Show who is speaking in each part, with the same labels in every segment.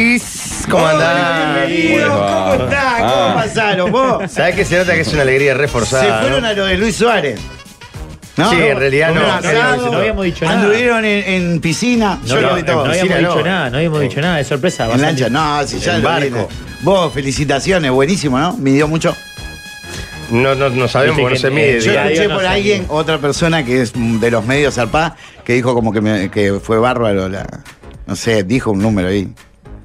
Speaker 1: Olis, ¿cómo andás?
Speaker 2: Bienvenido,
Speaker 3: Ah.
Speaker 2: ¿cómo estás? ¿Cómo pasaron vos?
Speaker 1: ¿Sabés que se nota que es una alegría reforzada?
Speaker 2: Se fueron
Speaker 1: ¿no?
Speaker 2: a lo de Luis Suárez.
Speaker 1: Sí, en realidad no.
Speaker 2: Comieron
Speaker 1: No, no,
Speaker 2: asado,
Speaker 3: no habíamos dicho nada.
Speaker 2: Anduvieron en, en piscina.
Speaker 3: No,
Speaker 2: yo
Speaker 3: no,
Speaker 2: lo vi todo.
Speaker 3: no habíamos
Speaker 1: Oficina,
Speaker 3: dicho
Speaker 1: no.
Speaker 3: nada, no habíamos dicho nada, de sorpresa.
Speaker 2: Eh, en
Speaker 3: bastante.
Speaker 2: lancha, no, si ya
Speaker 1: En
Speaker 2: lo
Speaker 1: barco.
Speaker 2: vine. Vos, felicitaciones, buenísimo, ¿no? Me dio mucho.
Speaker 1: No, no, no sabemos,
Speaker 3: Viste
Speaker 1: no
Speaker 3: que
Speaker 1: se
Speaker 3: en-
Speaker 1: mide.
Speaker 3: en
Speaker 2: Yo
Speaker 1: digamos.
Speaker 3: radio
Speaker 2: escuché
Speaker 3: no
Speaker 2: por
Speaker 3: sé.
Speaker 2: alguien, otra persona que es mm, de los medios zarpá, que dijo como que, me- que fue bárbaro la. No sé, dijo un número ahí.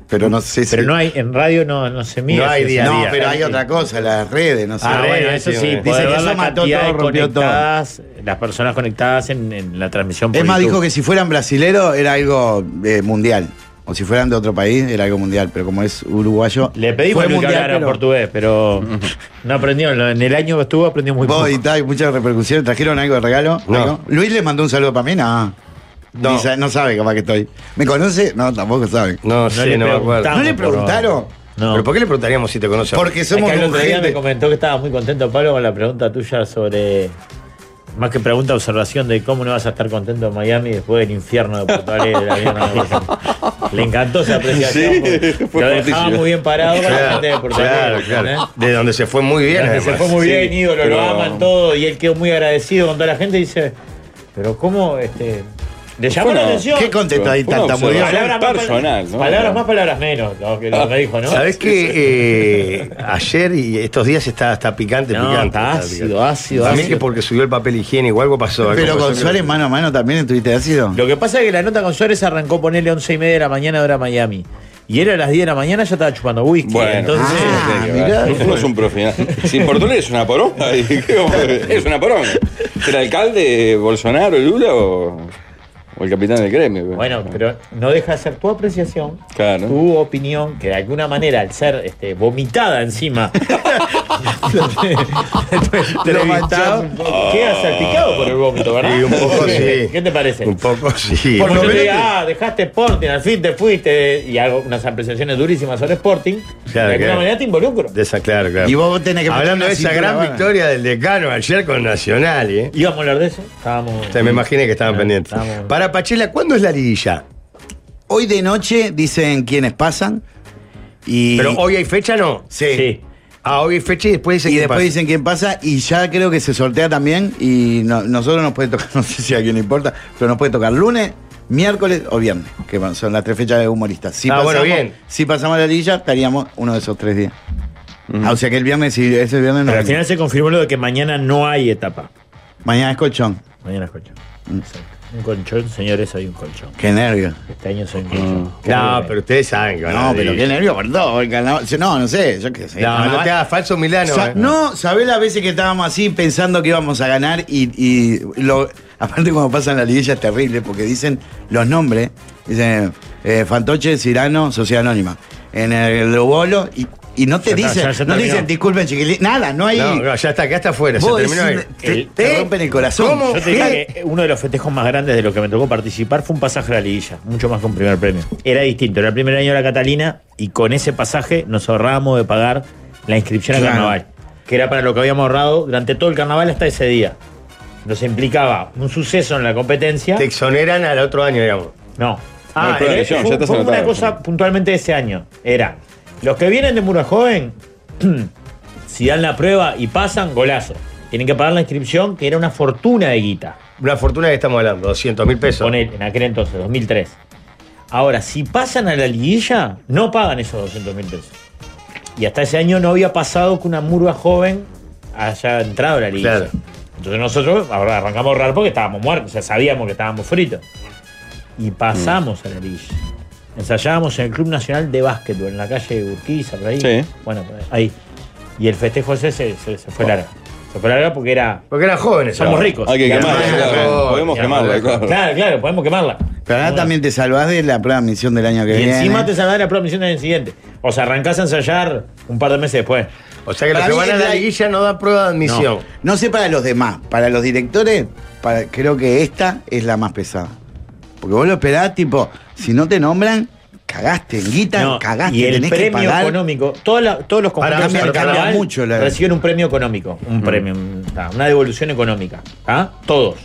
Speaker 2: Pero no sé si.
Speaker 3: Pero no hay, en radio no, no se mide.
Speaker 1: No hay
Speaker 3: eso,
Speaker 1: día a
Speaker 3: se-
Speaker 2: No,
Speaker 1: día.
Speaker 2: pero hay otra cosa, las redes, no sé.
Speaker 3: Ah,
Speaker 1: Sí,
Speaker 3: bueno,
Speaker 1: sí,
Speaker 3: eso sí.
Speaker 1: sí, bueno.
Speaker 3: poder
Speaker 2: Dice que
Speaker 3: ver
Speaker 2: eso
Speaker 3: la
Speaker 2: mató
Speaker 3: cantidad
Speaker 2: todo,
Speaker 3: de
Speaker 2: rompió todo.
Speaker 3: conectadas, Las personas conectadas en, en la transmisión por
Speaker 2: Es más,
Speaker 3: YouTube.
Speaker 2: dijo que si fueran brasileros era algo eh, mundial. O si fueran de otro país era algo mundial. Pero como es uruguayo.
Speaker 3: Le pedimos
Speaker 2: fue
Speaker 3: que hablara
Speaker 2: pero-
Speaker 3: portugués, pero no aprendió. En el año que estuvo aprendió muy poco.
Speaker 2: Vos y tal, muchas repercusiones. ¿Trajeron algo de regalo?
Speaker 1: No.
Speaker 2: ¿Algo? ¿Luis le mandó un saludo para mí? No.
Speaker 1: No.
Speaker 2: Ni sa- no sabe capaz que estoy. ¿Me conoce? No, tampoco sabe.
Speaker 1: No
Speaker 3: No
Speaker 1: sé,
Speaker 3: le
Speaker 1: no me acuerdo.
Speaker 3: preguntamos.
Speaker 2: ¿No le
Speaker 3: por-
Speaker 2: preguntaron?
Speaker 3: No.
Speaker 1: ¿Pero por qué le preguntaríamos si te conoce?
Speaker 2: Porque somos
Speaker 3: Acá el otro día
Speaker 2: gente-
Speaker 3: me comentó que estaba muy contento, Pablo, con la pregunta tuya sobre. Más que pregunta, observación de cómo no vas a estar contento en Miami después del infierno de Porto Alegre. la mierda que pasó. Le encantó esa apreciación.
Speaker 4: Sí,
Speaker 3: porque
Speaker 4: fue
Speaker 3: lo dejaba
Speaker 4: fortísimo.
Speaker 3: muy bien parado con la
Speaker 1: Claro,
Speaker 3: gente de Porto
Speaker 1: claro,
Speaker 3: Alegre.
Speaker 1: claro.
Speaker 3: ¿entendés?
Speaker 1: De donde se fue muy bien,
Speaker 3: Claro, ¿Eh? se
Speaker 1: además.
Speaker 3: fue muy
Speaker 4: sí,
Speaker 3: bien, ídolo,
Speaker 4: pero-
Speaker 3: lo aman todo. Y él quedó muy agradecido con toda la gente y dice, pero cómo, este. Le llamó
Speaker 4: Bueno,
Speaker 3: la atención.
Speaker 2: ¿Qué contestó ahí
Speaker 4: Fue una
Speaker 2: tartamudeó?
Speaker 4: observación.
Speaker 3: Palabras más,
Speaker 4: Personal, ¿no?
Speaker 3: palabras más, palabras menos, lo que lo que dijo, ¿no?
Speaker 1: ¿Sabés que eh, ayer y estos días está, está picante,
Speaker 3: No,
Speaker 1: picante?
Speaker 3: está ácido,
Speaker 1: picante.
Speaker 3: ácido,
Speaker 1: También
Speaker 3: ácido.
Speaker 1: que porque subió el papel higiénico, algo pasó. algo pues
Speaker 2: Pero
Speaker 1: pasó
Speaker 2: con
Speaker 1: que-
Speaker 2: Suárez mano a mano también estuviste ácido.
Speaker 3: Lo que pasa es que la nota con Suárez arrancó ponerle 11 y media de la mañana hora Miami. Y era a las 10 de la mañana ya estaba chupando whisky.
Speaker 4: Bueno,
Speaker 3: entonces,
Speaker 2: Ah,
Speaker 4: sí, claro.
Speaker 2: mirá.
Speaker 4: Uno es un profesional. Si Portugal es una poronga, y qué vamos a hacer, es una poronga. El alcalde Bolsonaro, Lula o, o el capitán del gremio.
Speaker 3: bueno, pero no deja de ser tu apreciación,
Speaker 4: Claro.
Speaker 3: tu opinión, que de alguna manera, al ser este, vomitada encima, entrevistado, queda salpicado por el vómito, ¿verdad?
Speaker 1: Sí, un poco sí.
Speaker 3: ¿Qué te parece?
Speaker 1: Un poco sí.
Speaker 3: Por lo
Speaker 2: menos
Speaker 3: menos.
Speaker 2: te-
Speaker 3: Ah, dejaste Sporting, al fin te fuiste. Y hago unas apreciaciones durísimas sobre Sporting.
Speaker 1: Claro,
Speaker 3: de alguna
Speaker 1: claro.
Speaker 3: manera te involucro.
Speaker 1: De esa, claro, claro.
Speaker 2: Y vos tenés que meter
Speaker 1: Hablando
Speaker 2: una
Speaker 1: de esa
Speaker 2: cintura,
Speaker 1: gran
Speaker 2: bueno.
Speaker 1: victoria del decano ayer con Nacional, ¿eh?
Speaker 3: Íbamos a hablar de eso. Estábamos.
Speaker 1: O sea, me imaginé que estaban
Speaker 3: No,
Speaker 1: pendientes.
Speaker 3: estamos-
Speaker 1: Para Pachela, ¿cuándo es la liguilla?
Speaker 2: Hoy de noche dicen quiénes pasan. Y,
Speaker 1: Pero hoy hay fecha, ¿no?
Speaker 2: Sí.
Speaker 3: Sí.
Speaker 1: Ah, hoy hay fecha y después dicen
Speaker 2: Y
Speaker 1: quién
Speaker 2: después
Speaker 1: pasa.
Speaker 2: dicen quién pasa y ya creo que se sortea también y no- nosotros nos puede tocar, no sé si a quién le importa, pero nos puede tocar lunes, miércoles o viernes, que van- son las tres fechas de humoristas. Si
Speaker 1: Ah,
Speaker 2: pasamos,
Speaker 1: bueno, bien.
Speaker 2: Si pasamos la liguilla, estaríamos uno de esos tres días. Ah, o sea que el viernes, si ese viernes no.
Speaker 3: Pero al final se confirmó lo de que mañana no hay etapa.
Speaker 2: Mañana es colchón.
Speaker 3: Mañana es colchón.
Speaker 2: Mm.
Speaker 3: Exacto. Un colchón, señores, soy un colchón.
Speaker 2: Qué nervio.
Speaker 3: Este año
Speaker 2: Ah.
Speaker 3: soy un colchón.
Speaker 1: No, pero ustedes saben que van a
Speaker 2: No,
Speaker 1: la
Speaker 2: pero qué
Speaker 1: liguilla.
Speaker 2: nervio, perdón. el carnaval- No, no sé, yo qué sé.
Speaker 1: No, no
Speaker 2: Carnaval-
Speaker 1: te hagas falso Milano.
Speaker 2: Sa-
Speaker 1: ¿eh?
Speaker 2: no, ¿sabés las veces que estábamos así pensando que íbamos a ganar? Y, y lo, aparte cuando pasan la liguilla es terrible porque dicen los nombres. Dicen eh, Fantoche, Cirano, Sociedad Anónima. En el, Bolo y, y no te
Speaker 3: Ya está,
Speaker 2: dicen,
Speaker 3: ya se
Speaker 2: no te
Speaker 3: terminó.
Speaker 2: dicen disculpen chiquilín, nada, no hay...
Speaker 1: No, no, ya está, acá está afuera. Se
Speaker 2: Vos
Speaker 1: terminó
Speaker 2: decís-
Speaker 1: ahí.
Speaker 2: te,
Speaker 3: El-
Speaker 2: te rompen el corazón.
Speaker 1: ¿Cómo?
Speaker 3: Yo te diría que uno de los festejos más grandes de lo que me tocó participar fue un pasaje a la liguilla, mucho más que un primer premio. Era distinto, era el primer año de la Catalina y con ese pasaje nos ahorrábamos de pagar la inscripción al
Speaker 2: Claro.
Speaker 3: carnaval, que era para lo que habíamos ahorrado durante todo el carnaval hasta ese día. Nos implicaba un suceso en la competencia.
Speaker 1: Te exoneran al otro año, digamos.
Speaker 3: No.
Speaker 4: hay
Speaker 3: Ah,
Speaker 4: prueba de
Speaker 3: eh,
Speaker 4: lesión,
Speaker 3: fue-
Speaker 4: ya estás
Speaker 3: fue una
Speaker 4: anotado.
Speaker 3: cosa puntualmente de ese año. Era, los que vienen de Muro Joven, si dan la prueba y pasan, golazo. Tienen que pagar la inscripción, que era una fortuna de guita.
Speaker 1: Una fortuna que estamos hablando, 200 mil pesos.
Speaker 3: Con él, en aquel entonces, 2003. Ahora, si pasan a la liguilla, no pagan esos 200 mil pesos. Y hasta ese año no había pasado que una murga joven haya entrado a la liguilla.
Speaker 1: Claro.
Speaker 3: Entonces nosotros ahora arrancamos a ahorrar porque estábamos muertos, o sea, sabíamos que estábamos fritos. Y pasamos
Speaker 4: Mm.
Speaker 3: a la liguilla. Ensayábamos en el Club Nacional de Básquetbol, en la calle Urquiza, por ahí.
Speaker 4: Sí.
Speaker 3: Bueno, por ahí. Y el festejo ese se, se- se fue largo. Se fue largo porque era...
Speaker 1: Porque eran jóvenes.
Speaker 3: Somos
Speaker 1: ¿no?
Speaker 3: ricos.
Speaker 4: Hay que
Speaker 3: Y
Speaker 4: quemarla,
Speaker 3: además-
Speaker 1: claro.
Speaker 4: claro. Podemos
Speaker 3: Ya,
Speaker 4: quemarla, claro.
Speaker 3: Claro, claro, podemos quemarla.
Speaker 2: Pero ahora también te salvás de la prueba de admisión del año que
Speaker 3: Y
Speaker 2: viene.
Speaker 3: encima te salvás de la prueba de misión del año siguiente. O sea, arrancás a ensayar un par de meses después.
Speaker 1: O sea que los
Speaker 2: Para
Speaker 1: que
Speaker 2: mí
Speaker 1: van a
Speaker 2: es
Speaker 1: la
Speaker 2: la-
Speaker 1: liguilla no dan prueba de admisión.
Speaker 2: No sé para los demás, para los directores, para- creo que esta es la más pesada. Porque vos lo esperás, tipo, si no te nombran, cagaste, en guita,
Speaker 3: No,
Speaker 2: cagaste,
Speaker 3: y el
Speaker 2: tenés que
Speaker 3: premio
Speaker 2: pagar.
Speaker 3: económico, todas las- todos los
Speaker 1: Para,
Speaker 3: compañeros
Speaker 1: cambia- cambia
Speaker 2: mucho la-
Speaker 3: reciben un premio económico, un premio, un- ah, una devolución económica. ¿ah? Todos.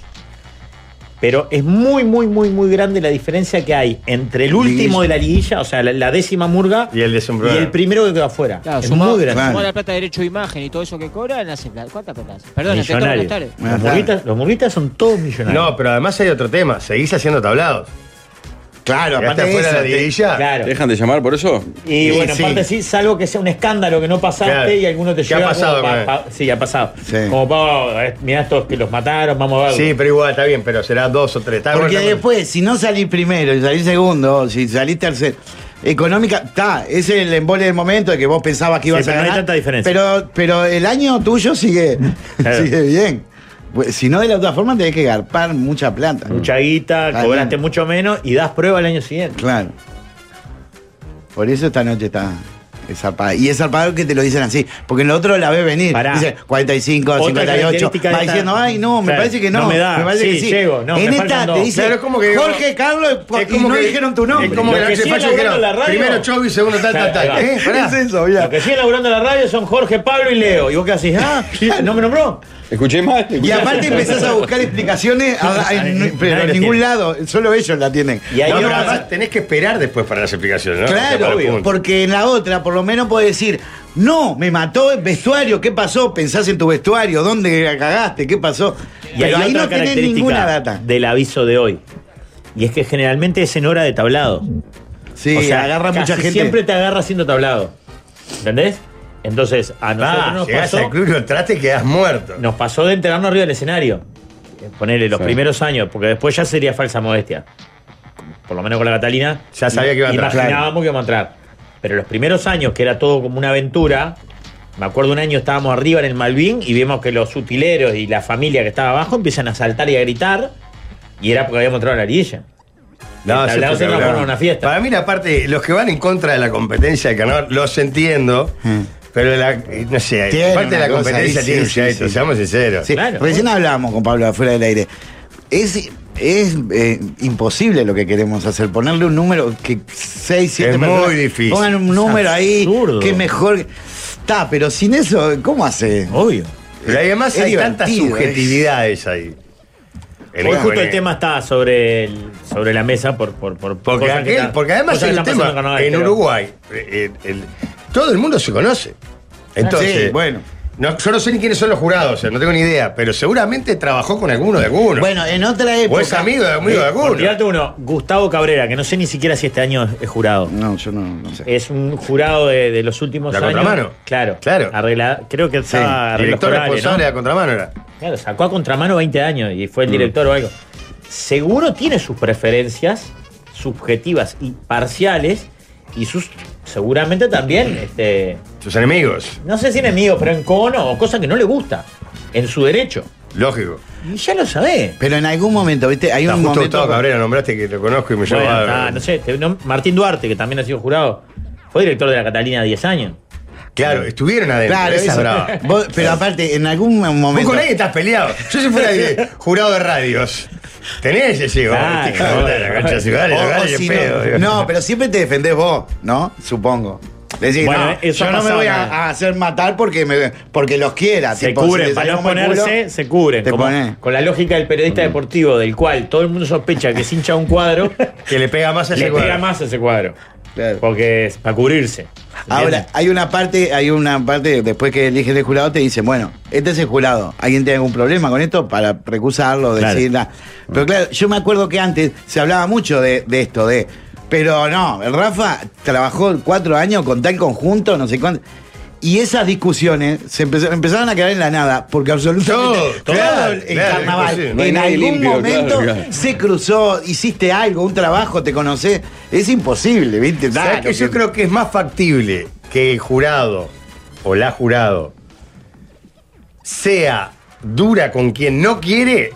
Speaker 3: Pero es muy, muy, muy, muy grande la diferencia que hay entre el último de la liguilla, o sea, la, la décima murga,
Speaker 1: Y el
Speaker 3: y
Speaker 1: desempleado.
Speaker 3: el primero que queda afuera.
Speaker 5: Claro,
Speaker 3: es
Speaker 5: sumado,
Speaker 3: muy grande.
Speaker 2: Claro.
Speaker 5: sumado la plata de derecho de imagen y todo eso que cobran, hace plata. ¿Cuánta plata hace? Perdón, te tomo buenas
Speaker 3: Millonarios.
Speaker 5: tardes.
Speaker 3: Los murguitas, los murguitas son todos millonarios.
Speaker 1: No, pero además hay otro tema. Seguís haciendo tablados.
Speaker 2: Claro, aparte
Speaker 1: Aparte
Speaker 2: de
Speaker 1: afuera de
Speaker 2: eso,
Speaker 1: la
Speaker 2: te-
Speaker 1: liguilla.
Speaker 3: Claro.
Speaker 4: ¿Dejan de llamar por eso?
Speaker 3: Y
Speaker 1: Sí,
Speaker 3: bueno,
Speaker 1: sí.
Speaker 3: aparte sí, salvo que sea un escándalo que no pasaste
Speaker 1: Claro.
Speaker 3: y alguno te
Speaker 1: Ya ha
Speaker 3: llega.
Speaker 1: pasado,
Speaker 3: como,
Speaker 1: Manuel.
Speaker 3: sí, ha pasado.
Speaker 2: Sí.
Speaker 3: Como, pa- eh, mirá estos que los mataron, vamos a ver.
Speaker 1: Sí, pero igual está bien, pero será dos o tres. Está
Speaker 2: Porque
Speaker 1: bueno,
Speaker 2: después, si no salís primero, y salís segundo, si salís tercero, económica, está, es el embole del momento de que vos pensabas que ibas
Speaker 3: pero
Speaker 2: a
Speaker 3: no hay
Speaker 2: ganar.
Speaker 3: tanta diferencia.
Speaker 2: Pero, pero el año tuyo sigue,
Speaker 3: Claro.
Speaker 2: sigue bien. Pues, Si no, de la otra forma tenés que garpar mucha plata.
Speaker 3: Mucha guita,
Speaker 2: Ah,
Speaker 3: cobraste
Speaker 2: bien.
Speaker 3: mucho menos y das prueba el año siguiente.
Speaker 2: Claro. Por eso esta noche está. Es zarpado. Y es zarpado que te lo dicen así. Porque en lo otro la ves venir.
Speaker 3: Pará.
Speaker 2: Dice 45,
Speaker 3: Otra
Speaker 2: 58.
Speaker 3: característica de
Speaker 2: Va
Speaker 3: esta-
Speaker 2: diciendo, ay, no, me
Speaker 3: Claro,
Speaker 2: parece que no.
Speaker 3: no me da.
Speaker 2: parece
Speaker 3: Sí,
Speaker 2: que sí.
Speaker 3: llego, no,
Speaker 2: en
Speaker 3: me
Speaker 2: esta te
Speaker 3: faltan dos.
Speaker 2: dice
Speaker 1: Claro, es como que-
Speaker 2: Jorge, Carlos,
Speaker 1: Es
Speaker 2: y
Speaker 1: como
Speaker 2: no
Speaker 1: que-
Speaker 2: dijeron tu nombre.
Speaker 1: Es como
Speaker 3: Lo
Speaker 1: que la
Speaker 3: que
Speaker 1: Axel
Speaker 3: sí
Speaker 1: Pacho
Speaker 3: laburando
Speaker 1: dijeron,
Speaker 3: en la radio-
Speaker 1: primero Chovy, segundo tal, tal, tal.
Speaker 3: Claro.
Speaker 1: Eh, pará.
Speaker 2: es eso, mirá.
Speaker 3: Los que siguen laburando en la radio son Jorge, Pablo y Leo. Y vos qué haces, ah, ¿no me nombró?
Speaker 4: ¿Escuché mal?
Speaker 2: Y
Speaker 4: ¿Escuché
Speaker 2: aparte empezás a buscar explicaciones, a- a- en- pero
Speaker 3: Nadie
Speaker 2: en
Speaker 3: las
Speaker 2: ningún
Speaker 3: tiene.
Speaker 2: lado, solo ellos la tienen.
Speaker 3: Y ahí
Speaker 1: No,
Speaker 3: no,
Speaker 1: pero además tenés que esperar después para las
Speaker 3: Ah,
Speaker 1: explicaciones, ¿no?
Speaker 2: Claro,
Speaker 1: obvio.
Speaker 2: porque en la otra por lo menos puedes decir, no, me mató el vestuario, ¿qué pasó? Pensás en tu vestuario, ¿dónde la cagaste? ¿Qué pasó?
Speaker 3: Y
Speaker 2: Pero
Speaker 3: hay
Speaker 2: ahí
Speaker 3: otra
Speaker 2: no tenés
Speaker 3: característica
Speaker 2: ninguna data.
Speaker 3: del aviso de hoy. Y es que generalmente es en hora de tablado.
Speaker 2: Sí,
Speaker 3: O sea,
Speaker 2: agarra
Speaker 3: casi
Speaker 2: mucha gente.
Speaker 3: Siempre te agarra siendo tablado. ¿Entendés? Entonces, a nosotros nos
Speaker 1: Ah, llegás
Speaker 3: pasó.
Speaker 1: al club, lo entraste y quedás muerto.
Speaker 3: Nos pasó de enterarnos arriba del escenario. Eh, Ponerle los
Speaker 4: Sí.
Speaker 3: primeros años, porque después ya sería falsa modestia. Por lo menos con la Catalina.
Speaker 1: Ya sabía que iba a entrar.
Speaker 3: Imaginábamos que iba a entrar. Pero los primeros años, que era todo como una aventura. Me acuerdo un año estábamos arriba en el Malvin y vimos que los utileros y la familia que estaba abajo empiezan a saltar y a gritar. Y era porque habíamos entrado a la orilla.
Speaker 1: No, sí,
Speaker 3: El tablado se
Speaker 1: espectacular.
Speaker 3: transforma en una fiesta.
Speaker 1: Para mí, la parte, los que van en contra de la competencia del ganador, los entiendo,
Speaker 2: Mm.
Speaker 1: pero la, no sé,
Speaker 2: Tiene
Speaker 1: parte de la
Speaker 2: una cosa
Speaker 1: competencia
Speaker 2: ahí,
Speaker 1: tiene
Speaker 2: sí,
Speaker 1: un
Speaker 2: sí,
Speaker 1: yaito,
Speaker 2: sí.
Speaker 1: seamos sinceros.
Speaker 2: Sí,
Speaker 3: Claro.
Speaker 2: Recién hablábamos con Pablo afuera del aire. Es, es eh, imposible lo que queremos hacer. Ponerle un número que 6, 7
Speaker 1: Es muy difícil.
Speaker 2: Pongan un número ahí.
Speaker 3: absurdo.
Speaker 2: Que mejor. Está, pero sin eso, ¿cómo hace?
Speaker 3: Obvio.
Speaker 1: Pero además
Speaker 2: Es
Speaker 1: hay tantas
Speaker 2: divertido,
Speaker 1: subjetividades ahí. En
Speaker 3: Hoy
Speaker 1: el-
Speaker 3: justo
Speaker 1: en
Speaker 3: el tema está sobre, el- sobre la mesa por, por, por
Speaker 1: Porque,
Speaker 3: cosas que
Speaker 1: aquel-
Speaker 3: están-
Speaker 1: porque además
Speaker 3: cosas que
Speaker 1: el
Speaker 3: están
Speaker 1: tema
Speaker 3: pasando en Carnaval,
Speaker 1: en
Speaker 3: pero-
Speaker 1: Uruguay, eh, el- el- todo el mundo se conoce. Entonces,
Speaker 2: Sí, bueno.
Speaker 1: no- yo no sé ni quiénes son los jurados, o sea, no tengo ni idea, pero seguramente trabajó con alguno de alguno.
Speaker 2: Bueno, en otra época.
Speaker 1: o es amigo de amigo de
Speaker 3: Eh, Por
Speaker 1: alguno.
Speaker 3: tirarte uno, Gustavo Cabrera, que no sé ni siquiera si este año es jurado.
Speaker 2: No, yo no, no sé.
Speaker 3: Es un jurado de, de los últimos
Speaker 1: La
Speaker 3: años.
Speaker 1: contramano.
Speaker 3: Claro.
Speaker 1: Claro.
Speaker 3: Arregla- creo que
Speaker 1: Sí,
Speaker 3: estaba arreglos
Speaker 1: director
Speaker 3: corales,
Speaker 1: responsable Mm.
Speaker 3: ¿no?
Speaker 1: de la contramano era.
Speaker 3: Claro, sacó a contramano 20 años y fue el director o algo. Seguro tiene sus preferencias subjetivas y parciales y sus seguramente también este
Speaker 1: Sus enemigos,
Speaker 3: no sé si enemigos, pero en cono o cosas que no le gusta en su derecho.
Speaker 1: lógico.
Speaker 3: Y ya lo sabés.
Speaker 2: Pero en algún momento, ¿viste? Hay
Speaker 1: Está
Speaker 2: un
Speaker 1: justo
Speaker 2: momento.
Speaker 1: Gustavo Cabrera, nombraste que lo conozco y me
Speaker 3: Bueno,
Speaker 1: llamaba.
Speaker 3: está, no sé, te- no, Martín Duarte, que también ha sido jurado, fue director de la Catalina 10 años.
Speaker 1: Claro, estuvieron adentro.
Speaker 2: Claro,
Speaker 1: eh, esa es
Speaker 2: eso.
Speaker 1: brava.
Speaker 2: Vos- pero aparte, en algún
Speaker 1: Vos
Speaker 2: momento.
Speaker 1: con nadie estás peleado. Yo si fuera de- jurado de radios. Tenés ese llego.
Speaker 3: Claro.
Speaker 1: Te cago en la cancha de ciudades,
Speaker 2: O-
Speaker 1: locales,
Speaker 2: o si
Speaker 1: qué pedo, digo.
Speaker 2: no, no, pero siempre te defendés vos, ¿no? Supongo. Decís,
Speaker 3: Bueno,
Speaker 2: no,
Speaker 3: eso
Speaker 2: yo
Speaker 3: ha
Speaker 2: no me
Speaker 3: pasado
Speaker 2: voy a,
Speaker 3: también.
Speaker 2: a hacer matar porque, me, porque los quiera.
Speaker 3: Se
Speaker 2: tipo, si
Speaker 3: cubren,
Speaker 2: les
Speaker 3: para no
Speaker 2: salimos mal culo,
Speaker 3: ponerse, se cubren.
Speaker 2: Te
Speaker 3: como-
Speaker 2: pones.
Speaker 3: con la lógica del periodista deportivo, del cual todo el mundo sospecha que se hincha un cuadro,
Speaker 1: Que le pega más a ese
Speaker 3: le
Speaker 1: cuadro.
Speaker 3: pega más a ese cuadro.
Speaker 2: Claro.
Speaker 3: Porque es para cubrirse.
Speaker 2: Ahora,
Speaker 3: ¿entiendes?
Speaker 2: hay una parte, hay una parte, después que eliges el jurado, te dicen, bueno, este es el jurado, ¿alguien tiene algún problema con esto? Para recusarlo,
Speaker 3: Claro.
Speaker 2: decirla. Pero claro, yo me acuerdo que antes se hablaba mucho de, de esto, de. Pero no, el Rafa trabajó cuatro años con tal conjunto, no sé cuánto. Y esas discusiones se empezaron, empezaron a quedar en la nada, porque absolutamente
Speaker 1: Todo,
Speaker 2: todo
Speaker 1: claro,
Speaker 2: el
Speaker 1: claro,
Speaker 2: carnaval,
Speaker 1: imposible. No
Speaker 4: hay
Speaker 2: en
Speaker 4: nadie
Speaker 2: algún
Speaker 4: limpio,
Speaker 2: momento
Speaker 4: claro, claro.
Speaker 2: se cruzó, hiciste algo, un trabajo, te conocés. Es imposible, ¿viste?
Speaker 1: ¿Sabés
Speaker 2: Nah,
Speaker 1: que
Speaker 2: lo
Speaker 1: yo
Speaker 2: que-
Speaker 1: creo que es más factible que el jurado o la jurado sea dura con quien no quiere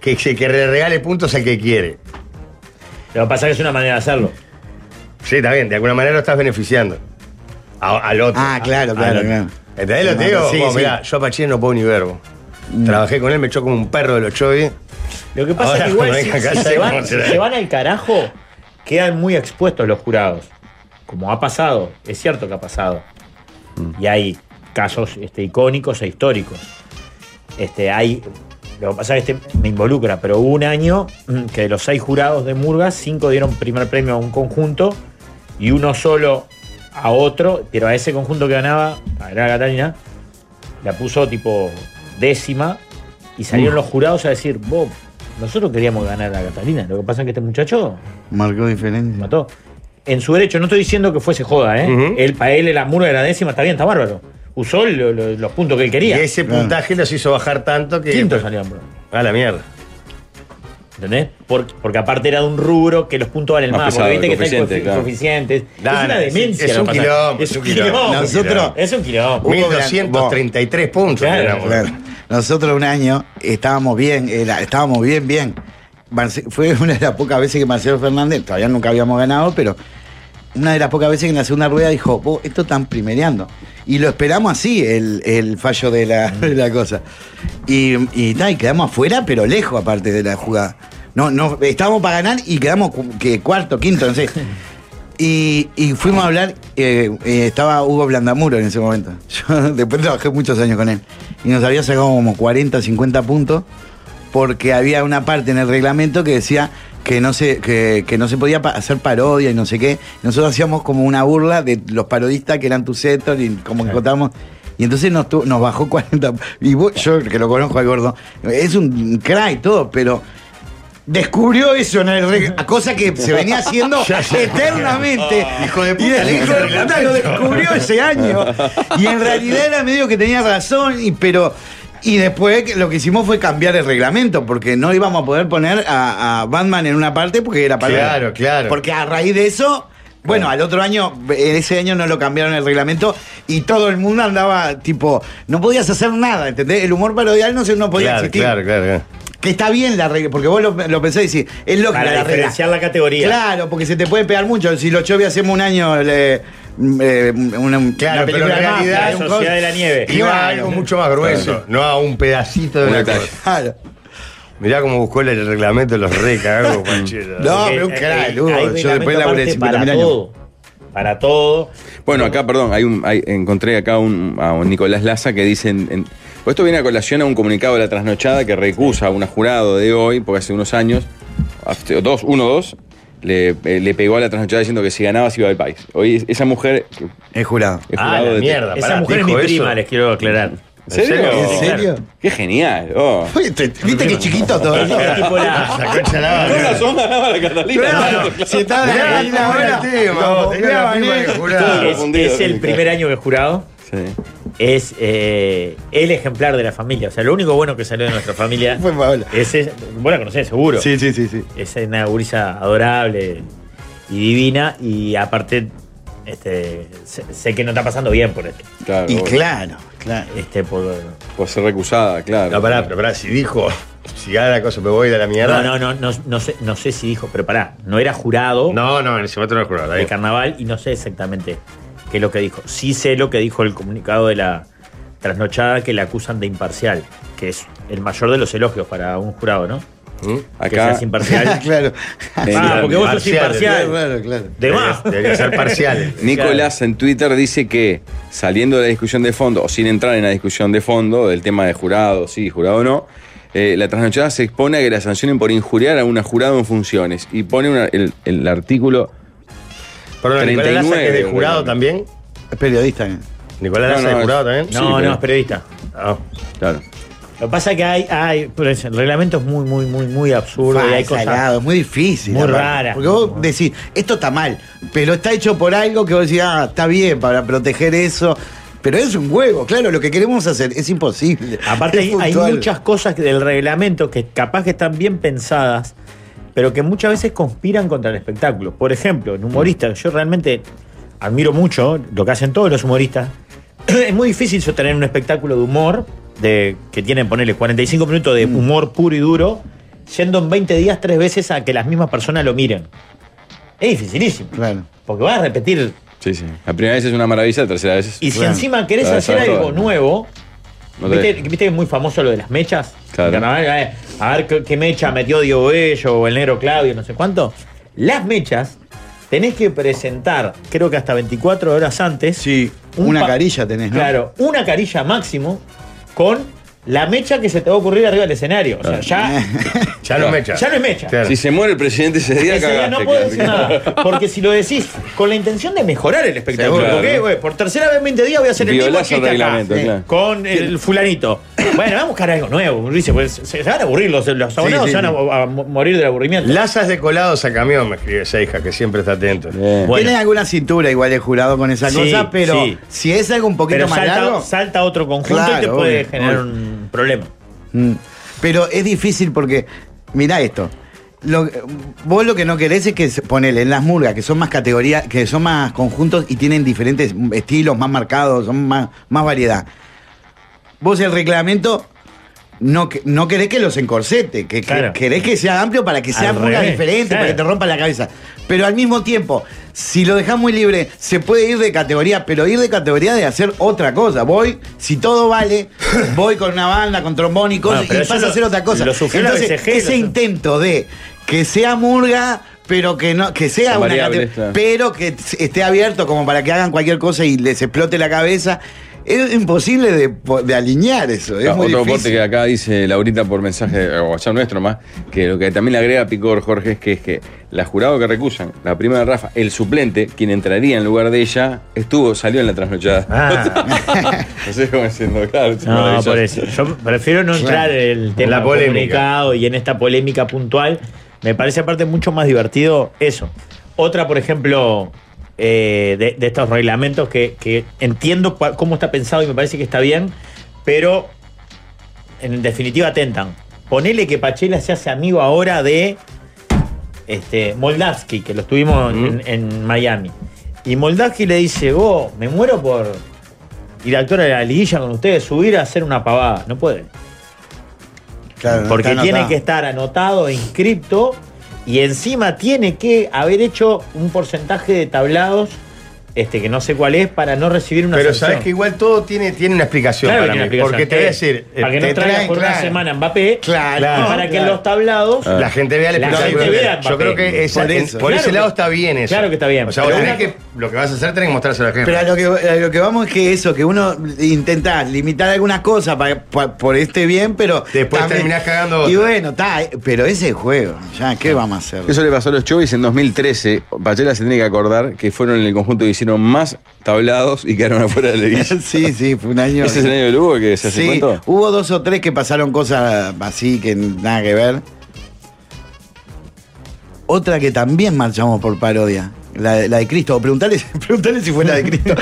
Speaker 1: que, se- que le regale puntos al que quiere.
Speaker 3: Lo que pasa es que es una manera de hacerlo.
Speaker 1: Sí, está bien, de alguna manera lo estás beneficiando a- al otro.
Speaker 2: Ah, claro,
Speaker 1: A-
Speaker 2: claro,
Speaker 1: al otro.
Speaker 2: claro.
Speaker 1: ¿Entendés lo que te
Speaker 2: Sí,
Speaker 1: digo?
Speaker 2: sí. Mm.
Speaker 1: Vos, mirá, yo a Pachini no puedo ni verbo. Trabajé con él, me echó como un perro de los chovis.
Speaker 3: Lo que pasa
Speaker 1: Ahora,
Speaker 3: es que igual
Speaker 1: cuando
Speaker 3: si,
Speaker 1: venga acá,
Speaker 3: si se
Speaker 1: ya
Speaker 3: van,
Speaker 1: cómo
Speaker 3: si
Speaker 1: será.
Speaker 3: se van al carajo, quedan muy expuestos los jurados. Como ha pasado, es cierto que ha pasado. Mm. Y hay casos este, icónicos e históricos. Este, hay Lo que pasa es que este me involucra, pero hubo un año mm, que de los seis jurados de Murgas, cinco dieron primer premio a un conjunto y uno solo a otro, pero a ese conjunto que ganaba, a la Catalina, la puso tipo décima y salieron los jurados a decir, Bob, nosotros queríamos ganar a Catalina, lo que pasa es que este muchacho
Speaker 2: Marcó diferencia.
Speaker 3: mató. En su derecho, no estoy diciendo que fuese joda, ¿eh?
Speaker 1: Ujú.
Speaker 3: Él, para él, la murga era décima, está bien, está bárbaro. Usó lo- lo- los puntos que él
Speaker 1: Y
Speaker 3: quería.
Speaker 1: ese
Speaker 2: Claro.
Speaker 1: puntaje los hizo bajar tanto que.
Speaker 3: Quinto salió Ambro.
Speaker 1: A la mierda.
Speaker 3: ¿Entendés? Por- porque aparte era de un rubro que los puntos valen
Speaker 4: Más
Speaker 3: más.
Speaker 4: pesado,
Speaker 3: porque viste
Speaker 4: el
Speaker 3: que está el
Speaker 4: coeficiente,
Speaker 3: coefi-
Speaker 4: claro.
Speaker 3: coeficiente.
Speaker 1: Nah,
Speaker 3: es una
Speaker 1: nah, es-
Speaker 3: demencia.
Speaker 1: es
Speaker 3: lo
Speaker 1: un
Speaker 3: que pasa.
Speaker 1: quilombo,
Speaker 3: Es un quilombo.
Speaker 2: Nosotros-
Speaker 3: Es un quilombo.
Speaker 1: 1233 puntos.
Speaker 3: Claro,
Speaker 1: éramos.
Speaker 2: Claro. Nosotros un año estábamos bien, era- estábamos bien, bien. Marce- fue una de las pocas veces que Marcelo Fernández, todavía nunca habíamos ganado, pero una de las pocas veces que en la segunda rueda dijo, vos, esto están primereando. Y lo esperamos así, el, el fallo de la, de la cosa. Y, y, ta, y quedamos afuera, pero lejos aparte de la jugada. No, no, estábamos para ganar y quedamos cu- que cuarto, quinto, no sé. Y, y fuimos a hablar, eh, eh, estaba Hugo Blandamuro en ese momento. Yo después trabajé muchos años con él. Y nos había sacado como 40, 50 puntos porque había una parte en el reglamento que decía que no se, que, que no se podía pa- hacer parodia y no sé qué. Nosotros hacíamos como una burla de los parodistas que eran tu sector y como que contábamos. Y entonces nos, tu- nos bajó 40. Y vos- yo que lo conozco al gordo, es un crack y todo, pero descubrió eso en el reg- a cosa que se venía haciendo eternamente.
Speaker 1: Ah. Hijo de puta,
Speaker 2: Y el
Speaker 1: le
Speaker 2: hijo
Speaker 1: hizo
Speaker 2: de
Speaker 1: el
Speaker 2: puta lo descubrió ese año. Y en realidad era medio que tenía razón, y, pero. Y después que- lo que hicimos fue cambiar el reglamento, porque no íbamos a poder poner a, a Batman en una parte porque era para.
Speaker 1: Claro, claro. Ah.
Speaker 2: Porque a raíz de eso. Bueno, al otro año, en ese año no lo cambiaron el reglamento y todo el mundo andaba tipo, no podías hacer nada, ¿entendés? El humor parodial no, se, no podía
Speaker 1: Claro,
Speaker 2: existir.
Speaker 1: claro, claro, claro.
Speaker 2: Que está bien la regla, porque vos lo, lo pensás y decís, es lógica la
Speaker 3: Para
Speaker 2: regla.
Speaker 3: diferenciar la categoría.
Speaker 2: Claro, porque se te puede pegar mucho. Si los chovis hacemos un año le- mm, eh, una,
Speaker 1: Claro,
Speaker 2: una
Speaker 1: pero
Speaker 2: película
Speaker 1: en
Speaker 2: de mafia,
Speaker 1: realidad
Speaker 2: un
Speaker 3: la
Speaker 2: coso-
Speaker 3: sociedad de la nieve.
Speaker 1: Iba a
Speaker 2: Claro.
Speaker 1: algo mucho más grueso, no a un pedacito de
Speaker 4: Un
Speaker 1: una
Speaker 4: detalle.
Speaker 1: cosa.
Speaker 2: Claro.
Speaker 1: Mirá cómo buscó el reglamento los re cagados, Panchero.
Speaker 2: No,
Speaker 3: Porque
Speaker 2: pero un
Speaker 3: hay-
Speaker 2: crack,
Speaker 3: hay
Speaker 2: Hugo. Yo
Speaker 3: reglamento
Speaker 2: después laburé
Speaker 3: aparte
Speaker 2: 50.000
Speaker 3: Para
Speaker 2: años. Este
Speaker 3: todo. Para todo.
Speaker 4: Bueno, acá, perdón, hay un, hay- encontré acá un, a un Nicolás Laza que dicen. en- pues esto viene a colación a un comunicado de la trasnochada que recusa a un jurado de hoy, porque hace unos años, hace dos, uno dos, le, eh, le pegó a la trasnochada diciendo que si ganaba se iba del país. Hoy esa mujer. que es
Speaker 2: Es jurado.
Speaker 1: Ah,
Speaker 4: jurado
Speaker 1: la
Speaker 4: de-
Speaker 1: mierda.
Speaker 3: Esa
Speaker 1: pará,
Speaker 3: mujer es mi
Speaker 1: dijo eso.
Speaker 3: prima, les quiero aclarar.
Speaker 4: ¿En serio?
Speaker 1: ¿En
Speaker 4: Sí,
Speaker 2: serio?
Speaker 4: claro. Qué genial. Oh.
Speaker 2: Viste, viste que chiquito todo.
Speaker 3: Es tipo la-
Speaker 1: La concha de la
Speaker 4: Con
Speaker 1: madre.
Speaker 4: razón ganaba la Catalina.
Speaker 2: Claro,
Speaker 4: claro.
Speaker 2: si estaba
Speaker 1: Mirá,
Speaker 2: la gallina
Speaker 1: cómo era
Speaker 2: ahora.
Speaker 1: el tema,
Speaker 2: lo
Speaker 1: vos, tenía la
Speaker 2: bombeaban,
Speaker 1: prima de
Speaker 2: eh.
Speaker 1: jurado.
Speaker 3: Es,
Speaker 4: confundido,
Speaker 3: es el
Speaker 4: claro.
Speaker 3: primer año que he jurado.
Speaker 4: Sí.
Speaker 3: Es eh, el ejemplar de la familia. O sea, lo único bueno que salió de nuestra familia
Speaker 2: Fue Paola.
Speaker 3: es. es- vos la conocés, seguro.
Speaker 2: Sí, sí, sí, sí.
Speaker 3: Es una gurisa adorable y divina. Y aparte, este, sé, sé que no está pasando bien por este.
Speaker 4: Claro,
Speaker 2: Y
Speaker 4: bueno.
Speaker 2: claro, claro.
Speaker 3: este por,
Speaker 4: Por ser recusada, claro.
Speaker 1: No, pará, pero pará, si dijo, si gana la cosa me voy de la mierda.
Speaker 3: no, no, no, no, no sé, no sé si dijo, pero pará, no era jurado
Speaker 1: No, no, en ese momento no juró. la
Speaker 3: del
Speaker 1: dijo.
Speaker 3: carnaval y no sé exactamente qué es lo que dijo. Sí sé lo que dijo el comunicado de la trasnochada que le acusan de imparcial, que es el mayor de los elogios para un jurado, ¿no? Que
Speaker 4: Acá.
Speaker 3: seas imparcial.
Speaker 2: claro.
Speaker 3: Ah, porque vos sos
Speaker 1: Parcial,
Speaker 3: imparcial.
Speaker 2: Claro, claro.
Speaker 3: De más.
Speaker 1: Debería ser parcial.
Speaker 4: Nicolás en Twitter dice que saliendo de la discusión de fondo, o sin entrar en la discusión de fondo del tema de jurado, sí, jurado o no, eh, la trasnochada se expone a que la sancionen por injuriar a una jurado en funciones y pone una- el, el artículo.
Speaker 1: Perdón, Nicolás Laza, que es de
Speaker 4: 39,
Speaker 1: jurado
Speaker 4: bueno.
Speaker 1: también.
Speaker 2: Es periodista. ¿eh?
Speaker 1: Nicolás
Speaker 4: No,
Speaker 1: Laza
Speaker 4: no,
Speaker 1: de
Speaker 4: es-
Speaker 1: jurado también.
Speaker 3: No,
Speaker 4: pero-
Speaker 3: no, es periodista.
Speaker 1: Ah.
Speaker 4: Claro.
Speaker 3: Lo que pasa es que hay, hay pero es- el reglamento es muy, muy, muy, muy absurdo y hay
Speaker 2: Falsa,
Speaker 3: cosas.
Speaker 2: lado, es muy difícil.
Speaker 3: muy
Speaker 2: aparte.
Speaker 3: rara.
Speaker 2: Porque vos decís, esto está mal, pero está hecho por algo que vos decís, ah, está bien para proteger eso. Pero es un huevo, claro, lo que queremos hacer es imposible.
Speaker 3: Aparte
Speaker 2: Es
Speaker 3: hay, hay
Speaker 2: puntual.
Speaker 3: muchas cosas que- del reglamento que capaz que están bien pensadas, pero que muchas veces conspiran contra el espectáculo. Por ejemplo, en humoristas, yo realmente admiro mucho lo que hacen todos los humoristas. es muy difícil sostener un espectáculo de humor, de, que tienen, ponerle 45 minutos
Speaker 2: Mm.
Speaker 3: de humor puro y duro, yendo en 20 días tres veces a que las mismas personas lo miren. Es dificilísimo.
Speaker 2: Claro.
Speaker 3: Porque vas a repetir
Speaker 4: Sí, sí. La primera vez es una maravilla, la tercera vez es.
Speaker 3: y si
Speaker 2: Bueno,
Speaker 3: encima querés
Speaker 4: claro,
Speaker 3: hacer
Speaker 4: sabes
Speaker 3: algo
Speaker 4: todo.
Speaker 3: nuevo,
Speaker 4: No te-
Speaker 3: ¿viste, viste que es muy famoso lo de las mechas?
Speaker 4: Claro.
Speaker 3: El carnaval, a ver, a ver qué, qué mecha metió Diego Bello o el negro Claudio, no sé cuánto. Las mechas tenés que presentar, creo que hasta 24 horas antes.
Speaker 2: Sí,
Speaker 3: un
Speaker 2: una
Speaker 3: pa-
Speaker 2: carilla tenés, ¿no?
Speaker 3: Claro, una carilla máximo con la mecha que se te va a ocurrir arriba del escenario. O sea, ya,
Speaker 1: Ya no
Speaker 4: Claro.
Speaker 1: me echa.
Speaker 3: ya no es mecha.
Speaker 1: Claro.
Speaker 4: Si se muere el presidente ese día,
Speaker 3: Ese día
Speaker 4: cagaste.
Speaker 3: no puedo
Speaker 4: claro.
Speaker 3: decir nada. Porque si lo decís con la intención de mejorar el espectáculo,
Speaker 4: Seguro.
Speaker 3: porque, güey, por tercera vez en 20 días voy a hacer el mismo
Speaker 4: Violás el
Speaker 3: chiste acá,
Speaker 4: reglamento,
Speaker 3: eh,
Speaker 4: claro.
Speaker 3: con el fulanito. Bueno, vamos a buscar algo nuevo. Uno dice, pues, se, se van a aburrir los, los abonados,
Speaker 2: sí,
Speaker 3: se van a, a mo- morir del aburrimiento.
Speaker 1: Lazas de colados a camión, me escribe esa hija, que siempre está atento.
Speaker 4: Bien.
Speaker 3: Bueno.
Speaker 2: Tiene alguna cintura igual el jurado con esa
Speaker 3: Sí,
Speaker 2: cosa, pero
Speaker 3: sí.
Speaker 2: si es algo un poquito
Speaker 3: Pero
Speaker 2: más
Speaker 3: salta,
Speaker 2: largo.
Speaker 3: salta otro conjunto y te
Speaker 2: Claro,
Speaker 3: puede
Speaker 2: obvio,
Speaker 3: generar
Speaker 2: obvio.
Speaker 3: un problema.
Speaker 2: Mm. Pero es difícil porque, mirá esto. Lo- vos lo que no querés es que se- ponele en las murgas, que son más categorías, que son más conjuntos y tienen diferentes estilos, más marcados, son más, más variedad. Vos el reglamento no, que- no querés que los encorsete, que, que-
Speaker 3: Claro.
Speaker 2: querés que sea amplio para que sea
Speaker 3: Al
Speaker 2: murga
Speaker 3: revés,
Speaker 2: diferente,
Speaker 3: claro.
Speaker 2: para que te rompa la cabeza. Pero al mismo tiempo, si lo dejas muy libre, se puede ir de categoría, pero ir de categoría de hacer otra cosa. Voy, si todo vale, voy con una banda, con trombón y cosas,
Speaker 3: Bueno, pero
Speaker 2: y
Speaker 3: eso
Speaker 2: pasa
Speaker 3: lo-
Speaker 2: a hacer otra cosa.
Speaker 3: lo sufrió la
Speaker 2: Entonces,
Speaker 3: BCG,
Speaker 2: ese
Speaker 3: lo-
Speaker 2: intento de que sea murga, pero que no, que sea
Speaker 4: Son
Speaker 2: una
Speaker 4: variables,
Speaker 2: cate-
Speaker 4: claro.
Speaker 2: pero que t- esté abierto como para que hagan cualquier cosa y les explote la cabeza. Es imposible de, po- de alinear eso. Es
Speaker 4: Ah,
Speaker 2: muy
Speaker 4: Otro aporte
Speaker 2: difícil.
Speaker 4: que acá dice Laurita por mensaje, eh, o WhatsApp nuestro más, que lo que también le agrega Picor Jorge es que es que la jurado que recusan, la prima de Rafa, el suplente, quien entraría en lugar de ella, estuvo, salió en la trasnochada. No sé cómo diciendo, claro. es
Speaker 3: Ah. No,
Speaker 4: maravilloso.
Speaker 3: por eso. Yo prefiero no entrar en el tema
Speaker 1: la polémica.
Speaker 3: comunicado y en esta polémica puntual. Me parece aparte mucho más divertido eso. Otra, por ejemplo, eh, de, de estos reglamentos que, que entiendo cua- cómo está pensado y me parece que está bien, pero en definitiva atentan. Ponele que Pachela se hace amigo ahora de este, Moldavsky, que lo estuvimos en, en Miami. Y Moldavsky le dice, vos, me muero por ir actor a la liguilla con ustedes, subir a hacer una pavada. No puede.
Speaker 2: Claro, no
Speaker 3: Porque
Speaker 2: está
Speaker 3: tiene
Speaker 2: anotado.
Speaker 3: que estar anotado, inscripto, y encima tiene que haber hecho un porcentaje de tablados, este que no sé cuál es, para no recibir una
Speaker 1: Pero
Speaker 3: sanción.
Speaker 1: sabes que igual todo tiene, tiene una explicación
Speaker 3: Claro que
Speaker 1: para
Speaker 3: tiene
Speaker 1: mí.
Speaker 3: explicación.
Speaker 1: Porque te voy a decir. eh,
Speaker 3: Para que
Speaker 1: te
Speaker 3: no traigas
Speaker 1: traen,
Speaker 3: por una
Speaker 1: claro,
Speaker 3: semana Mbappé.
Speaker 2: Claro,
Speaker 3: y para
Speaker 2: claro.
Speaker 3: que en los tablados.
Speaker 4: Ah.
Speaker 1: La gente vea el
Speaker 3: La
Speaker 1: espectáculo.
Speaker 3: gente vea el
Speaker 1: Yo creo
Speaker 3: papel.
Speaker 1: que esa-
Speaker 2: Por
Speaker 1: en- por,
Speaker 2: eso.
Speaker 1: ese
Speaker 3: Claro
Speaker 1: lado
Speaker 3: que-
Speaker 1: está bien eso.
Speaker 3: claro que está bien.
Speaker 1: O sea,
Speaker 3: Pero
Speaker 1: vos
Speaker 3: una-
Speaker 1: tenés que, lo que vas a hacer tenés que mostrárselo a la gente.
Speaker 2: Pero a lo, que, a lo que vamos es que eso, que uno intenta limitar algunas cosas pa- pa- por este bien, pero.
Speaker 1: Después terminás cagando
Speaker 2: Y
Speaker 1: otra.
Speaker 2: bueno, está, eh, pero ese juego, ya, ¿qué vamos a hacer?
Speaker 4: Ah. Eso le pasó a los Chovis en 2013. Pachela se tiene que acordar que fueron en el conjunto que hicieron más tablados y quedaron afuera de la liguilla.
Speaker 2: sí, sí, fue un año.
Speaker 4: ¿Ese es el año del Hugo que se hace
Speaker 2: Sí,
Speaker 4: cuento?
Speaker 2: hubo dos o tres que pasaron cosas así que nada que ver. Otra que también marchamos por parodia, la, de- la de Cristo. O preguntale, preguntale si fue la de Cristo.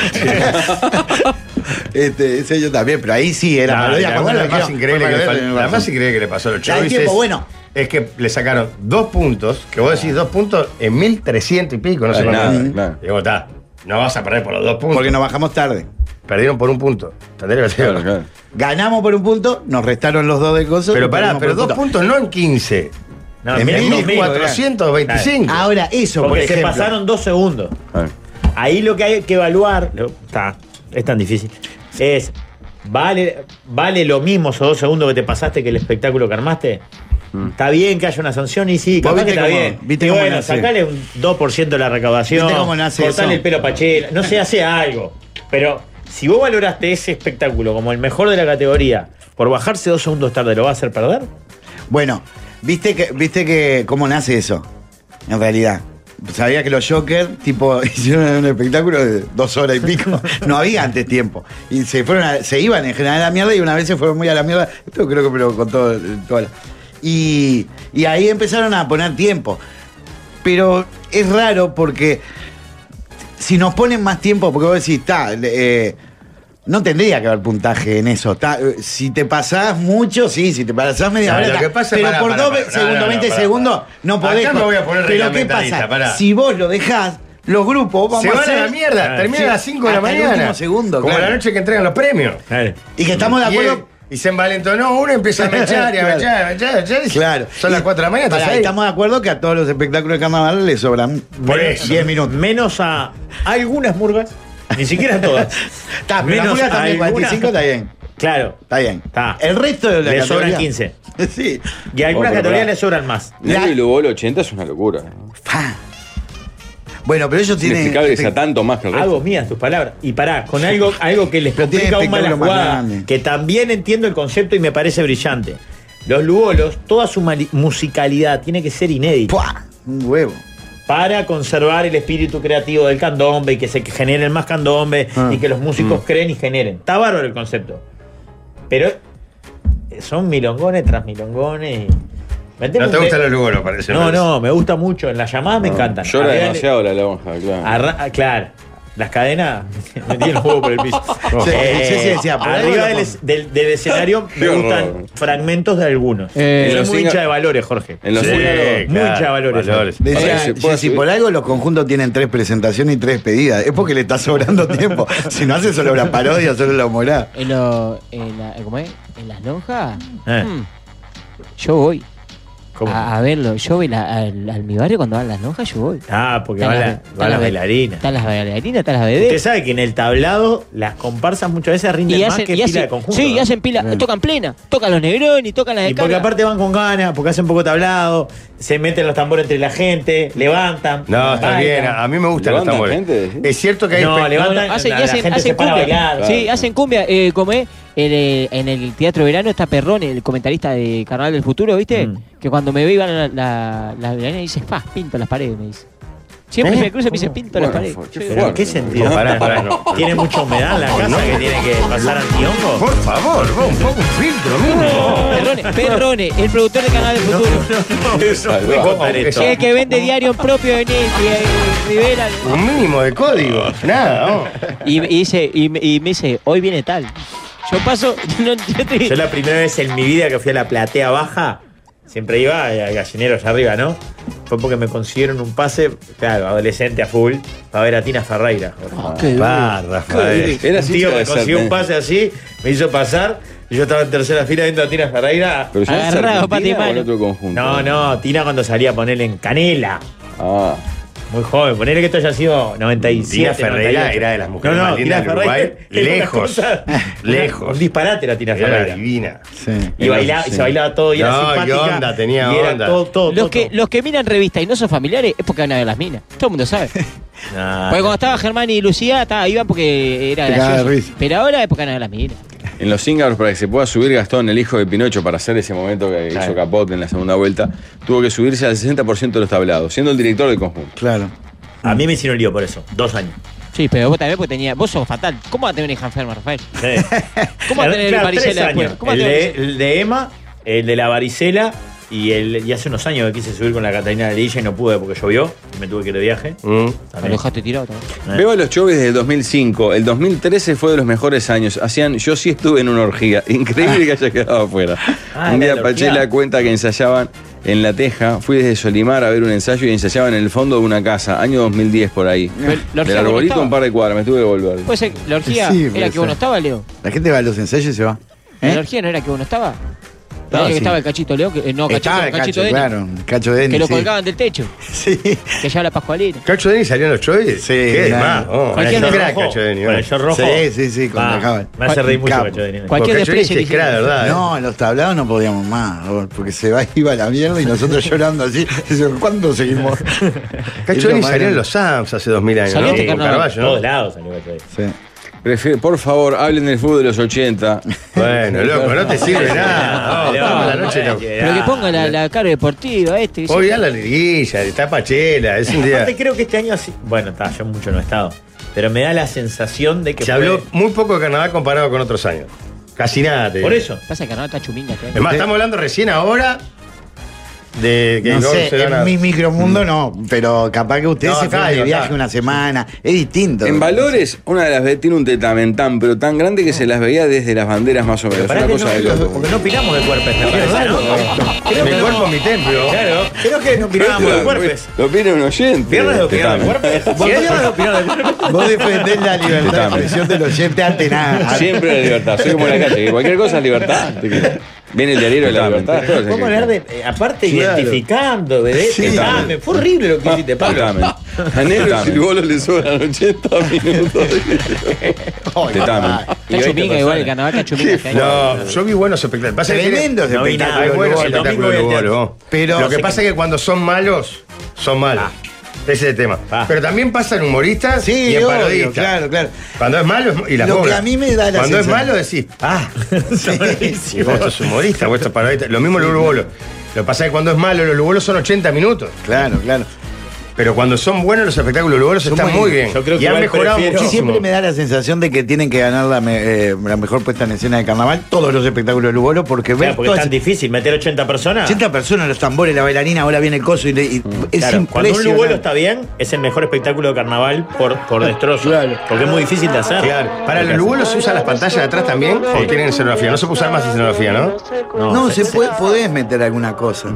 Speaker 2: este, ese yo también, pero ahí sí era
Speaker 1: La,
Speaker 2: parodia.
Speaker 1: la-
Speaker 2: ¿Cómo
Speaker 1: la
Speaker 2: lo
Speaker 1: más
Speaker 2: dijeron?
Speaker 1: increíble
Speaker 2: Fue
Speaker 1: que le,
Speaker 2: parodia,
Speaker 1: fal-
Speaker 2: tenés
Speaker 1: la
Speaker 2: razón.
Speaker 1: más increíble que le pasó a los
Speaker 2: La del
Speaker 1: Chavis
Speaker 2: tiempo,
Speaker 1: es,
Speaker 2: bueno.
Speaker 1: es que le sacaron dos puntos, que vos decís dos puntos en 1300 y pico, no sé
Speaker 4: Ay,
Speaker 1: cuánto.
Speaker 4: nada, claro.
Speaker 1: Y vos, "Ta, no vas a perder por los dos puntos.
Speaker 2: Porque nos bajamos tarde.
Speaker 1: Perdieron por un punto. ¿Entendés lo que te digo?
Speaker 4: Claro, claro.
Speaker 2: Ganamos por un punto, nos restaron los dos de coso.
Speaker 1: Pero
Speaker 2: y perdimos
Speaker 1: pará, pero
Speaker 2: por un
Speaker 1: dos puntos no en 15.
Speaker 3: No,
Speaker 2: En
Speaker 3: mira,
Speaker 1: En
Speaker 2: mil
Speaker 3: dos mil,
Speaker 2: punto.
Speaker 1: 1425.
Speaker 2: Ahora, eso, por
Speaker 3: Porque se
Speaker 2: ejemplo.
Speaker 3: pasaron dos segundos.
Speaker 4: Claro.
Speaker 3: Ahí lo que hay que evaluar, lo- está, es tan difícil, es, ¿vale, ¿vale lo mismo esos dos segundos que te pasaste que el espectáculo que armaste? Está bien que haya una sanción y sí,
Speaker 2: Mm. Vos
Speaker 3: capaz que
Speaker 2: viste
Speaker 3: está
Speaker 2: cómo-
Speaker 3: bien.
Speaker 2: viste
Speaker 3: Y
Speaker 2: cómo
Speaker 3: bueno,
Speaker 2: nace.
Speaker 3: sacale un 2% de la recaudación,
Speaker 2: Viste cómo nace
Speaker 3: cortale
Speaker 2: eso.
Speaker 3: el pelo a Pachela, no sé, hace algo. Pero si vos valoraste ese espectáculo como el mejor de la categoría, por bajarse dos segundos tarde, ¿lo va a hacer perder?
Speaker 2: Bueno, ¿viste que, viste que cómo nace eso? En realidad. Sabía que los Joker, tipo, hicieron un espectáculo de dos horas y pico. No había antes tiempo. Y se fueron a- se iban en general a la mierda y una vez se fueron muy a la mierda. Esto creo que me lo contó eh, toda la- Y, y ahí empezaron a poner tiempo. Pero es raro porque si nos ponen más tiempo, porque vos decís, está, eh, no tendría que haber puntaje en eso. está, eh, si te pasás mucho, sí, si te pasás media
Speaker 1: No,
Speaker 2: hora.
Speaker 1: lo
Speaker 2: está,
Speaker 1: que pasa es-
Speaker 2: pero
Speaker 1: pará,
Speaker 2: por
Speaker 1: pará,
Speaker 2: dos
Speaker 1: pará,
Speaker 2: ve-
Speaker 1: no,
Speaker 2: segundos,
Speaker 1: no, no,
Speaker 2: 20
Speaker 1: pará,
Speaker 2: segundos,
Speaker 1: pará.
Speaker 2: no podés.
Speaker 1: Acá me voy a
Speaker 2: pero
Speaker 1: poner
Speaker 2: ¿qué
Speaker 1: reglamentarista,
Speaker 2: pasa?
Speaker 1: pará.
Speaker 2: Si vos lo dejás, los grupos vamos
Speaker 1: Se van
Speaker 2: a,
Speaker 1: a
Speaker 2: hacer- Ah,
Speaker 1: la mierda, termina a las 5 de la
Speaker 2: Hasta el
Speaker 1: mañana.
Speaker 2: último segundo,
Speaker 1: como
Speaker 2: claro.
Speaker 1: la noche que entregan los premios.
Speaker 2: Y que estamos de
Speaker 1: Y
Speaker 2: acuerdo.
Speaker 1: él- Y, se envalentonó uno empieza a mechar y a
Speaker 2: Claro.
Speaker 1: mechar, a mechar, a mechar. y
Speaker 2: Claro.
Speaker 1: Son las
Speaker 2: Y-
Speaker 1: 4 de la mañana,
Speaker 2: pará,
Speaker 1: estás ahí.
Speaker 2: Estamos de acuerdo que a todos los espectáculos de carnaval le sobran
Speaker 1: Por
Speaker 3: Menos-
Speaker 1: eso.
Speaker 2: 10 minutos.
Speaker 3: Menos a algunas murgas, ni siquiera todas.
Speaker 2: Está, pero la
Speaker 3: Menos
Speaker 2: murga también,
Speaker 3: alguna-
Speaker 2: 45 está bien.
Speaker 3: Claro.
Speaker 2: Está bien.
Speaker 3: Está.
Speaker 2: El resto de la
Speaker 3: Le sobran
Speaker 2: categoría-
Speaker 3: 15.
Speaker 2: sí.
Speaker 3: Y a algunas
Speaker 4: Oh, pero
Speaker 3: categorías
Speaker 4: pará.
Speaker 3: le sobran más.
Speaker 4: Nelly
Speaker 2: La-
Speaker 4: y Lugo el 80 es una locura.
Speaker 2: Fa. Bueno, pero ellos tienen.
Speaker 4: Inexplicable que sea tanto más que el resto.
Speaker 3: Hago mías tus palabras. Y pará, con algo, algo que les
Speaker 2: Pero tiene
Speaker 3: complica aún más la
Speaker 2: espectáculo más
Speaker 3: jugada,
Speaker 2: grande.
Speaker 3: que también entiendo el concepto y me parece brillante. Los Lugolos, toda su mali- musicalidad tiene que ser inédita
Speaker 2: ¡Puah! Un huevo.
Speaker 3: para conservar el espíritu creativo del candombe y que se generen más candombe
Speaker 2: Ah.
Speaker 3: y que los músicos creen y generen. Está bárbaro el concepto. Pero eh, son milongones tras milongones. y- ¿Me
Speaker 1: No
Speaker 3: entiendes?
Speaker 1: te gustan los lugolos, parece.
Speaker 3: No, no, me gusta mucho. En las llamadas me encantan.
Speaker 4: Ah. Llora
Speaker 3: Arregla-
Speaker 4: demasiado la lonja, claro.
Speaker 3: Arra- ah, claro. Las cadenas me tienen el juego por el piso. Eh,
Speaker 2: Sí, sí, sí, decía, por algo
Speaker 3: arriba
Speaker 2: lo
Speaker 3: del,
Speaker 2: pongo.
Speaker 3: del- del escenario me
Speaker 4: Qué
Speaker 3: gustan
Speaker 4: horror.
Speaker 3: fragmentos de algunos.
Speaker 5: Eh,
Speaker 3: Soy
Speaker 4: en los
Speaker 3: muy
Speaker 4: singa-
Speaker 3: hincha de valores, Jorge.
Speaker 4: En los
Speaker 1: Sí,
Speaker 4: húngaros,
Speaker 1: claro,
Speaker 3: Mucha valores.
Speaker 4: Ahora,
Speaker 2: Decía,
Speaker 4: ¿se puede
Speaker 2: si
Speaker 4: subir?
Speaker 2: por algo los conjuntos tienen tres presentaciones y tres pedidas. Es porque le está sobrando tiempo. Si no hace solo una parodia, solo la humorá.
Speaker 5: En, lo- en la- ¿cómo es? ¿En las lonjas?
Speaker 3: Eh.
Speaker 5: Mm. Yo voy
Speaker 3: ¿Cómo?
Speaker 5: a, a verlo. Yo voy la- al, al mi barrio cuando van las lonjas, yo voy.
Speaker 3: Ah, porque
Speaker 5: Están
Speaker 3: va
Speaker 5: las-
Speaker 3: la,
Speaker 5: están
Speaker 3: va la
Speaker 5: las-
Speaker 3: bailarina.
Speaker 5: Están las bailarinas, están las
Speaker 3: Usted
Speaker 5: bebés.
Speaker 3: sabe que en el tablado las comparsas muchas veces rinden
Speaker 5: Y
Speaker 3: más
Speaker 5: hacen,
Speaker 3: que
Speaker 5: y
Speaker 3: pila
Speaker 5: hacen-
Speaker 3: de conjunto.
Speaker 5: sí,
Speaker 3: ¿no?
Speaker 5: y hacen pila,
Speaker 2: Bien.
Speaker 5: tocan plena, tocan los negrones, tocan las de
Speaker 3: Y porque
Speaker 5: carga.
Speaker 3: aparte van con ganas, porque hacen poco tablado, se meten los tambores entre la gente, levantan.
Speaker 1: No, está
Speaker 3: bailan.
Speaker 1: bien. Ah, A a mí me gustan los
Speaker 4: ¿Levantan
Speaker 1: tambores.
Speaker 4: gente?
Speaker 2: eh.
Speaker 1: Es cierto que hay.
Speaker 3: No,
Speaker 1: pe-
Speaker 5: No, no,
Speaker 3: levantan.
Speaker 5: hacen,
Speaker 3: la,
Speaker 5: y
Speaker 3: la
Speaker 5: hacen,
Speaker 3: gente
Speaker 5: hacen
Speaker 3: se para a
Speaker 5: cumbia.
Speaker 3: bailar.
Speaker 5: Sí,
Speaker 4: Claro.
Speaker 5: hacen cumbia. Eh, como es, en el, en el Teatro Verano está Perrón, el comentarista de Carnaval del Futuro, ¿viste?
Speaker 3: Mm.
Speaker 5: Que cuando me ve iban la, la, la bailarina y dice, pa, pinto las paredes, me dice. Siempre
Speaker 1: ¿Eh?
Speaker 5: se me cruza y me dice, pinto las
Speaker 4: Bueno,
Speaker 5: paredes.
Speaker 4: fue- qué
Speaker 5: Yo digo,
Speaker 3: Pero ¿En
Speaker 4: Fuerte.
Speaker 3: qué sentido?
Speaker 1: No,
Speaker 3: Pará,
Speaker 1: pará,
Speaker 3: pará.
Speaker 1: no.
Speaker 3: ¿Tiene mucha humedad en la casa que tiene que pasar antihongos?
Speaker 1: Por favor, vos, un poco un filtro mínimo.
Speaker 5: Perrone, Perrone, el productor de Carnaval del Futuro.
Speaker 3: Eso
Speaker 4: Salvá.
Speaker 3: fue contar
Speaker 1: Aunque
Speaker 3: esto.
Speaker 1: sea-
Speaker 5: El que vende diario en propio en él, y, eh, Rivera.
Speaker 1: Un mínimo de códigos. Nada, vamos.
Speaker 5: Y, y dice, y, me- y me dice, hoy viene tal. Yo paso, no, yo estoy-
Speaker 3: Yo la primera vez en mi vida que fui a la platea baja, siempre iba a gallineros arriba, ¿no? Fue porque me consiguieron un pase, claro, adolescente a full, para ver a Tina Ferreira.
Speaker 2: Ah,
Speaker 1: Va, Rafael.
Speaker 4: Era
Speaker 3: un
Speaker 4: así,
Speaker 3: tío
Speaker 4: debe
Speaker 3: me
Speaker 4: ser,
Speaker 3: consiguió un
Speaker 4: ¿eh?
Speaker 3: pase así, me hizo pasar, y yo estaba en tercera fila viendo a Tina Ferreira.
Speaker 4: Pero ya es
Speaker 5: Agarrado,
Speaker 4: Argentina
Speaker 5: Pati
Speaker 4: o en
Speaker 5: Mano.
Speaker 4: otro conjunto.
Speaker 3: No, no, Tina cuando salía a ponerle en canela.
Speaker 4: Ah,
Speaker 3: Muy joven, ponerle que esto haya sido 97.
Speaker 1: Tina Ferreira
Speaker 3: 98.
Speaker 1: era de las mujeres más lindas
Speaker 3: Tina
Speaker 1: del Uruguay,
Speaker 3: era una
Speaker 1: lejos,
Speaker 3: cosa-
Speaker 1: lejos.
Speaker 3: Un disparate era Tina
Speaker 1: Era
Speaker 3: Ferreira.
Speaker 1: divina.
Speaker 2: Sí.
Speaker 3: Y, bailaba, y se bailaba todo y era
Speaker 1: No, y
Speaker 3: simpática.
Speaker 1: onda, tenía
Speaker 3: y era
Speaker 1: onda.
Speaker 3: Todo, todo,
Speaker 5: los,
Speaker 3: todo,
Speaker 5: que,
Speaker 3: todo.
Speaker 5: los que miran revistas y no son familiares es porque van a ver las minas. Todo el mundo sabe.
Speaker 3: Nah.
Speaker 5: Porque cuando estaba Germán y Lucía, estaba, iban porque era
Speaker 2: Te cagaba de
Speaker 5: gracioso.
Speaker 2: risa.
Speaker 5: Pero ahora es porque ganan las minas.
Speaker 4: En los cíngaros, para que se pueda subir Gastón, el hijo de Pinocho, para hacer ese momento que
Speaker 3: Claro.
Speaker 4: hizo Capote en la segunda vuelta, tuvo que subirse al 60% de los tablados, siendo el director del conjunto.
Speaker 2: Claro.
Speaker 3: A mí me hicieron lío por eso, dos años.
Speaker 5: Sí, pero vos también porque tenía. Vos sos fatal. ¿Cómo vas a tener una hija enferma, Rafael?
Speaker 3: Sí.
Speaker 5: ¿Cómo va a tener
Speaker 3: Claro,
Speaker 5: el varicela
Speaker 3: tres
Speaker 5: después?
Speaker 3: años.
Speaker 5: ¿Cómo va a
Speaker 3: el,
Speaker 5: tener
Speaker 3: de,
Speaker 5: el varicela?
Speaker 3: el de Emma, el de la varicela, y, el, y hace unos años que quise subir con la Catalina de Lilla y no pude porque llovió, y me tuve que ir de viaje.
Speaker 1: Mm.
Speaker 5: Me
Speaker 3: También.
Speaker 5: lo dejaste tirado también.
Speaker 3: Eh.
Speaker 4: Veo a los chovis desde el 2005. El 2013 fue de los mejores años. Hacían Yo sí estuve en una orgía. Increíble que haya quedado afuera.
Speaker 3: Ah,
Speaker 4: un
Speaker 3: era
Speaker 4: día
Speaker 3: la orgía.
Speaker 4: Pachela cuenta que ensayaban en La Teja. Fui desde Solimar a ver un ensayo y ensayaban en el fondo de una casa, año 2010 por ahí.
Speaker 5: Pero la orgía
Speaker 4: Del
Speaker 5: no
Speaker 4: arbolito
Speaker 5: estaba.
Speaker 4: a un par de cuadras. Me tuve que volver.
Speaker 3: Pues-
Speaker 5: Puede ser, la orgía
Speaker 2: Sí, puede
Speaker 5: era que vos
Speaker 2: ser.
Speaker 5: no estaba, Leo.
Speaker 2: La gente va a los ensayos y se va. ¿Eh?
Speaker 5: La orgía no era que vos no estaba.
Speaker 2: No,
Speaker 5: Era que
Speaker 2: sí.
Speaker 5: estaba el cachito Leo, que, eh, no, cachito,
Speaker 2: Estaba Ah, el
Speaker 5: cachito,
Speaker 2: cacho,
Speaker 5: Denis,
Speaker 2: claro. Cacho de
Speaker 5: que lo
Speaker 2: sí.
Speaker 5: colgaban del techo,
Speaker 2: Sí.
Speaker 5: que llevaba la pascualina.
Speaker 1: ¿Cacho Deni salió en los choices?
Speaker 2: Sí,
Speaker 1: ¿Qué
Speaker 2: claro.
Speaker 1: más? Oh,
Speaker 3: Con el
Speaker 5: Cualquier
Speaker 1: era
Speaker 3: short
Speaker 1: crack,
Speaker 3: rojo.
Speaker 1: Cacho Deni,
Speaker 3: Con
Speaker 1: ¿no?
Speaker 3: el short rojo.
Speaker 2: Sí, sí, sí, con
Speaker 3: Ah,
Speaker 2: la cábala.
Speaker 3: Me hace reír mucho
Speaker 2: Capo.
Speaker 3: Cacho Denis.
Speaker 5: Cualquier
Speaker 1: Porque Cacho
Speaker 5: desprecio
Speaker 1: Deni es
Speaker 5: que
Speaker 1: crack,
Speaker 5: hicieron.
Speaker 1: ¿verdad?
Speaker 2: No, en los tablados no podíamos más, Robert, porque se va, iba a la mierda y nosotros llorando así. Dice, ¿Cuándo seguimos? Es
Speaker 1: Cacho
Speaker 2: lo
Speaker 1: Deni
Speaker 2: más
Speaker 1: salió en
Speaker 2: grande.
Speaker 1: los Sams hace 2000 años,
Speaker 5: Salió
Speaker 1: ¿no?
Speaker 5: este
Speaker 1: Con
Speaker 5: carnaval.
Speaker 1: Carballo,
Speaker 3: En
Speaker 1: ¿no?
Speaker 3: todos lados salió Cacho Denis.
Speaker 2: Sí.
Speaker 4: Prefiero- por favor, hablen del fútbol de los 80.
Speaker 1: Bueno, loco, no te sirve nada.
Speaker 3: Ah,
Speaker 1: No, toda la
Speaker 3: no,
Speaker 1: noche no.
Speaker 3: eh,
Speaker 5: Pero que ponga la, la cara deportiva, este. que
Speaker 1: Hoy
Speaker 5: se-
Speaker 1: a la liguilla, está Pachela, es un día.
Speaker 3: Aparte creo que este año así. Bueno, está, yo mucho no he estado. Pero me da la sensación de que.
Speaker 1: Se
Speaker 3: fue-
Speaker 1: habló muy poco de carnaval comparado con otros años. Casi nada, te
Speaker 3: Por
Speaker 1: digo.
Speaker 3: eso.
Speaker 5: Pasa que no está chuminga. este año.
Speaker 1: Es más, estamos hablando recién ahora de que
Speaker 2: No
Speaker 1: no
Speaker 2: sé,
Speaker 1: se gana-
Speaker 2: en mi micromundo no, pero capaz que ustedes
Speaker 1: No,
Speaker 2: se fueron
Speaker 1: acá,
Speaker 2: de
Speaker 1: acá.
Speaker 2: viaje una semana, es distinto.
Speaker 4: En valores, una de las ve- tiene un tetamentán, pero tan grande que se las veía desde las banderas más o menos.
Speaker 3: Pará
Speaker 4: Una
Speaker 3: que
Speaker 4: cosa de
Speaker 3: no,
Speaker 4: loco.
Speaker 3: porque no opinamos de cuerpes, me parece, ¿no? Creo
Speaker 1: Mi
Speaker 3: que
Speaker 1: cuerpo,
Speaker 3: no.
Speaker 1: mi templo.
Speaker 3: Claro, creo que no opinábamos de cuerpes.
Speaker 4: Lo opina un oyente.
Speaker 3: Viernes de opinar de
Speaker 4: Tetamen.
Speaker 3: cuerpes. Si hay viernes de opinar de cuerpes.
Speaker 2: Vos defendés la libertad de
Speaker 4: Totalmente.
Speaker 2: expresión del oyente ante nada.
Speaker 4: Ah, Siempre la libertad. Soy como la calle, que cualquier cosa es libertad. Viene el diario de la libertad. todo, o sea
Speaker 3: Vamos a
Speaker 4: que-
Speaker 3: hablar de. eh, aparte,
Speaker 2: Claro.
Speaker 3: identificando, bebé.
Speaker 2: Sí.
Speaker 3: tetamen. Fue horrible
Speaker 4: Ah,
Speaker 3: lo que hiciste,
Speaker 4: Tetamen.
Speaker 3: Pablo.
Speaker 4: A Negro Silvolo le sobran 80 minutos. Tetamen.
Speaker 5: Está chuminga igual el carnaval, está chuminga. este año.
Speaker 1: No, yo vi buenos espectáculos. Pasa que-
Speaker 2: Tremendo
Speaker 3: No vi nada,
Speaker 1: Hay
Speaker 2: espectáculo.
Speaker 1: buenos
Speaker 3: El domingo
Speaker 1: espectáculos
Speaker 3: voy al
Speaker 1: de Bolo.
Speaker 3: teatro.
Speaker 1: Pero
Speaker 2: Pero-
Speaker 1: lo que pasa es que cuando son malos, son malos. Ese es el tema.
Speaker 3: Ah.
Speaker 1: Pero también pasan humoristas
Speaker 2: Ah. Sí,
Speaker 1: y en
Speaker 2: obvio,
Speaker 1: parodistas.
Speaker 2: claro, claro.
Speaker 1: Cuando es malo es- y la
Speaker 2: Lo que
Speaker 1: cobra.
Speaker 2: a mí me da la
Speaker 1: Cuando es
Speaker 2: sensación-
Speaker 1: malo decís, ah,
Speaker 3: Buenísimo.
Speaker 1: vos sos humorista, vos sos parodista. Lo mismo los lugolos. Lo que pasa es que cuando es malo los lugolos son 80 minutos.
Speaker 2: Claro, claro.
Speaker 1: Pero cuando son buenos los espectáculos lugolos
Speaker 2: Son
Speaker 1: están
Speaker 2: buenos.
Speaker 1: muy bien.
Speaker 3: Yo creo que
Speaker 1: y han
Speaker 3: igual
Speaker 1: mejorado
Speaker 3: prefiero-
Speaker 1: muchísimo.
Speaker 2: Siempre me da la sensación de que tienen que ganar la, me- eh, la mejor puesta en escena de carnaval, todos los espectáculos de Lugolo, porque ver
Speaker 3: Claro, porque es
Speaker 2: todas-
Speaker 3: tan difícil meter 80 personas.
Speaker 2: 80 personas, los tambores, la bailarina, ahora viene el coso y, le- y es
Speaker 3: Mm. Claro, cuando un
Speaker 2: impresionante.
Speaker 3: luguelo está bien, es el mejor espectáculo de carnaval por, por destrozo.
Speaker 2: Claro.
Speaker 3: Porque es muy difícil de hacer.
Speaker 1: Claro. Para los lugolos se usan las pantallas de atrás también o tienen escenografía. No se puede usar más escenografía, ¿no?
Speaker 3: No,
Speaker 2: No,
Speaker 3: se-
Speaker 2: se puede, podés meter alguna cosa.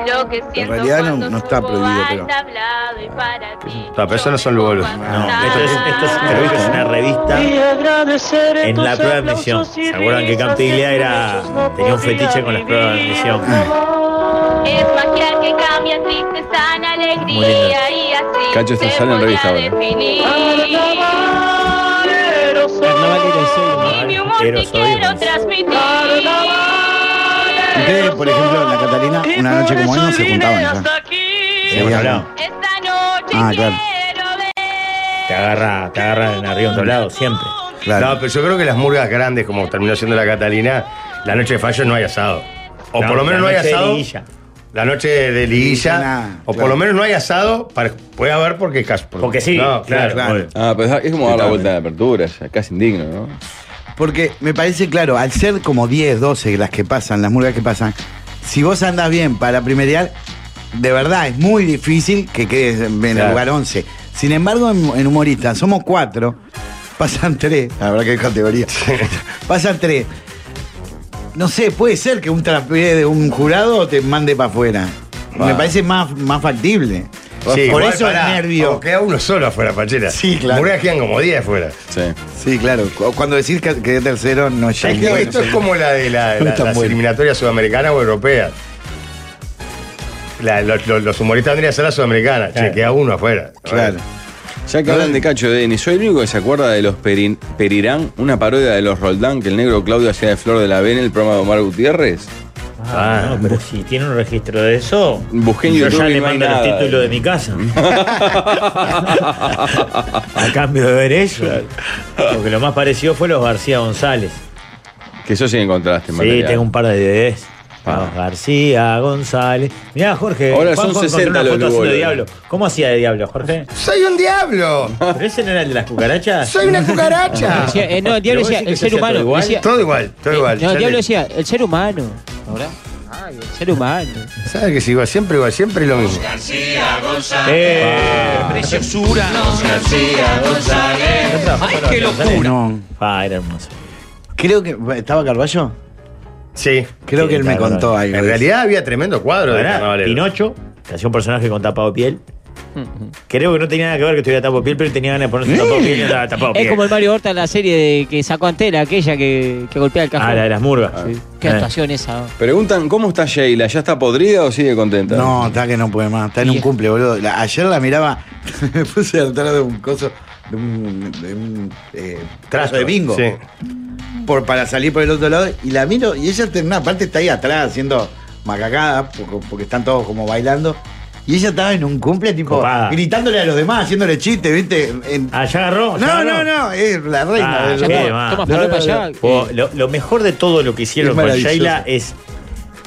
Speaker 6: Lo que siento
Speaker 2: realidad no-
Speaker 6: cuando
Speaker 2: no está
Speaker 6: supo
Speaker 2: prohibido, pero-
Speaker 6: al tablado y para ti.
Speaker 1: No, pero eso no son lugolos.
Speaker 3: No, esto es, esto
Speaker 7: Ah.
Speaker 3: es- creo que es una
Speaker 8: Y
Speaker 3: revista.
Speaker 8: agradecer
Speaker 3: En la
Speaker 8: tus
Speaker 3: prueba de admisión.
Speaker 8: aplausos y
Speaker 3: ¿Se acuerdan que Campiglia era-
Speaker 8: risas que sin ellos no
Speaker 3: tenía un
Speaker 8: podía
Speaker 3: fetiche con las pruebas de admisión?
Speaker 8: vivir, amor.
Speaker 6: Es magia que cambia tristeza en
Speaker 3: Muy lindo.
Speaker 6: alegría y así
Speaker 4: Cacho está
Speaker 6: se
Speaker 4: solo en
Speaker 6: podrá
Speaker 4: revista ahora.
Speaker 6: definir.
Speaker 8: Carnavalero soy.
Speaker 5: Carnavalero soy.
Speaker 6: Y mi humor
Speaker 3: Quiero,
Speaker 6: te
Speaker 3: soy,
Speaker 6: quiero
Speaker 3: ¿no?
Speaker 6: transmitir.
Speaker 8: Carnavalero
Speaker 2: Ustedes, por ejemplo, en la Catalina,
Speaker 8: soy.
Speaker 2: una noche
Speaker 8: Y
Speaker 2: como
Speaker 8: por
Speaker 2: hoy no
Speaker 8: eso
Speaker 2: se
Speaker 8: vine
Speaker 2: juntaban ya.
Speaker 8: hasta aquí.
Speaker 3: Sí, bueno, no.
Speaker 6: Esta noche
Speaker 2: Ah, claro.
Speaker 6: quiero ver.
Speaker 3: Te agarra, te agarra en arriba en otro lado, siempre.
Speaker 2: Claro.
Speaker 1: No, pero yo creo que las murgas grandes, como terminó siendo la Catalina, la noche de fallos no hay asado. O
Speaker 3: No,
Speaker 1: por lo menos
Speaker 3: la
Speaker 1: no hay
Speaker 3: noche de
Speaker 1: asado.
Speaker 3: liguilla.
Speaker 1: La noche de
Speaker 2: Liguilla,
Speaker 1: liguilla.
Speaker 2: nada,
Speaker 1: o por
Speaker 2: claro.
Speaker 1: lo menos no hay asado. para- puede haber porque cas-
Speaker 3: Porque sí,
Speaker 1: No,
Speaker 3: claro.
Speaker 2: claro.
Speaker 3: obvio.
Speaker 4: Ah, pues es como dar la vuelta de apertura, ya, casi indigno, ¿no?
Speaker 2: Porque me parece claro, al ser como 10, 12 las que pasan, las murgas que pasan, si vos andás bien para primerear, de verdad es muy difícil que quedes en el
Speaker 1: Claro.
Speaker 2: lugar 11. Sin embargo, en, en humoristas somos 4, pasan 3, la verdad que es categoría, pasan 3. No sé, puede ser que un trapié de un jurado te mande para afuera. Me parece más, más factible.
Speaker 1: Sí,
Speaker 2: Por
Speaker 1: igual,
Speaker 2: eso el
Speaker 1: pará,
Speaker 2: nervio.
Speaker 1: o queda uno solo afuera, Pachera.
Speaker 2: Sí, claro.
Speaker 1: Murgas quedan como 10 afuera.
Speaker 4: Sí.
Speaker 2: Sí, claro. Cu- Cuando decís que, que tercero no llega.
Speaker 1: Es que
Speaker 2: Bueno,
Speaker 1: esto es
Speaker 2: sí.
Speaker 1: como la de la- la-
Speaker 2: No tan
Speaker 1: las
Speaker 2: bueno.
Speaker 1: eliminatorias sudamericanas o europeas. La- los, los- los humoristas tendrían que ser las sudamericanas.
Speaker 3: Claro.
Speaker 1: Che, queda uno afuera.
Speaker 2: Claro.
Speaker 4: Ya que hablan de Cacho Denis, soy el único que se acuerda de los Perin- Perirán, una parodia de los Roldán que el negro Claudio hacía de Flor de la B en el programa de Omar Gutiérrez.
Speaker 3: Ah, no, pero si tiene un registro de eso,
Speaker 4: Busqué en
Speaker 3: yo
Speaker 4: YouTube
Speaker 3: ya
Speaker 4: y
Speaker 3: le
Speaker 4: no hay
Speaker 3: mando los
Speaker 4: nada. eh.
Speaker 3: títulos de mi casa. A cambio de ver eso. Porque lo más parecido fue los García González.
Speaker 4: Que eso sí encontraste,
Speaker 3: Sí,
Speaker 4: material.
Speaker 3: tengo un par de DVDs.
Speaker 4: Ah.
Speaker 3: Los García González. Mirá, Jorge.
Speaker 4: Ahora
Speaker 3: Juanjo
Speaker 4: son
Speaker 3: encontró
Speaker 4: 60
Speaker 3: una
Speaker 4: los eh.
Speaker 3: foto haciendo
Speaker 4: lugolos.
Speaker 3: diablo. ¿Cómo hacía de diablo, Jorge?
Speaker 1: ¡Soy un diablo!
Speaker 3: ¿Pero ese no era el de las cucarachas?
Speaker 1: ¡Soy una cucaracha!
Speaker 5: Decía, eh, no, el
Speaker 3: Pero
Speaker 5: diablo
Speaker 3: vos
Speaker 5: decía,
Speaker 3: decís que
Speaker 5: el
Speaker 3: se
Speaker 5: ser
Speaker 3: hacía todo
Speaker 5: humano.
Speaker 3: igual.
Speaker 5: decía-
Speaker 1: Todo igual, todo igual.
Speaker 5: Eh, No,
Speaker 1: Ya
Speaker 5: el diablo
Speaker 1: le-
Speaker 5: decía, el ser humano. ¿Verdad? Ay, el ser humano.
Speaker 1: ¿Sabes que es igual? Siempre igual, siempre lo mismo.
Speaker 3: ¡Eh! ¡Preciosura! ¡Ay, qué locura!
Speaker 2: No.
Speaker 3: Ah, era hermoso.
Speaker 2: Creo que. ¿Estaba Carballo?
Speaker 1: Sí.
Speaker 2: Creo
Speaker 3: Sí,
Speaker 2: que él me
Speaker 3: está,
Speaker 2: contó
Speaker 3: bueno.
Speaker 2: algo.
Speaker 1: En
Speaker 2: de eso.
Speaker 1: realidad había tremendo cuadro de
Speaker 3: Pará,
Speaker 1: carnavalero.
Speaker 3: Pinocho, que hacía un personaje con tapado de piel. Creo que no tenía nada que ver que estuviera tapado de piel, pero tenía ganas de ponerse tapado de piel y andaba tapado de
Speaker 5: Es
Speaker 3: piel.
Speaker 5: como el Mario Horta en la serie de, que sacó Antela, aquella que, que golpea el cajón.
Speaker 3: Ah, la de las murgas.
Speaker 5: Sí. Qué
Speaker 3: Eh.
Speaker 5: actuación esa.
Speaker 4: Preguntan, ¿cómo está Sheila? ¿Ya está podrida o sigue contenta?
Speaker 2: No, está que no puede más. Está en un
Speaker 5: Bien.
Speaker 2: cumple, boludo. La- ayer la miraba. me puse al taro de un coso. De un. De un eh, trazo de bingo.
Speaker 1: Sí.
Speaker 2: Por, para salir por el otro lado. Y la miro. Y ella, en una parte, está ahí atrás haciendo macacada. Porque, porque están todos como bailando. Y ella estaba en un cumple, tipo.
Speaker 3: Copada.
Speaker 2: Gritándole a los demás, haciéndole chistes, ¿viste? En-
Speaker 3: Ah, ya agarró. ya
Speaker 2: no, no,
Speaker 3: agarró.
Speaker 2: no. Es la reina
Speaker 3: Ah,
Speaker 2: del
Speaker 3: ya
Speaker 2: humor.
Speaker 3: qué, va.
Speaker 5: Toma
Speaker 2: No,
Speaker 5: falopa
Speaker 2: no,
Speaker 5: ya.
Speaker 3: O lo, lo mejor de todo lo que hicieron
Speaker 2: Es
Speaker 3: con
Speaker 2: maravilloso.
Speaker 3: Sheila es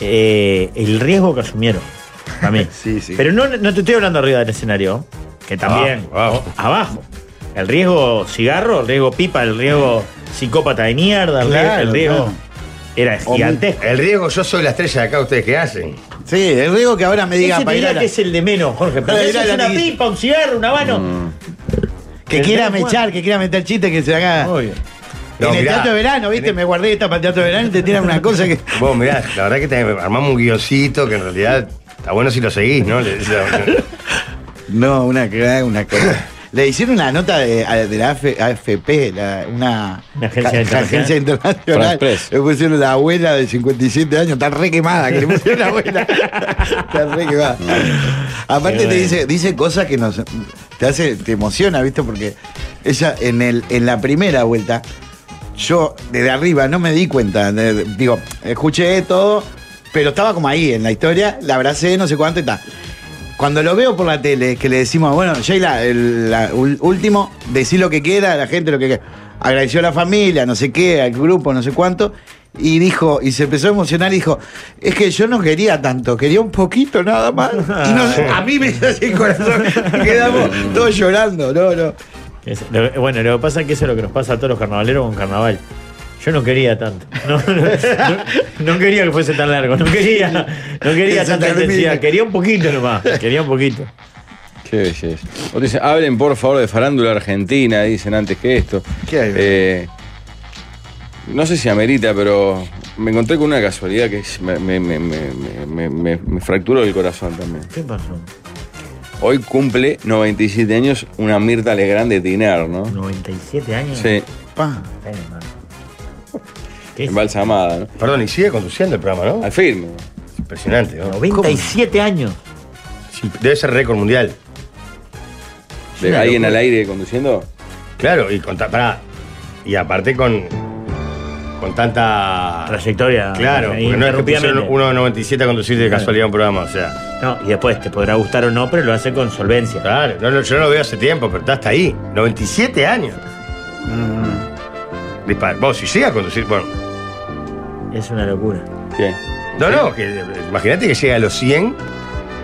Speaker 3: eh, el riesgo que asumieron. Para mí.
Speaker 2: Sí, sí. Ah.
Speaker 3: Pero no, no te estoy hablando arriba del escenario, que también.
Speaker 1: Abajo,
Speaker 3: o- abajo. El riesgo cigarro, el riesgo pipa, el riesgo psicópata de mierda, el riesgo-
Speaker 2: Claro,
Speaker 3: el riesgo.
Speaker 2: claro.
Speaker 3: Era gigantesco.
Speaker 1: El riesgo, yo soy la estrella de acá, ¿ustedes qué hacen?
Speaker 2: Sí, el riesgo que ahora me diga
Speaker 3: Ese
Speaker 2: para
Speaker 3: te
Speaker 2: ir a
Speaker 3: dirá
Speaker 2: la-
Speaker 3: que es el de menos, Jorge. Pero
Speaker 2: Para ir
Speaker 3: eso
Speaker 2: a
Speaker 3: es
Speaker 2: la
Speaker 3: una
Speaker 2: liguilla.
Speaker 3: pipa, un cigarro, una mano.
Speaker 2: Que
Speaker 3: El
Speaker 2: quiera
Speaker 3: Juan.
Speaker 2: mechar, que quiera meter chiste, que se haga.
Speaker 3: Obvio.
Speaker 1: No,
Speaker 2: en el
Speaker 1: mirá,
Speaker 2: teatro de verano, viste,
Speaker 1: en
Speaker 2: me guardé esta para el teatro de verano y te tiran una cosa que.
Speaker 1: Vos, mirá, la verdad que te armamos un guioncito que en realidad está bueno si lo seguís, ¿no? Le- le-
Speaker 2: No, una cagada, una cosa. Le hicieron una nota de, a- de la AF AFP, la- una,
Speaker 3: Una agencia
Speaker 2: ca-
Speaker 3: internacional.
Speaker 2: agencia internacional.
Speaker 4: France Press.
Speaker 2: Le pusieron la abuela de 57 años, está re quemada, que le pusieron la abuela. está re quemada. Aparte
Speaker 3: Qué
Speaker 2: te
Speaker 3: bueno.
Speaker 2: dice, dice cosas que nos te hace, te emociona, ¿viste? Porque ella en el, en la primera vuelta, yo desde arriba no me di cuenta. de- de- digo, escuché todo, pero estaba como ahí en la historia, la abracé, no sé cuánto y tal. cuando lo veo por la tele, que le decimos, bueno, Sheila, el la- ul- último, decí lo que quiera, a la gente lo que quiera. Agradeció a la familia, no sé qué, al grupo, no sé cuánto. Y dijo, y se empezó a emocionar y dijo, es que yo no quería tanto, quería un poquito nada más. Y no- a mí me hizo así el corazón, y quedamos todos llorando, no, no.
Speaker 3: Es- lo- bueno, lo que pasa es que eso es lo que nos pasa a todos los carnavaleros con carnaval. Yo no quería tanto. No, no- no- no quería que fuese tan largo. No quería, no quería
Speaker 2: Que se
Speaker 3: tanta
Speaker 2: termine.
Speaker 3: intensidad. Quería un poquito nomás. Quería un poquito.
Speaker 4: Qué belleza. Otro dice, hablen por favor de farándula argentina, dicen antes que esto.
Speaker 2: ¿Qué hay?
Speaker 4: Eh, no sé si amerita, pero me encontré con una casualidad que es- me, me- me- me- me- me- me- me fracturó el corazón también.
Speaker 3: ¿Qué pasó?
Speaker 4: Hoy cumple 97 años una Mirta Legrand de Tinar, ¿no?
Speaker 3: 97 años.
Speaker 4: Sí,
Speaker 2: Pa.
Speaker 3: Ay, hermano. ¿Qué es?
Speaker 4: embalsamada, ¿no?
Speaker 1: Perdón, y sigue conduciendo el programa, ¿no?
Speaker 4: Al firme.
Speaker 1: Es impresionante, ¿no?
Speaker 3: 97 años.
Speaker 1: Sí, Debe ser récord mundial.
Speaker 4: De
Speaker 3: una
Speaker 4: alguien
Speaker 3: locura.
Speaker 4: al aire conduciendo.
Speaker 1: Claro, y con ta- pará. y aparte con con tanta
Speaker 3: Trayectoria.
Speaker 1: Claro, porque no es que
Speaker 3: Ininterrumpidamente.
Speaker 1: pusieron uno de 97 a conducir de
Speaker 3: Claro.
Speaker 1: casualidad un programa, o sea.
Speaker 3: No, y después te podrá gustar o no, pero lo hace con solvencia.
Speaker 1: Claro, no, no, yo no lo veo hace tiempo, pero está hasta ahí. 97 años. Dispar. Vos, si llega a conducir, bueno.
Speaker 3: Es una locura.
Speaker 4: ¿Qué?
Speaker 1: No, no, que, eh, imagínate que llega a los 100.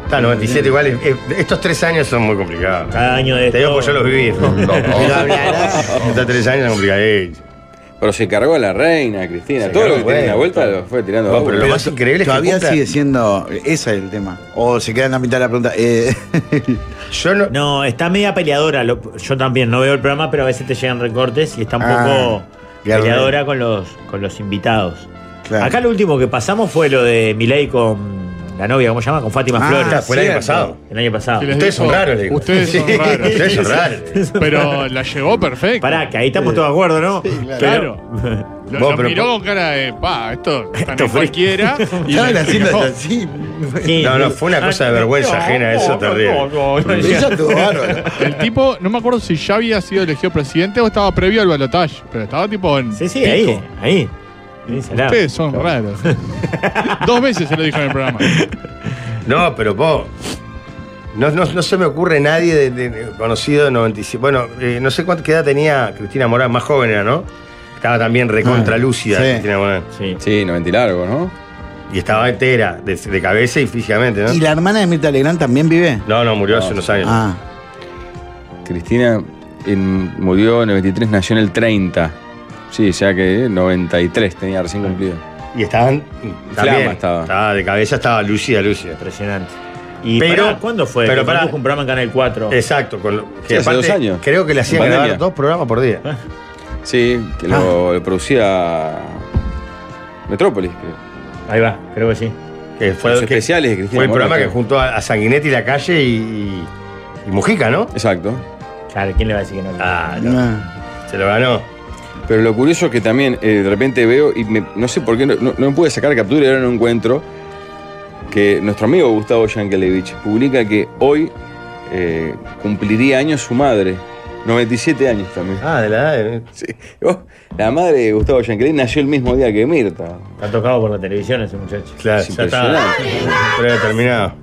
Speaker 1: Está 97 igual. es- es- estos tres años son muy complicados.
Speaker 3: Cada año de
Speaker 1: Te digo porque yo los viví. Estos tres años son complicados.
Speaker 4: Pero se cargó a la reina, Cristina.
Speaker 1: Se
Speaker 4: Todo lo
Speaker 1: cargó,
Speaker 4: que tenía en la
Speaker 1: bueno,
Speaker 4: vuelta
Speaker 1: todo.
Speaker 4: lo fue tirando.
Speaker 1: No,
Speaker 4: abajo.
Speaker 1: pero lo más increíble es que
Speaker 2: Todavía
Speaker 1: cumpla-
Speaker 2: sigue siendo, ese es el tema. O se queda en la mitad de la pregunta. eh,
Speaker 1: Yo no.
Speaker 3: No, está media peleadora. lo- yo también no veo el programa, pero a veces te llegan recortes y está un
Speaker 2: Ah,
Speaker 3: poco
Speaker 2: claro.
Speaker 3: peleadora con los, con los invitados.
Speaker 2: Claro.
Speaker 3: Acá lo último que pasamos fue lo de Milei con la novia, ¿cómo se llama? Con Fátima
Speaker 2: Ah,
Speaker 1: Esta
Speaker 3: Flores.
Speaker 1: fue el año
Speaker 2: cierto.
Speaker 1: pasado.
Speaker 3: El año pasado.
Speaker 9: Sí, les
Speaker 1: Ustedes
Speaker 9: dijo,
Speaker 1: son raros, le digo.
Speaker 9: Ustedes son
Speaker 1: Sí,
Speaker 9: raros.
Speaker 1: Ustedes son raros.
Speaker 9: Pero la llevó perfecto.
Speaker 3: Pará, que ahí estamos todos de acuerdo, ¿no?
Speaker 9: Claro. Lo,
Speaker 1: Vos,
Speaker 9: lo
Speaker 1: pero
Speaker 9: miró
Speaker 1: por-
Speaker 9: con cara de, pa, esto,
Speaker 3: Esto
Speaker 9: esto
Speaker 3: fue-
Speaker 9: cualquiera. y
Speaker 2: Estaban
Speaker 9: la
Speaker 2: haciendo
Speaker 9: miró.
Speaker 2: así.
Speaker 3: Sí. Ah,
Speaker 1: No, no, fue una cosa de vergüenza ajena, eso terrible.
Speaker 2: Eso estuvo bárbaro.
Speaker 9: El tipo, no me acuerdo si ya había sido elegido presidente o estaba previo al balotaje, pero estaba tipo en.
Speaker 3: Sí, sí,
Speaker 9: pico.
Speaker 3: ahí, ahí. Sí, salado.
Speaker 9: Ustedes son raros. Dos veces se lo dijo en el programa.
Speaker 1: No, pero vos. No, no, no se me ocurre nadie de, de- conocido de 97. Bueno, eh, no sé cuánta edad tenía Cristina Morán, más joven era, ¿no? Estaba también recontra
Speaker 2: Ah,
Speaker 1: lúcida
Speaker 2: sí.
Speaker 1: Cristina Morán.
Speaker 3: Sí.
Speaker 4: Sí, 90 y largo, ¿no?
Speaker 1: Y estaba entera, de, de cabeza y físicamente, ¿no?
Speaker 2: ¿Y la hermana de Mirta Legrand también vive?
Speaker 1: No, no, murió hace
Speaker 4: No.
Speaker 1: unos años.
Speaker 2: Ah,
Speaker 4: Cristina en- murió en el 93, nació en el 30. Sí, o sea que eh, 93 tenía recién cumplido.
Speaker 1: Y estaban. También,
Speaker 4: estaba.
Speaker 1: estaba. de cabeza, estaba lúcida, lúcida.
Speaker 3: Impresionante. Y
Speaker 1: Pero-
Speaker 3: pará, ¿cuándo fue?
Speaker 1: pero
Speaker 3: que
Speaker 1: pará.
Speaker 3: condujo un programa en Canal 4.
Speaker 1: Exacto, con lo-
Speaker 4: Sí, hace dos años.
Speaker 1: Creo que le hacían
Speaker 4: En
Speaker 1: grabar
Speaker 4: pandemia.
Speaker 1: dos programas por día.
Speaker 4: Sí, que
Speaker 1: Ah.
Speaker 4: lo, lo producía Metrópolis, creo.
Speaker 3: Ahí va, creo que sí.
Speaker 1: Que fue,
Speaker 4: Los
Speaker 1: que-
Speaker 4: especiales de Cristina
Speaker 1: fue el
Speaker 4: Morán,
Speaker 1: programa que
Speaker 4: creo.
Speaker 1: juntó a, a Sanguinetti, La Calle y, y- y Mujica, ¿no?
Speaker 4: Exacto.
Speaker 3: Claro, ¿quién le va a decir que no?
Speaker 1: Ah, no,
Speaker 2: ah.
Speaker 1: se lo ganó.
Speaker 4: Pero lo curioso es que también eh, de repente veo, y me- no sé por qué, no, no- no pude sacar captura y ahora no encuentro, que nuestro amigo Gustavo Yankelevich publica que hoy eh, cumpliría años su madre. 97 años también.
Speaker 1: Ah, de la edad de-
Speaker 4: Sí. Oh, la madre de Gustavo Yankelevich nació el mismo día que Mirta.
Speaker 3: Está tocado por la televisión ese muchacho.
Speaker 1: Claro,
Speaker 4: Es
Speaker 1: ya está. Pero ya terminado.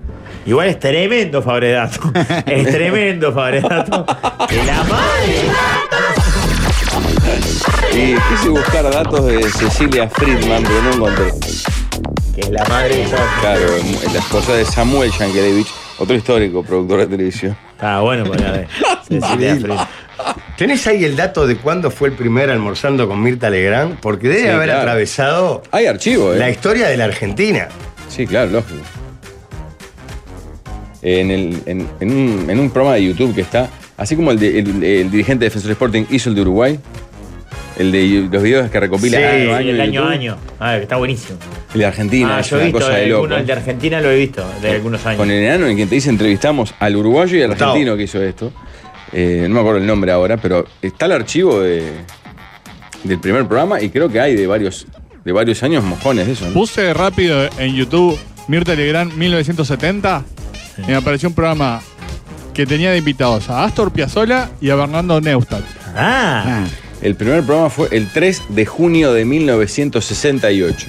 Speaker 3: Igual es tremendo Fabredato. Es tremendo Fabredato. De la madre.
Speaker 4: Y quise buscar datos de Cecilia Friedman, pero no encontré.
Speaker 3: Que es la madre de todos.
Speaker 4: Claro, en la esposa de Samuel Yankelevich, otro histórico productor de televisión.
Speaker 3: Está bueno para ver. Cecilia Friedman.
Speaker 1: ¿Tenés ahí el dato de cuándo fue el primer almorzando con Mirta Legrand? Porque debe
Speaker 4: Sí,
Speaker 1: haber
Speaker 4: claro.
Speaker 1: atravesado
Speaker 4: Hay archivo, ¿eh?
Speaker 1: la historia de la Argentina.
Speaker 4: Sí, claro, lógico. En, el- en- en un, en un programa de YouTube que está, así como el, de- el- el dirigente de Defensor Sporting hizo el de Uruguay, el de los videos que recopila
Speaker 1: Sí,
Speaker 4: año a
Speaker 3: Sí,
Speaker 4: año
Speaker 3: el
Speaker 4: en
Speaker 3: año a
Speaker 4: YouTube,
Speaker 3: año. Ah, que está buenísimo.
Speaker 4: El de Argentina,
Speaker 3: ah,
Speaker 4: es
Speaker 3: yo he
Speaker 4: una
Speaker 3: visto
Speaker 4: cosa de
Speaker 3: de
Speaker 4: loco.
Speaker 3: alguno, el de Argentina lo he visto
Speaker 1: Eh,
Speaker 3: de algunos años.
Speaker 4: Con el enano en quien te dice entrevistamos al uruguayo y al
Speaker 1: Gustavo.
Speaker 4: argentino que hizo esto. Eh, no me acuerdo el nombre ahora, pero está el archivo de, del primer programa y creo que hay de varios, de varios años mojones de eso. ¿no?
Speaker 9: Puse rápido en YouTube Mirta Legrand 1970 y me apareció un programa que tenía de invitados a Astor Piazzolla y a Bernardo Neustadt.
Speaker 3: Ah,
Speaker 2: Ah.
Speaker 4: El primer programa fue el 3 de junio de 1968.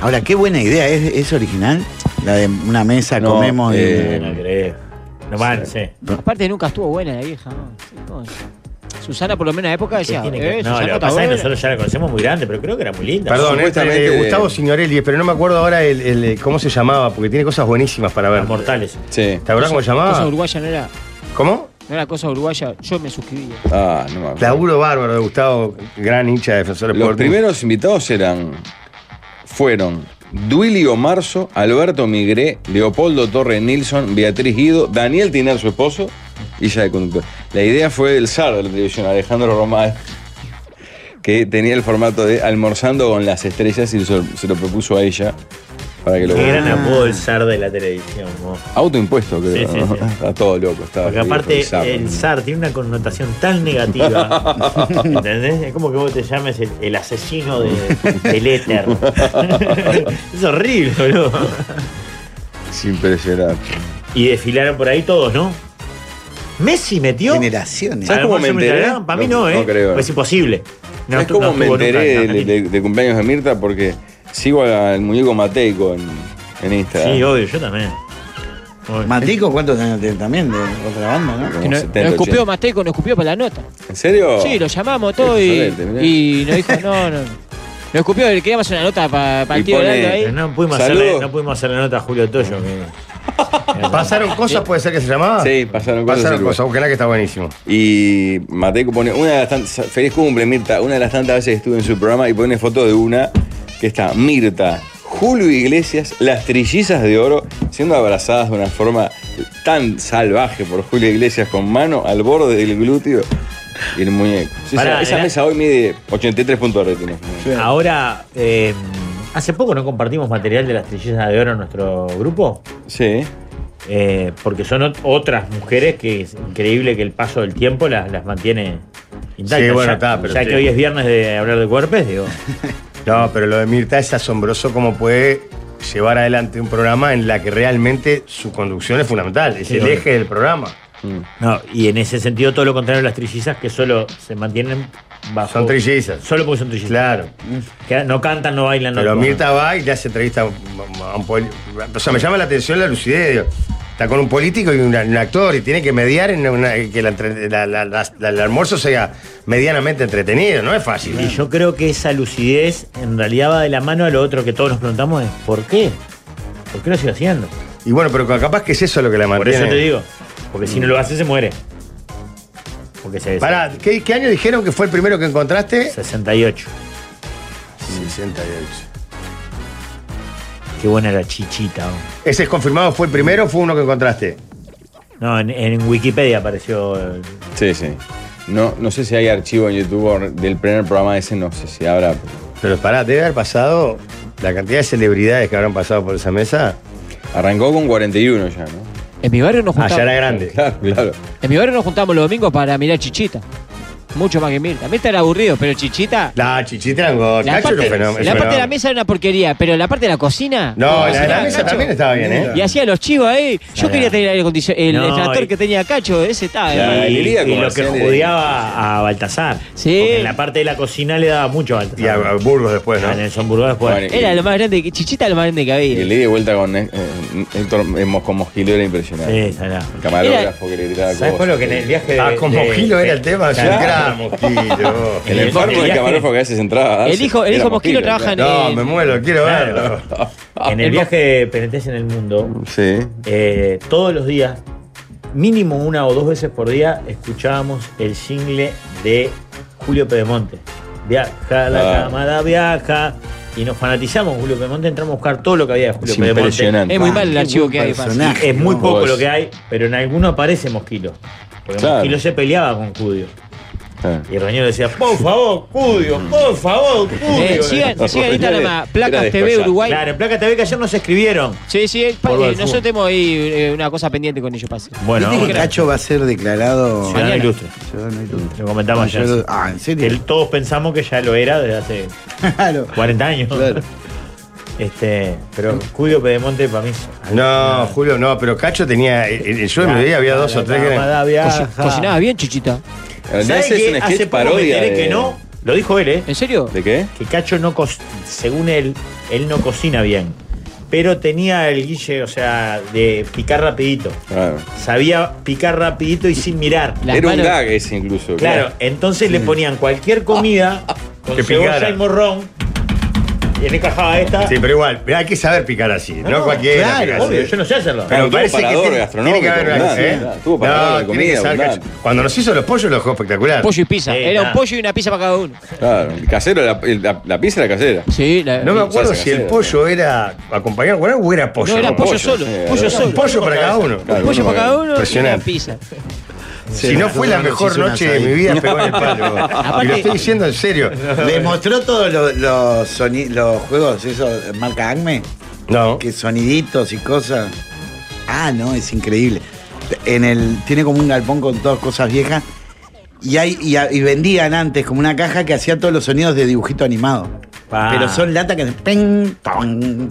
Speaker 2: Ahora, qué buena idea, ¿es, es original? La de una mesa
Speaker 4: No,
Speaker 2: comemos. y-
Speaker 4: eh,
Speaker 3: No creo. No mal, sí.
Speaker 5: Aparte nunca estuvo buena la vieja, ¿no? Sí, todo. Susana por lo menos en la época
Speaker 3: ¿Qué
Speaker 5: decía,
Speaker 3: tiene que-
Speaker 5: eh,
Speaker 3: no,
Speaker 5: Susana
Speaker 3: lo que
Speaker 5: está
Speaker 3: pasa es que
Speaker 5: buena.
Speaker 3: nosotros ya la conocemos muy grande, pero creo que era muy linda.
Speaker 1: Perdón, este,
Speaker 4: Supuestamente-
Speaker 1: eh, Gustavo Signorelli, pero no me acuerdo ahora el, el, eh, cómo se llamaba, porque tiene cosas buenísimas para ver.
Speaker 3: Las mortales.
Speaker 4: Sí.
Speaker 1: ¿Te acuerdas cómo se
Speaker 5: Cosa
Speaker 1: llamaba?
Speaker 5: uruguaya no era,
Speaker 1: ¿Cómo?
Speaker 5: no era cosa uruguaya, yo me suscribía.
Speaker 4: Ah, no me acuerdo.
Speaker 1: Laburo bárbaro de Gustavo, gran hincha de defensores
Speaker 4: Los primeros invitados eran. Fueron Duilio Marzo, Alberto Migré, Leopoldo Torre Nilsson, Beatriz Guido, Daniel Tiner, su esposo, y ya de conductor. La idea fue del zar de la televisión, Alejandro Román, que tenía el formato de almorzando con las estrellas y se se lo propuso a ella para que lo
Speaker 3: Qué gran apodo el zar de la televisión. ¿no?
Speaker 4: Autoimpuesto, creo.
Speaker 3: Sí, sí,
Speaker 4: ¿no?
Speaker 3: sí.
Speaker 4: Está todo loco. Estaba
Speaker 3: Porque
Speaker 4: ahí,
Speaker 3: aparte
Speaker 4: el zar.
Speaker 3: el zar tiene una connotación tan negativa. ¿Entendés? Es como que vos te llames el, el asesino de, del éter. es horrible, boludo.
Speaker 4: Es impresionante.
Speaker 3: Y desfilaron por ahí todos, ¿no? Messi metió.
Speaker 2: Generaciones.
Speaker 4: ¿Sabes cómo me
Speaker 3: ¿Almuerzo
Speaker 4: enteré?
Speaker 3: mediterráneo? Para mí
Speaker 4: No,
Speaker 3: no, ¿eh?
Speaker 4: no creo.
Speaker 3: Es imposible. No,
Speaker 4: ¿Sabes
Speaker 3: tu- no
Speaker 4: cómo me
Speaker 3: estuvo nunca
Speaker 4: enteré
Speaker 3: en
Speaker 4: del
Speaker 3: Argentina.
Speaker 4: de- de cumpleaños de Mirta? Porque sigo al muñeco Mateico en, en Instagram.
Speaker 3: Sí, obvio, yo también. Obvio.
Speaker 2: Matico, ¿cuántos años tiene también? De otra banda, ¿no?
Speaker 4: Como
Speaker 9: Y no-
Speaker 4: 70,
Speaker 5: Nos escupió
Speaker 4: 80.
Speaker 5: Mateco, nos escupió para la nota.
Speaker 4: ¿En
Speaker 3: Oh.
Speaker 4: serio?
Speaker 5: Sí, lo llamamos todo y,
Speaker 4: Excelente, mirá.
Speaker 5: y nos dijo, no, no. Nos escupió, le queríamos hacer una nota para
Speaker 4: Y
Speaker 5: el tío
Speaker 4: pone-
Speaker 5: Heraldo
Speaker 1: Eh,
Speaker 3: Pero
Speaker 5: ahí.
Speaker 3: No pudimos,
Speaker 4: Saludos.
Speaker 3: hacerle, no pudimos hacerle nota a Julio Toyo. que-
Speaker 1: ¿Pasaron cosas, puede ser que se llamaba?
Speaker 4: Sí, pasaron cosas.
Speaker 1: Pasaron
Speaker 4: en Uruguay.
Speaker 1: cosas, ojalá que está buenísimo.
Speaker 4: Y Mateico pone una de las tantas. Feliz cumple, Mirta. Una de las tantas veces que estuve en su programa y pone foto de una que está Mirta, Julio Iglesias, las trillizas de oro, siendo abrazadas de una forma tan salvaje por Julio Iglesias con mano al borde del glúteo y el muñeco. Sí,
Speaker 3: Pará,
Speaker 4: esa, esa
Speaker 3: era-
Speaker 4: mesa hoy mide 83 puntos de rétina.
Speaker 3: Ahora, eh, hace poco no compartimos material de las trillizas de oro en nuestro grupo.
Speaker 4: Sí.
Speaker 3: eh, porque son ot- otras mujeres que es increíble que el paso del tiempo las, las mantiene intactas.
Speaker 1: Sí, bueno,
Speaker 3: Ya-
Speaker 1: está, pero
Speaker 3: ya
Speaker 1: sí.
Speaker 3: que hoy es viernes de hablar de cuerpes, digo.
Speaker 1: No, pero lo de Mirta es asombroso cómo puede llevar adelante un programa en la que realmente su conducción es fundamental, es
Speaker 3: Sí,
Speaker 1: el
Speaker 3: obvio.
Speaker 1: eje del programa.
Speaker 3: No, y en ese sentido, todo lo contrario de las trillizas que solo se mantienen bajo.
Speaker 1: Son trillizas.
Speaker 3: Solo porque son trillizas.
Speaker 1: Claro.
Speaker 3: Que no cantan, no bailan, no.
Speaker 1: Pero
Speaker 3: tocan.
Speaker 1: Mirta va y le hace entrevista a un, a un poli- O sea, me llama la atención la lucidez. digo, Está con un político y un, un actor y tiene que mediar en una- que la entre- la- la- la- la- el almuerzo sea medianamente entretenido. No es fácil.
Speaker 3: Y yo creo que esa lucidez en realidad va de la mano a lo otro que todos nos preguntamos es ¿por qué? ¿Por qué lo sigo haciendo?
Speaker 1: Y bueno, pero capaz que es eso lo que la
Speaker 3: Por
Speaker 1: mantiene.
Speaker 3: eso te digo, porque si no lo hace se muere. Porque se
Speaker 1: Pará, ¿qué, qué año dijeron que fue el primero que encontraste?
Speaker 3: 68.
Speaker 1: 68.
Speaker 3: Qué buena la chichita. oh.
Speaker 1: ¿Ese es confirmado fue el primero o fue uno que encontraste?
Speaker 3: No, en, en Wikipedia apareció eh,
Speaker 4: Sí, sí. No, no sé si hay archivo en YouTube o del primer programa ese, no sé si habrá. pero
Speaker 1: Pero pará, debe haber pasado la cantidad de celebridades que habrán pasado por esa mesa.
Speaker 4: Arrancó con 41 ya, ¿no?
Speaker 5: En mi barrio nos
Speaker 1: Ah, ya
Speaker 5: juntamos.
Speaker 1: era grande.
Speaker 4: Claro, claro.
Speaker 5: En mi barrio nos juntamos los domingos para mirar Chichita. Mucho más que Mirta. Mirta era aburrido, pero Chichita.
Speaker 1: La chichita era un gol.
Speaker 5: La
Speaker 1: Cacho
Speaker 5: parte,
Speaker 1: era un fenómeno.
Speaker 5: la
Speaker 1: un
Speaker 5: parte de la
Speaker 1: fenómeno.
Speaker 5: mesa era una porquería, pero la parte de la cocina.
Speaker 1: No, la de la
Speaker 5: cocinaba
Speaker 1: mesa
Speaker 5: Cacho.
Speaker 1: también estaba bien, ¿eh?
Speaker 5: Y hacía los chivos ahí. Yo
Speaker 3: Pará.
Speaker 5: quería tener el, acondicio- el,
Speaker 3: No,
Speaker 5: el tractor
Speaker 3: y-
Speaker 5: que tenía Cacho, ese estaba.
Speaker 4: La
Speaker 5: hermano.
Speaker 3: y,
Speaker 4: galería
Speaker 3: y lo que
Speaker 4: comercial de-
Speaker 3: judiaba a Baltasar.
Speaker 5: Sí.
Speaker 3: Porque en la parte de la cocina le daba mucho a Baltasar.
Speaker 1: Y a, a Burgos después, ¿no?
Speaker 3: A Nelson Burgos después.
Speaker 4: Bueno,
Speaker 5: Era lo más grande, que- Chichita era lo más grande que
Speaker 4: Y
Speaker 5: había.
Speaker 4: el ida y vuelta con eh, eh, Héctor eh, Mos- con Mosquilo era impresionante.
Speaker 3: Sí, salá.
Speaker 4: El camarógrafo que le gritaba
Speaker 3: ¿Sabes
Speaker 4: cosas.
Speaker 3: lo que en el viaje de,
Speaker 1: Ah, con
Speaker 3: de-
Speaker 1: Mojilo era el tema.
Speaker 3: eh, Claro.
Speaker 1: sí, Gran Mojilo.
Speaker 4: El
Speaker 3: en el
Speaker 4: enfermo del
Speaker 3: viaje-
Speaker 4: camarógrafo que a veces entraba.
Speaker 5: El hijo- el
Speaker 4: era
Speaker 5: hijo Mosquilo trabaja en-
Speaker 1: No, me muero, quiero
Speaker 3: Claro.
Speaker 1: verlo.
Speaker 3: En el viaje Penetez en el mundo,
Speaker 4: Sí.
Speaker 3: eh, todos los días, mínimo una o dos veces por día, escuchábamos el single de Julio Pedemonte. Viaja la
Speaker 4: Ah.
Speaker 3: camada, viaja. Y nos fanatizamos Julio Pedemonte, entramos a buscar todo lo que había de Julio
Speaker 4: Es
Speaker 3: Pedemonte.
Speaker 4: impresionante.
Speaker 5: Es muy
Speaker 2: Ah,
Speaker 5: mal el
Speaker 2: qué
Speaker 5: archivo
Speaker 2: buen
Speaker 5: que hay. parce.
Speaker 2: personaje,
Speaker 3: Es muy
Speaker 2: ¿no?
Speaker 3: poco
Speaker 4: Vos.
Speaker 3: lo que hay, pero en alguno aparece Mosquilo. Porque
Speaker 4: Claro.
Speaker 3: Mosquilo se peleaba con Cudio.
Speaker 4: Ah.
Speaker 3: Y Reñero decía, por favor, Cudio, por favor,
Speaker 5: Eh,
Speaker 3: Cudio.
Speaker 5: sigan, sigan Instagram a
Speaker 4: Era
Speaker 5: Placas TV
Speaker 4: despachado.
Speaker 5: Uruguay.
Speaker 3: Claro, en Placa TV que ayer nos escribieron.
Speaker 5: Sí, sí, eh,
Speaker 3: Por lo
Speaker 5: eh,
Speaker 3: del fútbol.
Speaker 5: nosotros tenemos ahí eh, una cosa pendiente con ellos, pase.
Speaker 3: Bueno,
Speaker 2: ¿Viste que
Speaker 3: otra.
Speaker 2: Cacho va a ser declarado.
Speaker 3: Ciudadano
Speaker 5: Mañana.
Speaker 3: Ilustre.
Speaker 2: Ciudadano ilustre?
Speaker 3: Lo comentamos ayer.
Speaker 2: Ah, ¿en
Speaker 3: Que
Speaker 2: serio?
Speaker 3: el- todos pensamos que ya lo era desde hace
Speaker 2: Claro.
Speaker 3: 40 años.
Speaker 2: Claro.
Speaker 3: Este, pero Cudio Pedemonte para mí es-
Speaker 1: No, Julio, no, pero Cacho tenía. eh, eh, Yo en mi vida había dos o tres que
Speaker 3: La
Speaker 1: eran.
Speaker 3: camada viaja.
Speaker 5: Co- cocinaba Ah, bien, Chichita.
Speaker 4: El
Speaker 3: ¿Sabes
Speaker 4: Nancy
Speaker 3: qué?
Speaker 4: es un
Speaker 3: Hace
Speaker 4: sketch
Speaker 3: poco me
Speaker 4: parodia.
Speaker 3: enteré
Speaker 4: de-
Speaker 3: que no. Lo dijo él, ¿eh?
Speaker 5: ¿En serio?
Speaker 4: ¿De qué?
Speaker 3: Que Cacho no co- según él, él no cocina bien. pero tenía el guille, o sea, de picar rapidito.
Speaker 4: Claro.
Speaker 3: Sabía picar rapidito y sin mirar.
Speaker 5: Las
Speaker 4: Era un
Speaker 5: manos-
Speaker 4: gag ese incluso.
Speaker 3: Claro, entonces le ponían cualquier comida con
Speaker 1: Que
Speaker 3: cebolla
Speaker 1: picara.
Speaker 3: y morrón. Y él encajaba esta.
Speaker 1: Sí, pero igual, hay que saber picar así. No, cualquiera. pica
Speaker 3: Claro,
Speaker 1: así.
Speaker 3: obvio, yo no sé hacerlo.
Speaker 4: Claro.
Speaker 1: Pero
Speaker 4: tuvo
Speaker 1: parece que
Speaker 4: parador
Speaker 1: tiene-
Speaker 4: gastronómico,
Speaker 1: tiene que haber-
Speaker 4: abundante,
Speaker 1: ¿eh?
Speaker 4: claro, tuvo parador de
Speaker 1: No, tiene que
Speaker 4: comida
Speaker 1: saber cacho.
Speaker 4: abundante.
Speaker 1: Cuando nos hizo los pollos, los dejó espectacular.
Speaker 5: Pollo y pizza.
Speaker 3: Sí,
Speaker 5: Era
Speaker 3: nada.
Speaker 5: un pollo y una pizza para cada uno.
Speaker 4: Claro. El casero, la, el- la- la pizza era casera.
Speaker 5: Sí, la,
Speaker 1: No me
Speaker 5: no,
Speaker 1: acuerdo
Speaker 4: salsa
Speaker 1: si el
Speaker 4: casera,
Speaker 1: pollo era acompañado con algo o era pollo.
Speaker 5: era
Speaker 1: ¿no?
Speaker 5: pollo,
Speaker 4: pollo,
Speaker 5: solo.
Speaker 4: sí,
Speaker 5: pollo
Speaker 4: era
Speaker 1: Un
Speaker 5: solo.
Speaker 1: pollo para cada uno.
Speaker 4: Claro,
Speaker 5: pollo para cada uno y una
Speaker 1: Impresionante.
Speaker 5: pizza.
Speaker 1: Si no fue la mejor noche de mi vida, pegó en el palo. Y lo estoy diciendo en serio.
Speaker 2: ¿Les mostró todos los, los soni- los juegos, esos marca Acme?
Speaker 1: No.
Speaker 2: Que soniditos y cosas. Ah, no, es increíble. En el, tiene como un galpón con todas cosas viejas. Y, hay, y, a- y vendían antes como una caja que hacía todos los sonidos de dibujito animado.
Speaker 3: Ah.
Speaker 2: Pero son lata que. ping, tong,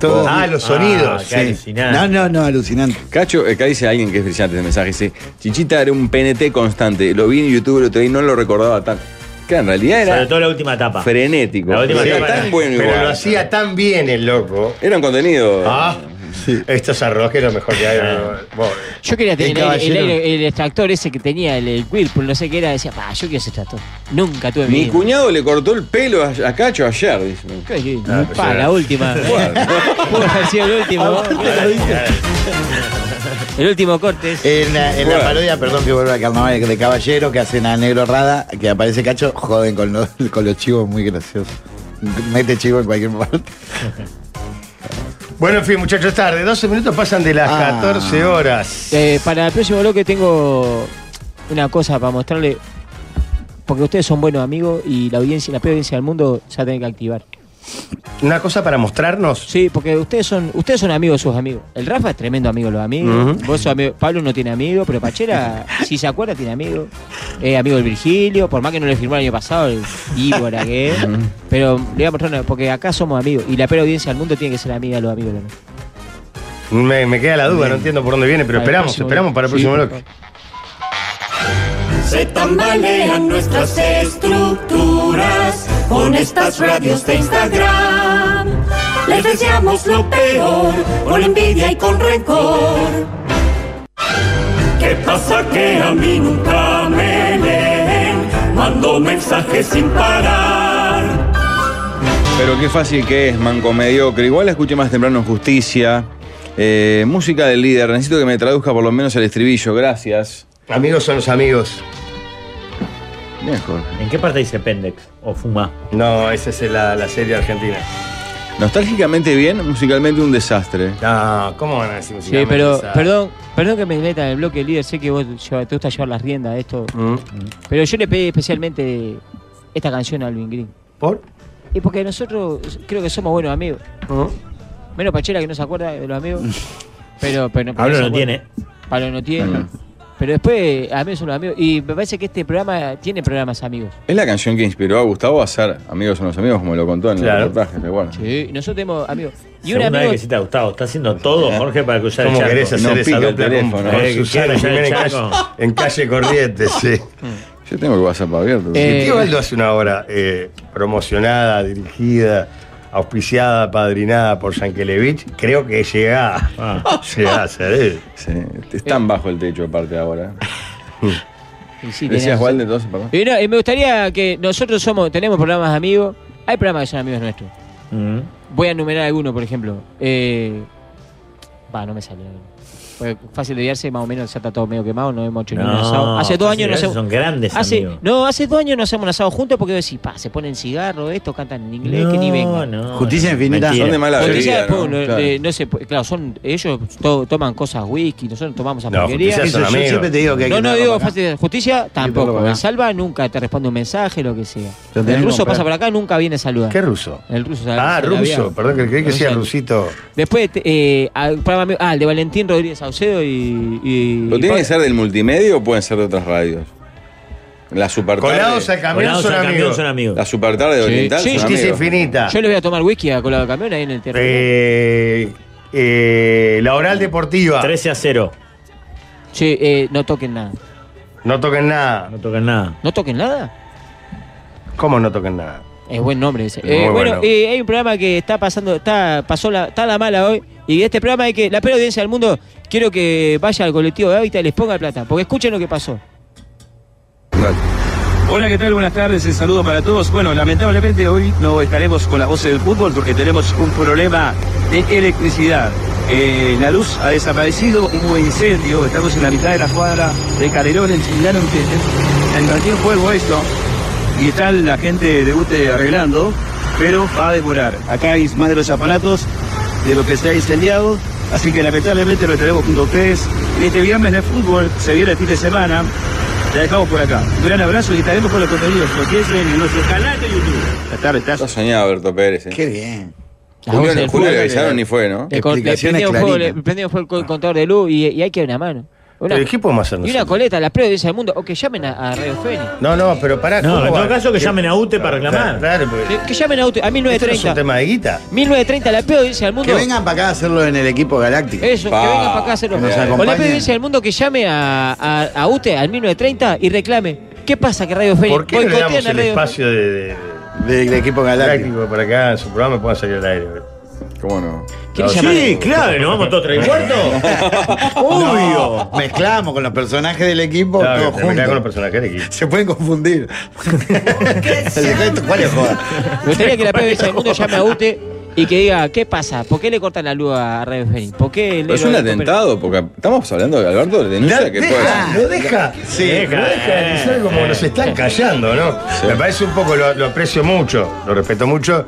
Speaker 2: todo.
Speaker 1: Ah, los sonidos.
Speaker 3: qué
Speaker 2: Sí.
Speaker 3: alucinante.
Speaker 2: No, no, no, alucinante.
Speaker 4: Cacho, eh, acá dice alguien que es brillante ese mensaje. Dice, Chichita era un PNT constante. Lo vi en YouTube el otro día y no lo recordaba tan. Que en realidad
Speaker 3: Sobre
Speaker 4: era
Speaker 3: todo la última etapa.
Speaker 4: frenético.
Speaker 3: La última
Speaker 4: era
Speaker 3: etapa
Speaker 4: tan
Speaker 3: era-
Speaker 4: bueno
Speaker 1: Pero
Speaker 4: igual.
Speaker 1: lo hacía tan bien el loco.
Speaker 4: Era un contenido.
Speaker 1: Ah, estos arroz que es lo mejor que hay. Bueno,
Speaker 5: Yo quería tener
Speaker 2: El
Speaker 5: el, aire- el
Speaker 2: caballero.
Speaker 5: aire- el extractor ese que tenía, el, el Whirlpool, no sé qué era. Decía, pa, yo quiero ese extractor. Nunca tuve
Speaker 4: Mi
Speaker 5: vida.
Speaker 4: cuñado le cortó el pelo a, a Cacho ayer. Dice.
Speaker 5: Qué lindo.
Speaker 1: Ah,
Speaker 5: Pa,
Speaker 1: impresionante.
Speaker 5: la última. Pudo haber sido el último. el último corte. es-
Speaker 2: En, la, en la
Speaker 4: Bueno.
Speaker 2: parodia, perdón que vuelva al carnaval de caballero, que hacen a Negro Rada, que aparece Cacho, joden con los, con los chivos, muy gracioso. Mete chivo en cualquier parte.
Speaker 1: Bueno, en fin, muchachos, es tarde. 12 minutos pasan de las
Speaker 2: Ah.
Speaker 1: 14 horas.
Speaker 5: Eh, para el próximo bloque tengo una cosa para mostrarle. Porque ustedes son buenos amigos y la audiencia, la peor audiencia del mundo se va a tener que activar.
Speaker 1: Una cosa para mostrarnos.
Speaker 5: Sí, porque ustedes son, ustedes son amigos de sus amigos. El Rafa es tremendo amigo de los amigos. Vos sos amigo- Pablo no tiene amigo, pero Pachera, si se acuerda, tiene amigo. Eh, amigo del Virgilio, por más que no le firmó el año pasado, el Íbora que es. Pero le voy a mostrar una- porque acá somos amigos. Y la peor audiencia del mundo tiene que ser amiga de los amigos también.
Speaker 1: Me, me queda la duda, no entiendo por dónde viene, pero
Speaker 5: Para el
Speaker 1: esperamos,
Speaker 5: próximo
Speaker 1: esperamos para el
Speaker 5: bloque. Sí,
Speaker 1: próximo bloque.
Speaker 7: Se tambalean nuestras estructuras con estas radios de Instagram. Les deseamos lo peor, con envidia y con rencor. ¿Qué pasa que a mí nunca me leen? Mando mensajes sin parar.
Speaker 4: Pero qué fácil que es, manco mediocre. Igual la escuché más temprano en Justicia. Eh, música del líder. Necesito que me traduzca por lo menos el estribillo. Gracias.
Speaker 1: Amigos son los amigos.
Speaker 4: Bien, Jorge.
Speaker 3: ¿En qué parte dice Pendex? O Fuma.
Speaker 1: No, esa es la, la serie argentina.
Speaker 4: Nostálgicamente bien, musicalmente un desastre.
Speaker 1: No, ¿cómo van a decir
Speaker 5: Sí, pero perdón, perdón que me meta en el bloque líder, sé que vos lleva- te gusta llevar las riendas de esto,
Speaker 1: ¿Mm?
Speaker 5: pero yo le pedí especialmente esta canción a Alvin Green.
Speaker 1: ¿Por?
Speaker 5: Y porque nosotros creo que somos buenos amigos. Menos Pachera que no se acuerda de los amigos. Pero, pero pero
Speaker 3: Pablo no
Speaker 5: se acuerda.
Speaker 3: tiene.
Speaker 5: Pablo no tiene.
Speaker 4: Ajá.
Speaker 5: Pero después, amigos son los amigos. Y me parece que este programa tiene programas amigos.
Speaker 4: Es la canción que inspiró a Gustavo a hacer Amigos son los amigos, como lo contó en
Speaker 1: Claro.
Speaker 4: el reportaje. ¿se acuerdan?
Speaker 5: Sí, nosotros tenemos amigos. Y un
Speaker 3: Segunda vez
Speaker 5: amigo.
Speaker 3: que sí te ha gustado. Está haciendo todo, Jorge, para cruzar el
Speaker 1: Ah. ¿Cómo
Speaker 3: charco.
Speaker 1: querés hacer
Speaker 4: No
Speaker 1: esa
Speaker 4: pica el
Speaker 1: dupla con,
Speaker 4: teléfono.
Speaker 1: con
Speaker 3: Eh,
Speaker 1: Susana
Speaker 3: quiero ya el
Speaker 1: Jiménez en
Speaker 3: chaco.
Speaker 1: calle, en calle Corrientes? Sí.
Speaker 4: Yo tengo el WhatsApp abierto.
Speaker 5: Eh,
Speaker 1: El tío Aldo hace una obra eh, promocionada, dirigida, auspiciada, padrinada por Yankelevich. Creo que llega,
Speaker 3: Ah.
Speaker 1: llega a ser él.
Speaker 4: Sí, Es
Speaker 5: eh,
Speaker 4: tan bajo el techo aparte ahora.
Speaker 5: y sí, tenés
Speaker 4: Decías
Speaker 5: razón.
Speaker 4: Walde entonces, perdón.
Speaker 5: Y no, y me gustaría que nosotros somos, tenemos programas amigos. Hay programas que son amigos nuestros.
Speaker 3: Mm.
Speaker 5: Voy a enumerar alguno, por ejemplo. Eh, Va, no me sale. Fue fácil de guiarse, más o menos ya está todo medio quemado, no hemos hecho ningún asado. Hace dos años no
Speaker 3: esos
Speaker 5: hacemos.
Speaker 3: Son grandes
Speaker 5: Hace,
Speaker 3: amigos.
Speaker 5: no, hace dos años no hacemos un asado juntos porque decís, pa, se ponen cigarro, esto, cantan en inglés, que ni venga.
Speaker 3: no,
Speaker 2: Justicia
Speaker 3: no,
Speaker 2: infinita.
Speaker 3: mentira.
Speaker 4: Son de mala
Speaker 5: Porque ya
Speaker 4: bebida,
Speaker 5: después,
Speaker 4: ¿no?
Speaker 5: no,
Speaker 4: Claro.
Speaker 5: eh, no se puede- claro, son, ellos to- toman cosas whisky, nosotros tomamos esa
Speaker 1: No,
Speaker 5: porquería.
Speaker 1: justicia
Speaker 2: Eso,
Speaker 1: son
Speaker 2: yo
Speaker 1: amigos.
Speaker 2: siempre te digo que hay
Speaker 5: No,
Speaker 2: que
Speaker 5: no
Speaker 2: traerlo
Speaker 5: digo
Speaker 2: para acá.
Speaker 5: fácil- justicia,
Speaker 2: traerlo
Speaker 5: tampoco.
Speaker 2: para
Speaker 5: El
Speaker 2: acá.
Speaker 5: salva nunca te responde un mensaje, lo que sea.
Speaker 2: tenés que
Speaker 5: El ruso
Speaker 2: comprar.
Speaker 5: pasa por acá, nunca viene a saludar.
Speaker 1: ¿Qué ruso?
Speaker 5: El ruso sabe-
Speaker 1: Ah,
Speaker 5: sabe la vida.
Speaker 1: ruso. Perdón, que creí que
Speaker 5: Ruso.
Speaker 1: sea rusito.
Speaker 5: Después, te- eh, al programa amigo- ah, el de Valentín Rodríguez Saucedo y. y-
Speaker 4: ¿Lo
Speaker 5: y
Speaker 4: tiene que
Speaker 5: Pablo.
Speaker 4: ser del multimedia o pueden ser de otras radios? La supertarde.
Speaker 1: Colados al camión
Speaker 3: Colados
Speaker 1: son
Speaker 3: al camión
Speaker 1: amigos.
Speaker 3: son amigos.
Speaker 4: La supertarde de
Speaker 5: Sí.
Speaker 4: Oriental.
Speaker 5: Sí,
Speaker 4: son
Speaker 1: Justicia
Speaker 4: amigos.
Speaker 1: infinita.
Speaker 5: Yo les voy a tomar whisky a colado de camión ahí en el terreno.
Speaker 1: Eh, eh, la oral deportiva.
Speaker 3: 13 a 0.
Speaker 5: Sí, eh, no toquen nada.
Speaker 1: No toquen nada.
Speaker 3: No tocan nada.
Speaker 5: ¿No toquen nada?
Speaker 1: ¿Cómo no toquen nada?
Speaker 5: Es buen nombre ese.
Speaker 4: Muy
Speaker 5: Eh, bueno,
Speaker 4: bueno.
Speaker 5: eh, hay un programa que está pasando, está, pasó la, está la mala hoy. Y este programa hay que, la peor audiencia del mundo, quiero que vaya al colectivo de Hábitat y les ponga plata. Porque escuchen lo que pasó.
Speaker 10: Hola, ¿qué tal? Buenas tardes, un saludo para todos. Bueno, lamentablemente hoy no estaremos con las voces del fútbol porque tenemos un problema de electricidad. Eh, la luz ha desaparecido, hubo incendio, estamos en la mitad de la cuadra de Calderón, en Chilano, en cualquier fuego esto, y está la gente de UTE arreglando, pero va a demorar. Acá hay más de los aparatos de lo que se ha incendiado, así que lamentablemente lo estaremos junto a ustedes. Este viernes de fútbol se viene el fin de semana, la dejamos por acá. Un gran abrazo y estaremos con los contenidos, lo que es en nuestro canal de YouTube. Buenas tardes,
Speaker 4: Está
Speaker 10: tazos.
Speaker 4: soñado Alberto Pérez. ¿eh?
Speaker 2: Qué bien.
Speaker 5: Las
Speaker 4: Julio,
Speaker 5: voces del
Speaker 4: Julio
Speaker 5: fútbol.
Speaker 4: le avisaron y fue, ¿no?
Speaker 5: Le, co- le
Speaker 2: Explicaciones
Speaker 5: prendieron fuego, le
Speaker 2: clarinas.
Speaker 5: prendieron fuego el co- el contador de luz y, y hay que dar una mano. Una-
Speaker 1: Ah. Pero, ¿qué podemos hacer
Speaker 5: y una
Speaker 1: nosotros?
Speaker 5: coleta, la peor audiencia del mundo. O que llamen a, a Radio Fénix.
Speaker 1: No, no, pero pará.
Speaker 3: No,
Speaker 1: ¿cómo
Speaker 3: en todo
Speaker 1: va?
Speaker 3: caso que
Speaker 1: ¿Qué?
Speaker 3: llamen a UTE para reclamar.
Speaker 1: Claro, porque
Speaker 5: Que, que llamen a, auto- a
Speaker 1: esto no es un
Speaker 5: 1930.
Speaker 1: tema de guita.
Speaker 5: 1930, la peor audiencia del mundo.
Speaker 2: Que vengan para acá a hacerlo en el equipo galáctico.
Speaker 5: Eso,
Speaker 4: Pa,
Speaker 5: que venga para acá a hacerlo.
Speaker 2: que nos
Speaker 5: O la
Speaker 2: acompañen.
Speaker 5: provincia del mundo que llame a, a, a UTE al 1930 y reclame. ¿Qué pasa que Radio Fénix
Speaker 1: ¿Por qué no le damos
Speaker 5: boicotean a
Speaker 1: el
Speaker 5: Radio
Speaker 1: espacio de, de-
Speaker 2: Del equipo galáctico.
Speaker 1: práctico para acá en su programa puedan salir al aire?
Speaker 4: ¿Cómo no?
Speaker 5: Fénix? ¿Quieren llamar?
Speaker 3: Sí, claro, nos vamos todos tres y cuarto. Obvio.
Speaker 2: No, mezclamos con los personajes del equipo
Speaker 1: Claro,
Speaker 2: todos
Speaker 1: que te metas con los
Speaker 2: juntos.
Speaker 1: personajes del equipo.
Speaker 2: Se pueden confundir. ¿Cuál es joda?
Speaker 5: Me gustaría que la provincia del mundo llame a UTE y que diga, ¿qué pasa? ¿Por qué le cortan la luz a Radio Fénix? ¿Por qué le
Speaker 4: Pero es Pues un
Speaker 5: lo-
Speaker 4: atentado, porque estamos hablando de Alberto, denuncia que puede
Speaker 1: Deja, lo deja, sí,
Speaker 3: deja,
Speaker 1: lo deja de analizar como
Speaker 3: eh,
Speaker 1: nos están callando, ¿no? Me parece un poco, lo, lo aprecio mucho, lo respeto mucho.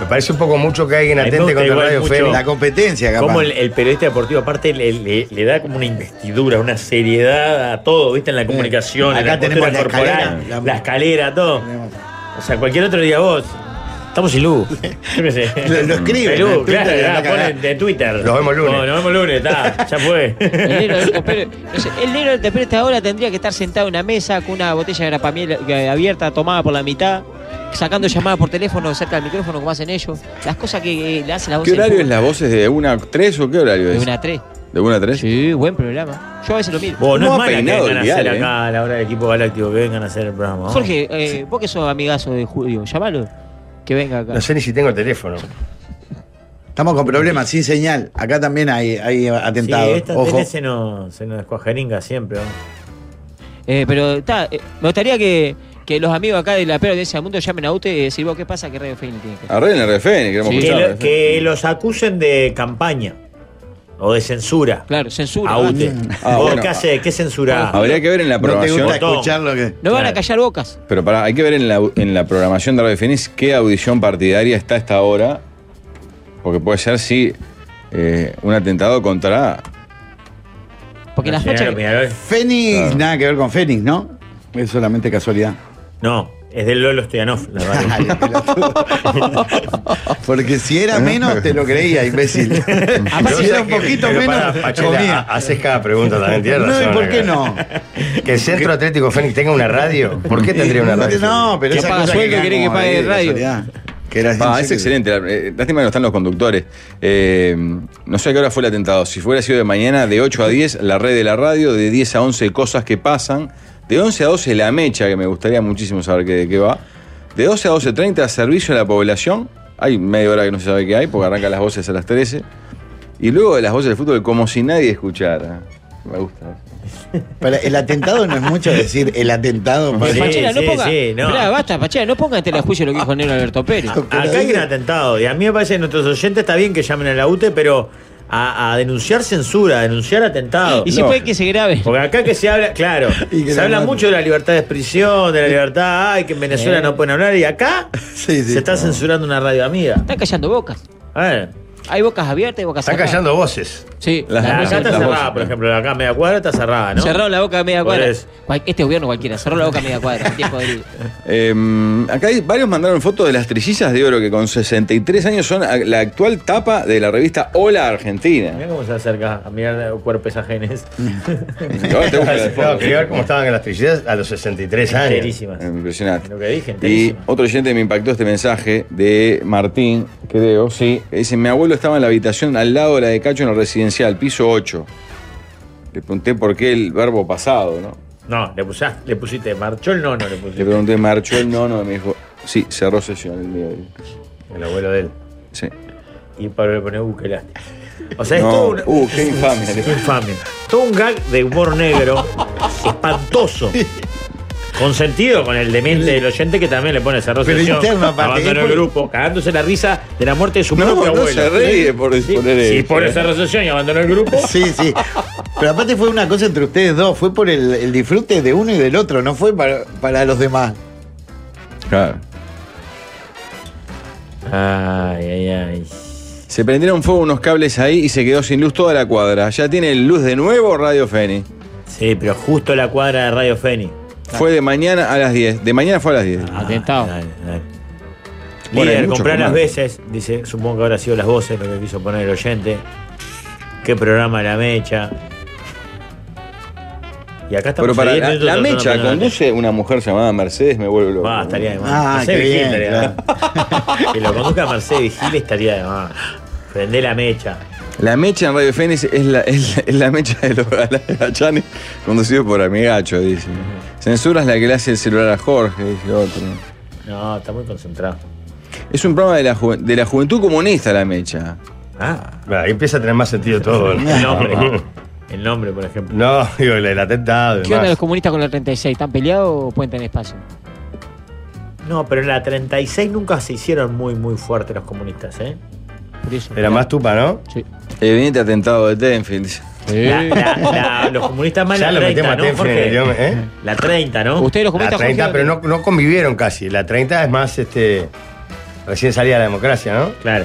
Speaker 1: Me parece un poco mucho que alguien
Speaker 3: Me
Speaker 1: atente
Speaker 3: gusta
Speaker 1: contra
Speaker 3: igual
Speaker 1: Radio
Speaker 3: mucho.
Speaker 1: Fénix.
Speaker 2: La competencia, capaz.
Speaker 3: Como el, el periodista deportivo, aparte, le, le- le da como una investidura, una seriedad a todo, ¿viste? En la comunicación,
Speaker 2: Acá
Speaker 3: en la
Speaker 2: tenemos
Speaker 3: postura
Speaker 2: la
Speaker 3: corporal,
Speaker 2: escalera, la-
Speaker 3: la escalera, todo. O sea, cualquier otro día vos. Estamos sin luz. Yo qué sé.
Speaker 2: Lo- lo escriben
Speaker 3: Sin luz,
Speaker 2: en Twitter,
Speaker 3: claro,
Speaker 2: la
Speaker 3: ya,
Speaker 2: cagada.
Speaker 3: ponen de Twitter.
Speaker 1: Nos vemos lunes.
Speaker 3: No, nos vemos lunes, está, ya fue.
Speaker 5: El negro Alberto Pérez, no sé, el negro Alberto Pérez hasta ahora tendría que estar sentado en una mesa con una botella de grapamiel eh, abierta, tomada por la mitad, sacando llamadas por teléfono cerca del micrófono, como hacen ellos. Las cosas que eh, le hace la voz.
Speaker 4: ¿Qué horario es las voces de 1 a 3 o qué horario
Speaker 5: De
Speaker 4: es?
Speaker 5: una a tres.
Speaker 4: ¿De 1 a 3?
Speaker 5: Sí, buen programa. Yo a veces lo miro.
Speaker 3: Vos, no
Speaker 4: ¿Cómo
Speaker 3: es
Speaker 4: ha
Speaker 3: mala que
Speaker 4: peinado
Speaker 3: vengan a
Speaker 4: el
Speaker 3: hacer
Speaker 2: eh.
Speaker 4: dial,
Speaker 3: acá a la hora del equipo galáctico, que vengan a hacer el programa. vamos.
Speaker 5: Jorge, eh, vos que sos amigazo de Julio, llámalo. Que venga acá.
Speaker 1: No sé ni si tengo el teléfono.
Speaker 2: Estamos con problemas, sin señal. Acá también hay, hay
Speaker 3: Sí,
Speaker 2: atentados.
Speaker 3: esta
Speaker 2: Ojo.
Speaker 3: tele se nos, se nos descuajeringa siempre. vamos.
Speaker 5: Eh, pero está, eh, me gustaría que, que los amigos acá de la peor audiencia del mundo llamen a usted y decir, vos, ¿qué pasa que Radio Fénix tiene que
Speaker 4: Arreglen el refén, queremos
Speaker 5: Sí.
Speaker 3: Que,
Speaker 4: escuchar.
Speaker 3: lo- que los acusen de campaña o de censura.
Speaker 5: Claro, censura. Ah,
Speaker 3: A
Speaker 5: basta.
Speaker 3: UTE.
Speaker 4: Ah,
Speaker 3: Vos,
Speaker 4: bueno.
Speaker 3: ¿Qué hace? ¿Qué censura?
Speaker 4: Habría que ver en la
Speaker 2: No te
Speaker 4: programación.
Speaker 2: gusta
Speaker 3: Botón.
Speaker 2: escuchar lo que.
Speaker 5: No van a
Speaker 3: Claro.
Speaker 5: callar bocas.
Speaker 4: pero pará, hay que ver en la, en la programación de Radio Finis qué audición partidaria está a esta hora. Porque puede ser, sí, eh, un atentado contra.
Speaker 5: Porque las
Speaker 3: Mirá,
Speaker 5: fachas. que-
Speaker 3: mirá, mirá.
Speaker 2: Fénix, nada que ver con Fénix, ¿no? Es solamente casualidad.
Speaker 3: No, es del Lolo Stoyanov, la verdad.
Speaker 2: Ay, pelotudo. Porque si era menos, te lo creía, imbécil.
Speaker 5: Aparte,
Speaker 2: si era un poquito
Speaker 1: Pero
Speaker 2: menos,
Speaker 1: pará, Pachela, ah,
Speaker 2: comía.
Speaker 1: ha- haces cada pregunta también, tienes
Speaker 2: No, ¿y
Speaker 1: razón,
Speaker 2: por qué
Speaker 1: acá.
Speaker 2: no?
Speaker 1: Que el Centro Atlético Fénix tenga una radio. ¿Por qué tendría una radio?
Speaker 2: No, pero
Speaker 5: Que
Speaker 2: esa
Speaker 5: paga
Speaker 2: cosa
Speaker 5: sueldo,
Speaker 2: queda
Speaker 5: querés que
Speaker 2: como
Speaker 5: pague
Speaker 2: ahí de
Speaker 5: radio.
Speaker 2: casualidad. Que era
Speaker 4: Ah, es
Speaker 2: así.
Speaker 4: excelente. la- eh, Lástima que no están los conductores. Eh, no sé a qué hora fue el atentado. Si fuera sido de mañana, de 8 a 10, la red de la radio. De 10 a 11, cosas que pasan. De 11 a 12, la mecha, que me gustaría muchísimo saber qué- de qué va. De 12 a 12.30, servicio a la población. Hay media hora que no se sabe qué hay, porque arrancan las voces a las 13. Y luego de las voces del fútbol, como si nadie escuchara. Me gusta.
Speaker 2: Pero el atentado no es mucho decir el atentado.
Speaker 5: Pero
Speaker 3: Sí,
Speaker 2: parece-
Speaker 5: Pachela, no
Speaker 3: sí,
Speaker 5: ponga.
Speaker 3: sí, no.
Speaker 5: Mirá, basta, Pachela, no ponga en tela de juicio lo que dijo el negro Alberto Pérez.
Speaker 3: Ah, Acá hay un atentado. Y a mí me parece que nuestros oyentes está bien que llamen a la UTE, pero a, a denunciar censura, a denunciar atentado.
Speaker 5: Y si
Speaker 4: No.
Speaker 5: puede que se grabe.
Speaker 3: Porque acá que se habla, claro,
Speaker 2: Y que
Speaker 3: se
Speaker 2: la
Speaker 3: habla
Speaker 2: maten.
Speaker 3: mucho de la libertad de expresión, de la libertad, ay, que en Venezuela
Speaker 5: Eh.
Speaker 3: no pueden hablar, y acá
Speaker 2: Sí, sí.
Speaker 3: se está censurando una radio amiga.
Speaker 5: Están callando bocas.
Speaker 3: A ver,
Speaker 2: Ah,
Speaker 5: Hay bocas abiertas y bocas
Speaker 1: Están
Speaker 5: cerradas.
Speaker 1: callando voces.
Speaker 5: Sí,
Speaker 4: Las-
Speaker 5: las
Speaker 3: la, acá
Speaker 4: voces,
Speaker 3: está
Speaker 4: las
Speaker 3: cerrada,
Speaker 4: voces.
Speaker 3: por ejemplo, la acá media cuadra está cerrada, ¿no?
Speaker 5: Cerraron la boca a media
Speaker 3: Por
Speaker 5: cuadra.
Speaker 3: eso.
Speaker 5: Cual- Este gobierno cualquiera, cerró la boca a media cuadra. el tiempo del-
Speaker 4: Eh, acá hay, varios mandaron fotos de las trillizas de oro que con 63 años son a- la actual tapa de la revista Hola Argentina.
Speaker 3: Mirá cómo se acerca a mirar cuerpos ajenes.
Speaker 4: Ahora te busco la
Speaker 1: No,
Speaker 4: foto.
Speaker 1: quería ver cómo estaban en las trillidas a los 63 años.
Speaker 3: Enterísimas.
Speaker 4: Impresionante.
Speaker 3: Lo que dije,
Speaker 4: Y
Speaker 3: enterísimas.
Speaker 4: otro oyente me impactó este mensaje de Martín, creo, sí. que Dice, mi abuelo estaba en la habitación al lado de la de Cacho en el residencial, piso 8. Le pregunté por qué el verbo pasado, ¿no?
Speaker 3: No, le, pusas- le pusiste marchó el nono, le
Speaker 4: Le
Speaker 3: pusiste.
Speaker 4: pregunté, marchó el nono, y me dijo, Sí, cerró sesión el mío.
Speaker 1: El abuelo de él.
Speaker 4: Sí.
Speaker 3: Y Pablo le pone uh, qué lástima. O sea,
Speaker 4: No,
Speaker 3: es todo un.
Speaker 4: uh, qué infamia.
Speaker 3: Qué infamia. Todo un gag de humor negro espantoso. Consentido con el demente del oyente que también le pone esa
Speaker 2: Pero
Speaker 3: sesión,
Speaker 2: interno, aparte,
Speaker 3: abandonó
Speaker 2: es
Speaker 3: el
Speaker 2: por-
Speaker 3: grupo, cagándose la risa de la muerte de su
Speaker 4: No,
Speaker 3: propio
Speaker 4: no
Speaker 3: abuelo.
Speaker 4: se ríe por-
Speaker 3: Sí,
Speaker 4: por el
Speaker 3: sí,
Speaker 4: hecho,
Speaker 3: por
Speaker 4: eh.
Speaker 3: esa resolución y abandonó el grupo.
Speaker 2: Sí, sí. Pero aparte fue una cosa entre ustedes dos, fue por el, el disfrute de uno y del otro, no fue para, para los demás.
Speaker 4: Claro.
Speaker 3: Ay, ay, ay.
Speaker 4: Se prendieron fuego unos cables ahí y se quedó sin luz toda la cuadra. Ya tiene luz de nuevo Radio Feni.
Speaker 3: Sí, pero justo la cuadra de Radio Feni.
Speaker 4: Fue de mañana a las 10. De mañana fue a las 10.
Speaker 3: Ah,
Speaker 5: Atentado.
Speaker 3: Dale, dale.
Speaker 4: Ah, Bueno, hay
Speaker 3: Líder,
Speaker 4: mucho
Speaker 3: comprar las
Speaker 4: comando.
Speaker 3: veces, dice, supongo que habrá sido las voces lo que quiso poner el oyente. Qué programa la mecha. Y acá estamos
Speaker 4: Pero para
Speaker 3: a 10
Speaker 4: la,
Speaker 3: minutos
Speaker 4: la
Speaker 3: tratando
Speaker 4: mecha
Speaker 3: de poner
Speaker 4: conduce una mujer llamada Mercedes, me vuelvo loco.
Speaker 3: Va, estaría de más.
Speaker 2: Ah,
Speaker 3: Mercedes
Speaker 2: qué
Speaker 3: Vigil
Speaker 2: bien,
Speaker 3: estaría de más. Que lo conduzca Mercedes Vigil estaría de más. Prende la mecha.
Speaker 4: La mecha en Radio Fénix es la, es la, es la mecha de los galachanes conducido por Amigacho, dice. Censura es la que le hace el celular a Jorge, dice otro.
Speaker 3: No, está muy concentrado.
Speaker 4: Es un programa de la, ju- de la juventud comunista la mecha.
Speaker 3: Ah,
Speaker 1: Ahí empieza a tener más sentido todo.
Speaker 3: el nombre. El nombre, por ejemplo.
Speaker 1: No, digo, el, el atentado. y
Speaker 5: ¿Qué onda
Speaker 1: demás.
Speaker 5: los comunistas con la 36? ¿Están peleados o pueden tener espacio?
Speaker 3: No, pero en la 36 nunca se hicieron muy, muy fuertes los comunistas, ¿eh?
Speaker 5: Por eso.
Speaker 1: Era más tupa, ¿no?
Speaker 5: Sí.
Speaker 4: Evidente atentado de Tenfield. dice.
Speaker 3: La- la- la- los comunistas más
Speaker 1: Eh. Ya
Speaker 3: la
Speaker 1: lo
Speaker 3: 30,
Speaker 1: metemos a
Speaker 3: ¿no,
Speaker 1: Tenfield en el
Speaker 3: Jorge?
Speaker 1: idioma, ¿eh?
Speaker 3: La 30, ¿no?
Speaker 5: Ustedes los
Speaker 1: La
Speaker 5: comunistas
Speaker 1: 30,
Speaker 5: Jorge,
Speaker 1: pero no, no convivieron casi. La 30 es más, este. Recién salía la democracia, ¿no?
Speaker 3: Claro.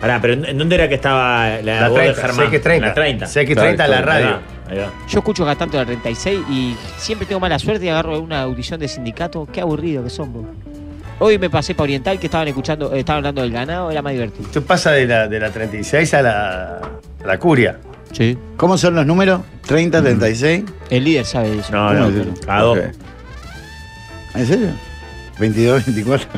Speaker 3: Pará, pero ¿en- ¿en dónde era que estaba la,
Speaker 1: La
Speaker 3: voz de
Speaker 1: 30,
Speaker 3: Germán? La
Speaker 1: CX30.
Speaker 3: 30.
Speaker 1: CX30 la
Speaker 4: Claro,
Speaker 1: radio.
Speaker 3: Ahí va, ahí
Speaker 5: Yo escucho bastante la 36 y siempre tengo mala suerte y agarro una audición de sindicato. Qué aburrido que son, vos. Hoy me pasé para Oriental que estaban escuchando, eh, estaban hablando del ganado, era más divertido.
Speaker 1: Tú pasas de la, de la 36 a la, a la curia.
Speaker 5: Sí.
Speaker 2: ¿Cómo son los números?
Speaker 1: Mm.
Speaker 2: 30, 36.
Speaker 5: El líder sabe de
Speaker 3: va.
Speaker 5: eso.
Speaker 3: No,
Speaker 2: ¿Cómo
Speaker 3: no,
Speaker 2: decirlo?
Speaker 3: cada dos.
Speaker 4: Ok.
Speaker 2: ¿En serio? 22, 24.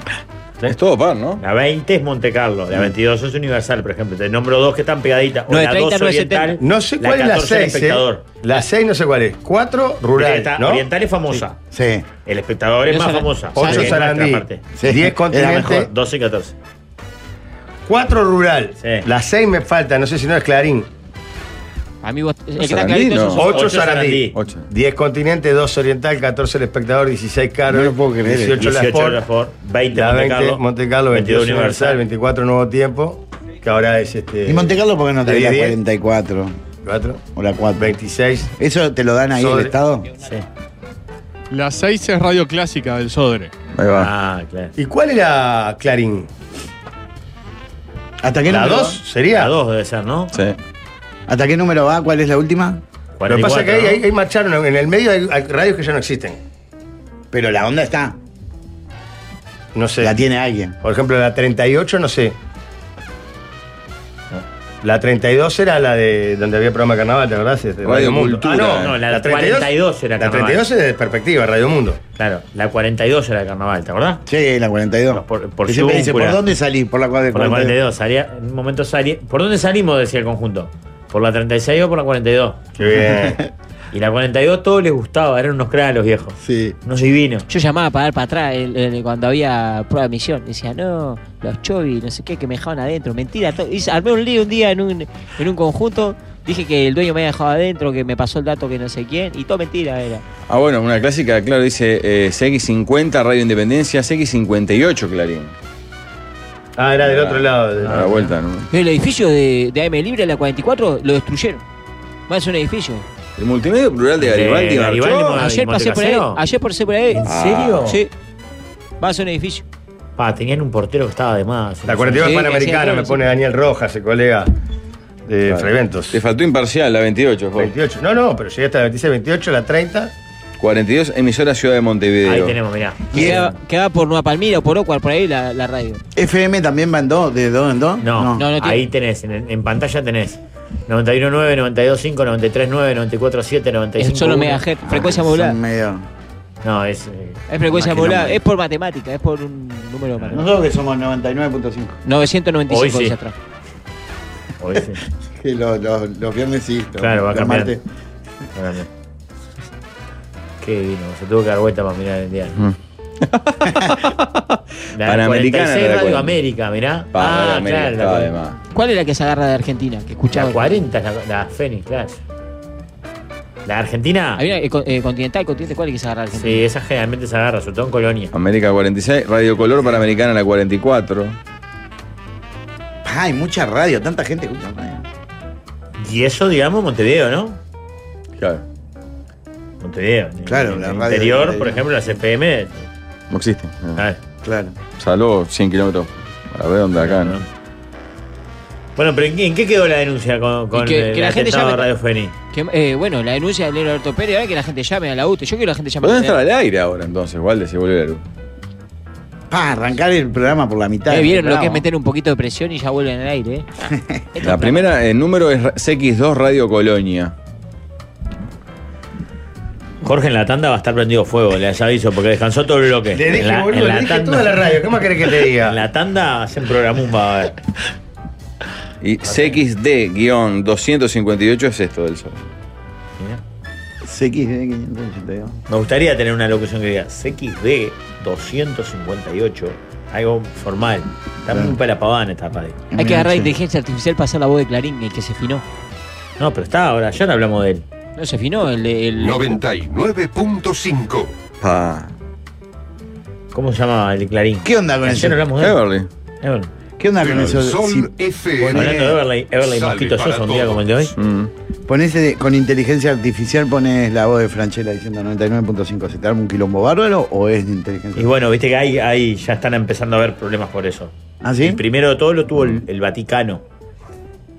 Speaker 4: Es todo par, ¿no?
Speaker 3: La 20 es Monte Carlo,
Speaker 1: Mm.
Speaker 3: la 22 es Universal, por ejemplo. Te nombro dos que están pegaditas. O
Speaker 5: No, de
Speaker 3: la
Speaker 5: 30
Speaker 3: 2
Speaker 5: no es
Speaker 3: Oriental.
Speaker 5: 70.
Speaker 1: No sé cuál es la
Speaker 3: 14 El
Speaker 1: 6.
Speaker 3: espectador.
Speaker 1: ¿eh? La 6 no sé cuál es. 4 rural.
Speaker 3: Oriental,
Speaker 1: ¿no?
Speaker 3: Oriental es famosa.
Speaker 2: Sí.
Speaker 3: El espectador es
Speaker 5: Yo
Speaker 3: más
Speaker 5: Sarandí.
Speaker 3: famosa.
Speaker 5: Ocho
Speaker 1: 8
Speaker 3: Sí, es nuestra
Speaker 1: Sarandí.
Speaker 3: parte.
Speaker 2: Sí,
Speaker 1: 10
Speaker 2: era
Speaker 1: continente.
Speaker 2: mejor.
Speaker 3: 12 y 14.
Speaker 1: 4 rural.
Speaker 3: Sí.
Speaker 1: La 6 me falta, no sé si no es Clarín.
Speaker 5: A mí vos- el que está
Speaker 4: Sarandí,
Speaker 5: clarito
Speaker 4: no.
Speaker 5: es
Speaker 3: Ocho
Speaker 1: 8 Sarandí.
Speaker 3: Sarandí.
Speaker 4: Ocho.
Speaker 1: 10 continente, 2 oriental, 14 el espectador, 16 Carol.
Speaker 2: No lo puedo creer.
Speaker 1: 18 la
Speaker 3: 18
Speaker 1: Sport.
Speaker 3: Sport, 20
Speaker 1: La
Speaker 3: Monte
Speaker 1: 20
Speaker 3: Carlo,
Speaker 1: Monte Carlo, 22 Universal, 24 Nuevo Tiempo, que ahora es este.
Speaker 2: ¿Y Monte Carlo por qué no te da la
Speaker 1: 10,
Speaker 2: 44
Speaker 1: 4,
Speaker 2: o la 4?
Speaker 1: 26.
Speaker 2: ¿Eso te lo dan ahí
Speaker 1: Sobre-
Speaker 2: el Estado?
Speaker 3: Sí.
Speaker 9: La 6 es Radio Clásica del Sodre.
Speaker 4: Ahí va.
Speaker 3: Ah, claro.
Speaker 1: ¿Y cuál era Clarín?
Speaker 2: ¿Hasta qué,
Speaker 1: ¿La
Speaker 2: número
Speaker 1: 2
Speaker 3: La
Speaker 1: sería?
Speaker 3: 2 debe ser, ¿no?
Speaker 4: Sí.
Speaker 2: va? ¿Hasta qué número va? ¿Cuál es la última?
Speaker 1: Lo que pasa es que ahí,
Speaker 3: ¿no?
Speaker 1: ahí- ahí marcharon, en el medio hay, hay radios que ya no existen.
Speaker 2: Pero la onda está.
Speaker 1: No sé.
Speaker 2: La tiene alguien.
Speaker 1: Por ejemplo, la 38, no sé. La 32 era la de donde había programa de carnaval, ¿te acordás? Este,
Speaker 4: Radio Cultura.
Speaker 1: Ah, no,
Speaker 3: No, la
Speaker 1: la, 32,
Speaker 3: 42 era
Speaker 1: La
Speaker 3: carnaval.
Speaker 1: 32 es de perspectiva, Radio Mundo.
Speaker 3: Claro, la 42 era de carnaval, ¿te acordás?
Speaker 2: Sí, la 42.
Speaker 3: No, por- por
Speaker 2: Que siempre dice,
Speaker 3: Súncula.
Speaker 2: ¿por dónde salí? Por la cuadra
Speaker 3: Por la 42, salía, en un momento salía. ¿Por dónde salimos? decía el conjunto. ¿Por la 36 o por la 42?
Speaker 1: Qué bien.
Speaker 3: Y la 42 todo les gustaba, eran unos cracks los viejos.
Speaker 2: Sí.
Speaker 3: Unos divinos.
Speaker 5: Yo llamaba para dar para atrás el- el- cuando había prueba de misión. Decía, no, los chovis, no sé qué, que me dejaban adentro. Mentira. todo. Hice- Armé un lío un día en un, en un conjunto. Dije que el dueño me había dejado adentro, que me pasó el dato que no sé quién. Y todo mentira era.
Speaker 4: Ah, bueno, una clásica, claro, dice eh, CX50, Radio Independencia, CX58, Clarín.
Speaker 1: Ah, era del otro lado.
Speaker 4: A
Speaker 3: Ah,
Speaker 4: la vuelta, ¿no?
Speaker 5: El edificio de, de AM Libre, la 44, lo destruyeron. Más un edificio.
Speaker 4: El multimedio plural de Garibaldi,
Speaker 3: De Garibaldi,
Speaker 4: Barchó.
Speaker 3: Ah, ¿y
Speaker 5: Ayer pasé por ahí.
Speaker 3: Montecasero?
Speaker 5: Ayer pasé por ahí.
Speaker 3: ¿En serio?
Speaker 5: Sí. Más un edificio.
Speaker 3: Pa, tenían un portero que estaba de más.
Speaker 1: La 42
Speaker 5: Sí, que
Speaker 1: Panamericana
Speaker 5: hacía
Speaker 1: me
Speaker 5: todo,
Speaker 1: pone
Speaker 5: sí.
Speaker 1: Daniel Rojas, el colega de
Speaker 4: Claro.
Speaker 1: Freventos.
Speaker 4: Te faltó imparcial, la 28, Jorge.
Speaker 1: 28. No, no, pero llegué hasta la 26, 28, la 30.
Speaker 4: 42, emisora Ciudad de Montevideo.
Speaker 3: Ahí tenemos, mirá.
Speaker 5: Quedaba, quedaba por Nueva Palmira o por Ocuar, por ahí la, la radio.
Speaker 2: ¿FM también van dos? ¿De dos en dos?
Speaker 3: No,
Speaker 5: No, no tiene-
Speaker 3: ahí tenés, en, en pantalla tenés 91.9, 92.5, 93.9, 94.7, 95.
Speaker 5: Es solo megahertz, frecuencia
Speaker 2: Ah, Son
Speaker 5: modulada.
Speaker 2: medio-
Speaker 3: No, es. eh,
Speaker 5: Es frecuencia
Speaker 2: Imagino
Speaker 5: modulada,
Speaker 2: medio.
Speaker 5: es por matemática, es por un número de matemáticas.
Speaker 2: Nosotros que somos 99.5.
Speaker 5: 995
Speaker 3: Hoy sí.
Speaker 5: dice atrás.
Speaker 3: hoy sí.
Speaker 2: Que lo- lo- los viernes sí. los-
Speaker 3: Claro, va a
Speaker 2: los
Speaker 3: cambiar.
Speaker 2: martes.
Speaker 3: Ahora no. Qué divino, se tuvo que dar vuelta para mirar el día. La
Speaker 4: Panamericana. Mm. no
Speaker 3: 46
Speaker 4: la
Speaker 3: Radio
Speaker 4: cuento.
Speaker 3: América, mirá.
Speaker 4: Pa-
Speaker 3: ah,
Speaker 4: América,
Speaker 3: claro.
Speaker 4: estaba
Speaker 3: la-
Speaker 4: de más.
Speaker 5: ¿Cuál es la que se agarra de Argentina? Que escuchaba.
Speaker 3: La 40 es la, la Fénix, claro. La Argentina.
Speaker 5: Había eh, con- eh, continental, continente, ¿cuál es que se agarra de Argentina?
Speaker 3: Sí, esa generalmente se agarra, sobre todo en Colonia.
Speaker 4: América 46, Radio Color Panamericana la 44.
Speaker 2: Pa, hay mucha radio, tanta gente escucha radio.
Speaker 3: Y eso, digamos, Montevideo, ¿no?
Speaker 4: Claro,
Speaker 3: Montevideo.
Speaker 2: Claro,
Speaker 3: en,
Speaker 2: la
Speaker 3: el
Speaker 2: radio de
Speaker 3: interior,
Speaker 2: Montevideo.
Speaker 3: por ejemplo, las ah, FM.
Speaker 4: no existe.
Speaker 3: claro.
Speaker 2: Claro.
Speaker 4: Salvo 100 kilómetros a la redonda acá, ¿no?
Speaker 3: Bueno, pero ¿en qué, en qué quedó la denuncia con, con
Speaker 5: Y que-
Speaker 3: el
Speaker 5: que la gente
Speaker 3: atentado
Speaker 5: llame-
Speaker 3: a Radio Fénix?
Speaker 5: Que, eh, bueno, la denuncia del negro Alberto Pérez, ahora que la gente llame a la UTE. Yo quiero que la gente llame
Speaker 4: ¿Pero
Speaker 5: a
Speaker 4: dónde
Speaker 5: la
Speaker 4: estará
Speaker 5: UTE.
Speaker 4: el aire ahora entonces, Walde, si vuelve la luz?
Speaker 2: Pa, arrancar el programa por la mitad.
Speaker 5: Eh,
Speaker 2: del
Speaker 5: vieron lo
Speaker 2: programa.
Speaker 5: que es meter un poquito de presión y ya vuelven al aire. eh? Esto es
Speaker 4: La
Speaker 5: un
Speaker 4: primera, el número es CX2 Radio Colonia.
Speaker 3: Jorge en la tanda va a estar prendido fuego, les aviso, porque descansó todo el bloque.
Speaker 1: Le dije,
Speaker 3: en la,
Speaker 1: boludo,
Speaker 3: en
Speaker 1: le
Speaker 3: la
Speaker 1: dije
Speaker 3: tanda,
Speaker 1: toda la radio. ¿Qué más querés que te
Speaker 3: En
Speaker 1: diga?
Speaker 3: la tanda hacen programumba, va a ver.
Speaker 4: Y CXD-258 es esto del sol.
Speaker 3: Mirá.
Speaker 2: CX, eh, 582.
Speaker 3: Me gustaría tener una locución que diga CXD 258, algo formal. Está muy para pavana esta radio.
Speaker 5: programa. Hay que agarrar
Speaker 2: Sí.
Speaker 5: inteligencia artificial para hacer la voz de Clarín, el que se finó.
Speaker 3: No, pero está ahora, ya no hablamos de él.
Speaker 5: No se finó, el. de- el
Speaker 11: 99.5.
Speaker 4: Pa.
Speaker 3: ¿Cómo se llamaba el Clarín?
Speaker 2: ¿Qué onda con
Speaker 3: Ayer
Speaker 2: eso?
Speaker 3: no hablamos de él.
Speaker 4: Everly.
Speaker 3: Everly.
Speaker 2: ¿Qué onda con eso? Si
Speaker 11: Sol
Speaker 3: Hablando
Speaker 11: FM.
Speaker 3: de Everly, Everly
Speaker 11: Sale
Speaker 3: Mosquito
Speaker 11: para
Speaker 3: Sosa, un día
Speaker 11: todos.
Speaker 3: como el de hoy.
Speaker 4: Mm.
Speaker 2: pones eh, con inteligencia artificial, pones la voz de Franchella diciendo 99.5, ¿se te arma un quilombo bárbaro o es de inteligencia
Speaker 3: Y bueno, viste que ahí, ahí ya están empezando a haber problemas por eso.
Speaker 2: ¿Ah, sí?
Speaker 3: El primero de todo lo tuvo el, el Vaticano.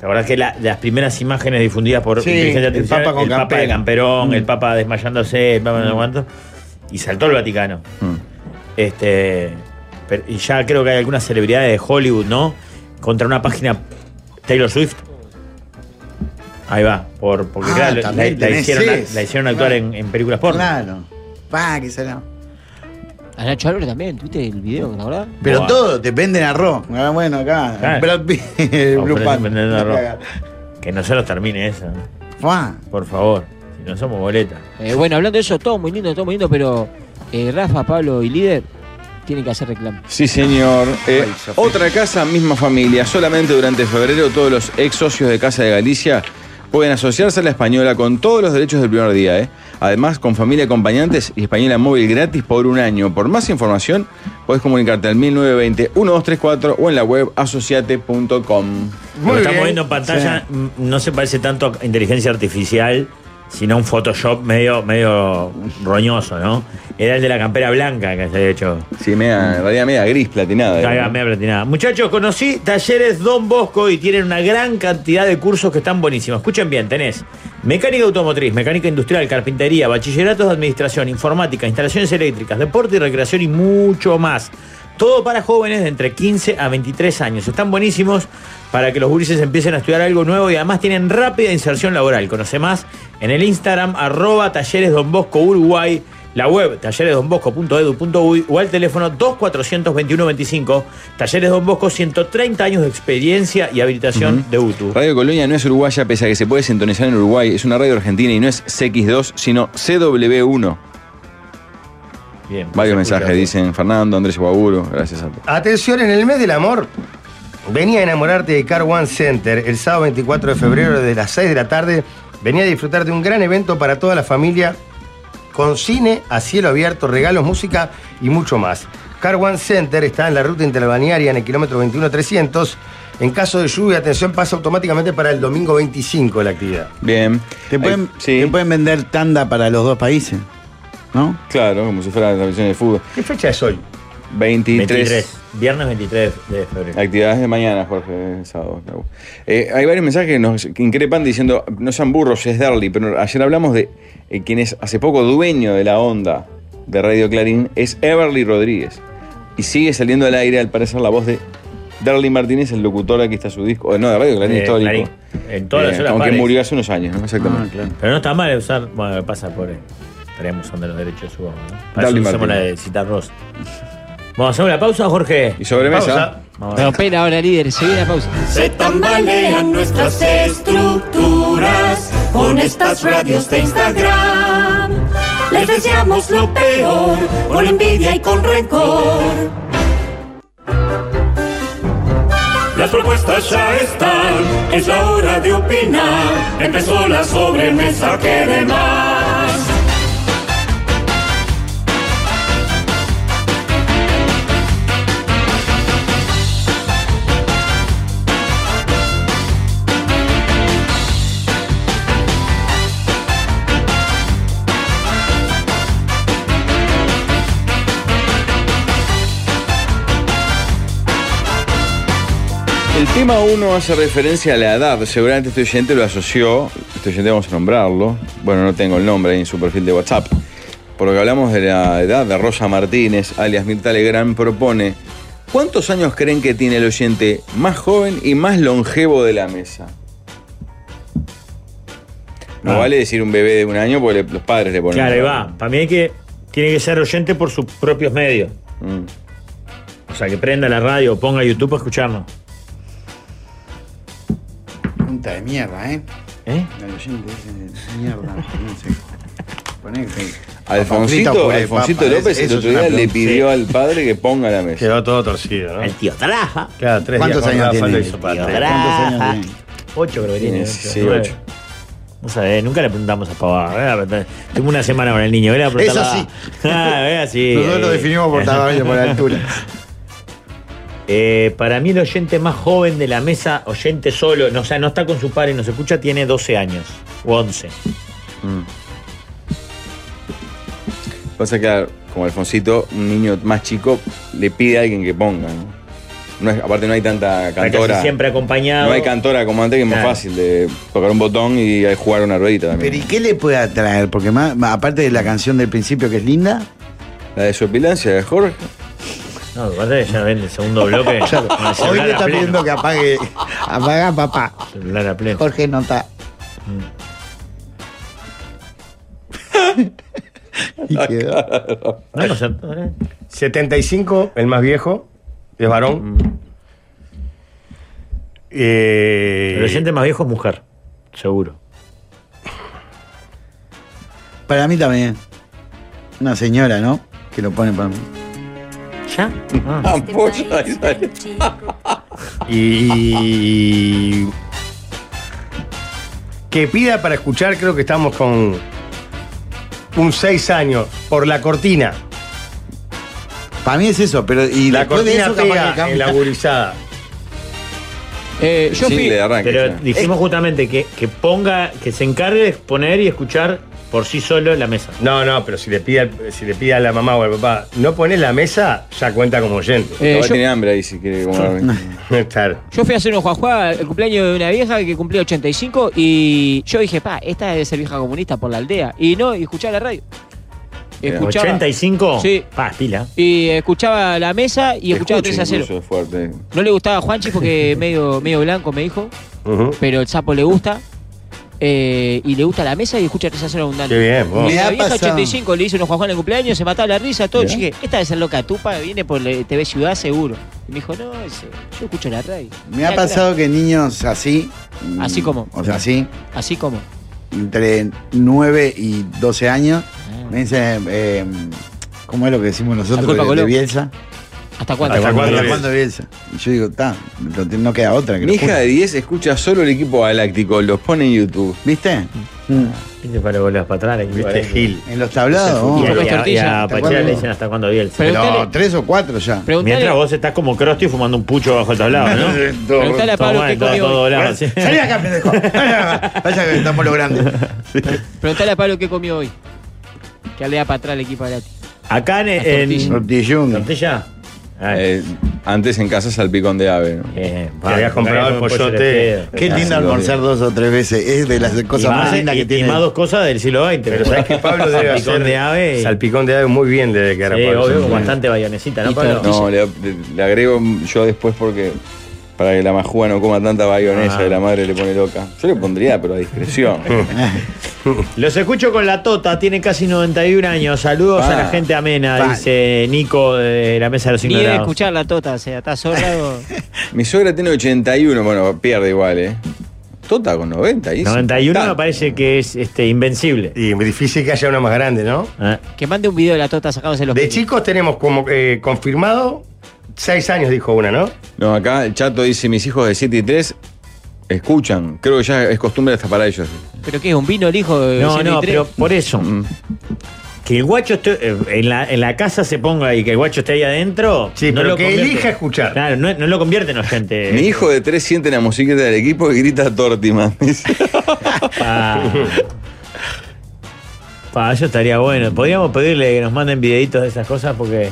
Speaker 3: La verdad es que la- las primeras imágenes difundidas por
Speaker 2: Sí,
Speaker 3: inteligencia
Speaker 2: el
Speaker 3: artificial,
Speaker 2: Papa con
Speaker 3: el Papa de
Speaker 2: campera.
Speaker 3: Camperón,
Speaker 2: Mm.
Speaker 3: el Papa desmayándose, el Papa no sé cuánto, y saltó el Vaticano.
Speaker 4: Mm.
Speaker 3: Este, pero- y ya creo que hay algunas celebridades de Hollywood, ¿no? Contra una página Taylor Swift. Ahí va, por, porque
Speaker 2: Ah,
Speaker 3: claro, la,
Speaker 2: también
Speaker 3: la
Speaker 2: tenés
Speaker 3: hicieron, la,
Speaker 2: eso.
Speaker 3: la hicieron actuar
Speaker 2: Claro.
Speaker 3: en, en películas porno.
Speaker 2: Claro. Pa, que será.
Speaker 5: a Nacho Álvarez también, ¿tuviste el video, la verdad?
Speaker 2: Pero
Speaker 3: Buah.
Speaker 2: todo, te venden arroz. Ah, Bueno, acá.
Speaker 3: Claro.
Speaker 2: Brad Pitt, Blue
Speaker 3: Ofrecen
Speaker 2: Panther.
Speaker 3: vender arroz. Que no se nos termine eso, ¿no?
Speaker 2: Fua.
Speaker 3: por favor. Si no somos boletas.
Speaker 5: Eh, bueno, hablando de eso, todo muy lindo, todo muy lindo, pero eh, Rafa, Pablo y líder tienen que hacer reclamo.
Speaker 4: Sí, señor. Eh, otra casa, misma familia. Solamente durante febrero todos los ex socios de Casa de Galicia pueden asociarse a la española con todos los derechos del primer día. ¿eh? Además, con familia acompañantes y española móvil gratis por un año. Por más información, podés comunicarte al 1920-1234 o en la web asociate.com.
Speaker 3: Lo
Speaker 1: Muy
Speaker 3: que estamos
Speaker 1: bien.
Speaker 3: viendo en pantalla m- no se parece tanto a inteligencia artificial, sino a un Photoshop medio, medio roñoso, ¿no? Era el de la campera blanca que se había hecho.
Speaker 4: Sí, media, en realidad media gris, platinada. ¿eh?
Speaker 3: Caiga, media platinada. Muchachos, conocí Talleres Don Bosco y tienen una gran cantidad de cursos que están buenísimos. Escuchen bien, tenés mecánica automotriz, mecánica industrial, carpintería, bachilleratos de administración, informática, instalaciones eléctricas, deporte y recreación y mucho más. Todo para jóvenes de entre 15 a 23 años. Están buenísimos para que los gurises empiecen a estudiar algo nuevo y además tienen rápida inserción laboral. Conoce más en el Instagram arroba talleres Don Bosco Uruguay, la web talleresdonbosco.edu.uy o al teléfono 2421-25. Talleres Don Bosco, 130 años de experiencia y habilitación de UTU.
Speaker 4: Radio Colonia no es uruguaya, pese a que se puede sintonizar en Uruguay. Es una radio argentina y no es CX2, sino CW1.
Speaker 3: Bien,
Speaker 4: Varios
Speaker 3: se escucha.
Speaker 4: mensajes dicen Fernando, Andrés Guaguro, gracias a todos.
Speaker 1: Atención, en el mes del amor, venía a enamorarte de Car One Center el sábado 24 de febrero de las 6 de la tarde. Venía a disfrutar de un gran evento para toda la familia con cine a cielo abierto, regalos, música y mucho más. Car One Center está en la ruta interbalnearia en el kilómetro 21-300. En caso de lluvia, atención, pasa automáticamente para el domingo 25 la actividad.
Speaker 4: Bien.
Speaker 2: Te pueden,
Speaker 4: Ahí- sí,
Speaker 2: te pueden vender tanda para los dos países. ¿No?
Speaker 4: claro, como si fuera la transmisión de fútbol.
Speaker 1: ¿Qué fecha es hoy?
Speaker 4: 23.
Speaker 3: 23, viernes 23 de febrero.
Speaker 4: Actividades de mañana, Jorge, el sábado. claro. Eh, hay varios mensajes que nos increpan diciendo, no sean burros, es Darly, pero ayer hablamos de eh, quien es hace poco dueño de la onda de Radio Clarín, es Everly Rodríguez. Y sigue saliendo al aire, al parecer, la voz de Darly Martínez, el locutor, aquí está su disco, eh, no, de Radio Clarín
Speaker 3: Eh,
Speaker 4: histórico.
Speaker 3: Clarín. En todas las
Speaker 4: Eh,
Speaker 3: horas
Speaker 4: Aunque
Speaker 3: pares. Ah,
Speaker 4: murió hace unos años, ¿no? Exactamente.
Speaker 3: Pero no está mal usar. Bueno, pasa por. eh, Estaríamos usando los derechos de su voz, ¿no? Para
Speaker 4: Dale,
Speaker 3: eso
Speaker 4: Martín.
Speaker 3: usamos la de Cita Ross. Vamos, hacemos la pausa, Jorge.
Speaker 4: Y sobremesa.
Speaker 1: Pausa.
Speaker 3: Vamos a ver.
Speaker 5: Rompen ahora, líder, se viene la pausa.
Speaker 7: Se tambalean nuestras estructuras con estas radios de Instagram. Les deseamos lo peor, con envidia y con rencor. propuestas ya están, es la hora de opinar. Empezó la sobremesa que de más.
Speaker 4: El tema uno hace referencia a la edad. Seguramente este oyente lo asoció. Este oyente vamos a nombrarlo. Bueno, no tengo el nombre ahí en su perfil de WhatsApp. Por lo que hablamos de la edad de Rosa Martínez, alias Mirta Legrand, propone. ¿Cuántos años creen que tiene el oyente más joven y más longevo de la mesa? No vale decir un bebé de un año porque le- los padres le ponen.
Speaker 3: Ah. Claro, ahí va. Para mí hay que, tiene que ser oyente por sus propios medios.
Speaker 4: Mm.
Speaker 3: O sea, que prenda la radio, ponga YouTube para escucharnos.
Speaker 2: Punta de mierda, ¿eh?
Speaker 3: ¿Eh?
Speaker 2: El oyente dice, mierda, no sé. Poné que-
Speaker 4: Alfonsito,
Speaker 2: Papas fritas, puré,
Speaker 4: Alfonsito
Speaker 2: papas,
Speaker 4: López el
Speaker 2: eso es
Speaker 4: otro
Speaker 2: una
Speaker 4: día le
Speaker 2: pregunta.
Speaker 4: pidió al padre que ponga la mesa.
Speaker 1: Quedó todo torcido, ¿no? El
Speaker 3: tío trabaja.
Speaker 1: Claro, tres
Speaker 4: ¿Cuántos
Speaker 1: días con
Speaker 4: años
Speaker 1: Rafa
Speaker 4: tiene
Speaker 1: lo
Speaker 4: el
Speaker 1: hizo
Speaker 4: tío
Speaker 1: parte.
Speaker 3: Braja. Ocho creo que tiene.
Speaker 4: Tiene
Speaker 3: ocho,
Speaker 4: 16,
Speaker 3: nueve.
Speaker 4: ocho.
Speaker 3: No sabés, nunca le preguntamos a Pavá. ¿eh? Tuve una semana con el niño, ¿verdad?
Speaker 2: Eso sí.
Speaker 3: Ah, es así.
Speaker 2: Nosotros lo definimos por tamaño, por altura.
Speaker 3: Eh, para mí el oyente más joven de la mesa, oyente solo, no, o sea, no está con su padre y nos escucha, tiene 12 años o 11.
Speaker 4: Pasa que, claro, como Alfonsito, un niño más chico le pide a alguien que ponga, ¿no? No es- aparte no hay tanta
Speaker 3: Está casi
Speaker 4: cantora.
Speaker 3: siempre acompañado.
Speaker 4: No hay cantora como antes que es más
Speaker 3: Claro.
Speaker 4: fácil de tocar un botón y jugar una ruedita
Speaker 2: Pero ¿y
Speaker 4: también.
Speaker 2: qué le puede atraer? Porque más, más- aparte de la canción del principio que es linda.
Speaker 4: La de su epilancia de Jorge.
Speaker 3: No, aparte ya ven el segundo bloque.
Speaker 2: Claro.
Speaker 3: con el
Speaker 2: Hoy
Speaker 3: celular
Speaker 2: le
Speaker 3: a
Speaker 2: está
Speaker 3: pleno,
Speaker 2: pidiendo que apague. Apaga, papá.
Speaker 3: celular a pleno.
Speaker 2: Jorge no está. Mm. Y
Speaker 1: quedó.
Speaker 3: No, no, ya- eh.
Speaker 1: 75, el más viejo, es
Speaker 3: Mm.
Speaker 1: varón. Eh,
Speaker 3: El oyente más viejo es mujer, seguro.
Speaker 2: Para mí también. Una señora, ¿no? Que lo pone para mí.
Speaker 3: ¿Ya?
Speaker 4: Ampolla, ahí sale.
Speaker 1: Y. Que pida para escuchar, creo que estamos con un 6 años, por la cortina.
Speaker 2: Para mí es eso, pero. Y
Speaker 1: la
Speaker 2: después de
Speaker 1: cortina
Speaker 2: eso, capaz que
Speaker 1: pega
Speaker 2: cambia.
Speaker 1: en la gurizada.
Speaker 5: Eh,
Speaker 3: Sí,
Speaker 4: Ah,
Speaker 3: pero dijimos justamente que, que ponga, que se encargue de exponer y escuchar por sí solo la mesa.
Speaker 1: No, no, pero si le pide, al- si le pide a la mamá o al papá, no pones la mesa, ya cuenta como oyente.
Speaker 5: Eh, Todavía yo- tiene
Speaker 4: hambre ahí si quiere
Speaker 1: claro.
Speaker 5: Yo fui a hacer un juajuá el cumpleaños de una vieja que cumplía 85 y yo dije, pa, esta debe ser vieja comunista por la aldea. Y no, y escuchaba la radio. Escuchaba-
Speaker 3: 85,
Speaker 5: Sí.
Speaker 3: pa, pila.
Speaker 5: Y escuchaba la mesa y escuchaba 3 a 0.
Speaker 4: Eso es fuerte.
Speaker 5: No le gustaba a Juanchi porque medio, medio blanco, me dijo. Pero el sapo le gusta. eh, y le gusta la mesa y escucha 3 a 0 abundante.
Speaker 1: Qué bien, vos.
Speaker 5: Y
Speaker 1: Me
Speaker 5: la
Speaker 1: ha
Speaker 5: vieja
Speaker 1: pasado.
Speaker 5: 85 le hizo unos juajuanes en el cumpleaños, se mataba la risa, todo.
Speaker 1: Bien.
Speaker 5: Yo dije, esta debe ser loca tupa, viene por la TV Ciudad seguro. Y me dijo, no, dice, yo escucho la radio.
Speaker 2: Me ha
Speaker 5: Mirá,
Speaker 2: pasado que niños así. mm,
Speaker 5: Así como.
Speaker 2: O sea, así.
Speaker 5: Así como.
Speaker 2: entre 9 y 12 años. Me dicen, eh, ¿cómo es lo que decimos nosotros?
Speaker 5: culpa,
Speaker 2: de- de
Speaker 5: Colón.
Speaker 2: Bielsa.
Speaker 5: ¿Hasta
Speaker 2: Ah,
Speaker 5: cuándo?
Speaker 2: ¿Hasta cuándo Bielsa? Y yo digo, está, no te- no queda otra. que
Speaker 4: Mi
Speaker 2: lo
Speaker 4: hija de 10 escucha solo el equipo galáctico, los pone en YouTube.
Speaker 2: ¿Viste?
Speaker 3: Viste para bolas para atrás, el equipo
Speaker 2: Viste,
Speaker 3: de-
Speaker 2: Gil. En los tablados,
Speaker 3: Ese
Speaker 2: vos.
Speaker 3: fútbol.
Speaker 2: Y
Speaker 3: Y,
Speaker 2: comes
Speaker 3: a- y
Speaker 2: tortilla.
Speaker 3: a
Speaker 2: ¿Hasta
Speaker 3: Pachela
Speaker 2: cuándo?
Speaker 3: le dicen hasta cuándo Bielsa.
Speaker 2: Pero tres o cuatro ya.
Speaker 3: Mientras vos estás como Crosti fumando un pucho bajo el tablado, ¿no?
Speaker 2: Todo-
Speaker 3: Todo mal, todo- todo doblado, sí.
Speaker 2: Salí de acá, pendejo. Vaya que estamos logrando.
Speaker 5: Preguntale a Pablo qué comió hoy. Que aldea para atrás el equipo gratis.
Speaker 3: Acá en. en- ¿Tortilla? Ah,
Speaker 4: Eh, antes en casa salpicón de ave. ¿no?
Speaker 3: Que habías comprado el pollote.
Speaker 2: Qué lindo almorzar dos o tres veces. Es de las
Speaker 3: Y
Speaker 2: cosas más
Speaker 3: más-
Speaker 2: lindas
Speaker 3: y-
Speaker 2: que
Speaker 3: y
Speaker 2: tiene.
Speaker 3: más dos cosas del siglo XX.
Speaker 1: Pero sabes que Pablo debe
Speaker 3: Salpicón
Speaker 1: hacer-
Speaker 3: de ave. y-
Speaker 1: Salpicón de ave muy bien desde que era
Speaker 3: Sí,
Speaker 1: Pablo.
Speaker 3: obvio, con bastante bayonecita, ¿no, Pablo?
Speaker 4: No, le, le agrego yo después porque para que la majúa no coma tanta bayonesa
Speaker 3: Ah.
Speaker 4: que la madre le pone loca. Yo le pondría, pero a discreción.
Speaker 3: Los escucho con la Tota, tiene casi 91 años. Saludos
Speaker 4: Pa.
Speaker 3: a la gente amena,
Speaker 4: Pa.
Speaker 3: dice Nico eh, de la Mesa de los
Speaker 5: Ni debe
Speaker 3: Ignorados.
Speaker 5: escuchar la tota, o sea, está sordo.
Speaker 4: Mi suegra tiene 81, bueno, pierde igual, ¿eh? Tota con 90. Y es
Speaker 3: 91 me
Speaker 4: importante.
Speaker 3: parece que es este, invencible. ¿eh?
Speaker 1: Y difícil que haya una más grande, ¿no?
Speaker 5: que mande un video de la tota sacándose los
Speaker 1: De chicos tenemos como eh, confirmado Seis años dijo una, ¿no?
Speaker 4: No, acá el chato dice, mis hijos de 7 y 3 escuchan. Creo que ya es costumbre hasta para ellos.
Speaker 5: ¿Pero qué? ¿Un vino el hijo de
Speaker 3: No,
Speaker 5: 73?
Speaker 3: no, pero por eso.
Speaker 4: Mm.
Speaker 3: Que el guacho esté, eh, en, la, en la casa se ponga y que el guacho esté ahí adentro.
Speaker 4: Sí, pero que elija
Speaker 1: escuchar.
Speaker 3: Claro, no, no lo convierte en oyente.
Speaker 4: Mi hijo de 3 siente la musiquita del equipo y grita Tortima.
Speaker 3: Pa. Ah. Pa, eso estaría bueno. Podríamos pedirle que nos manden videitos de esas cosas porque.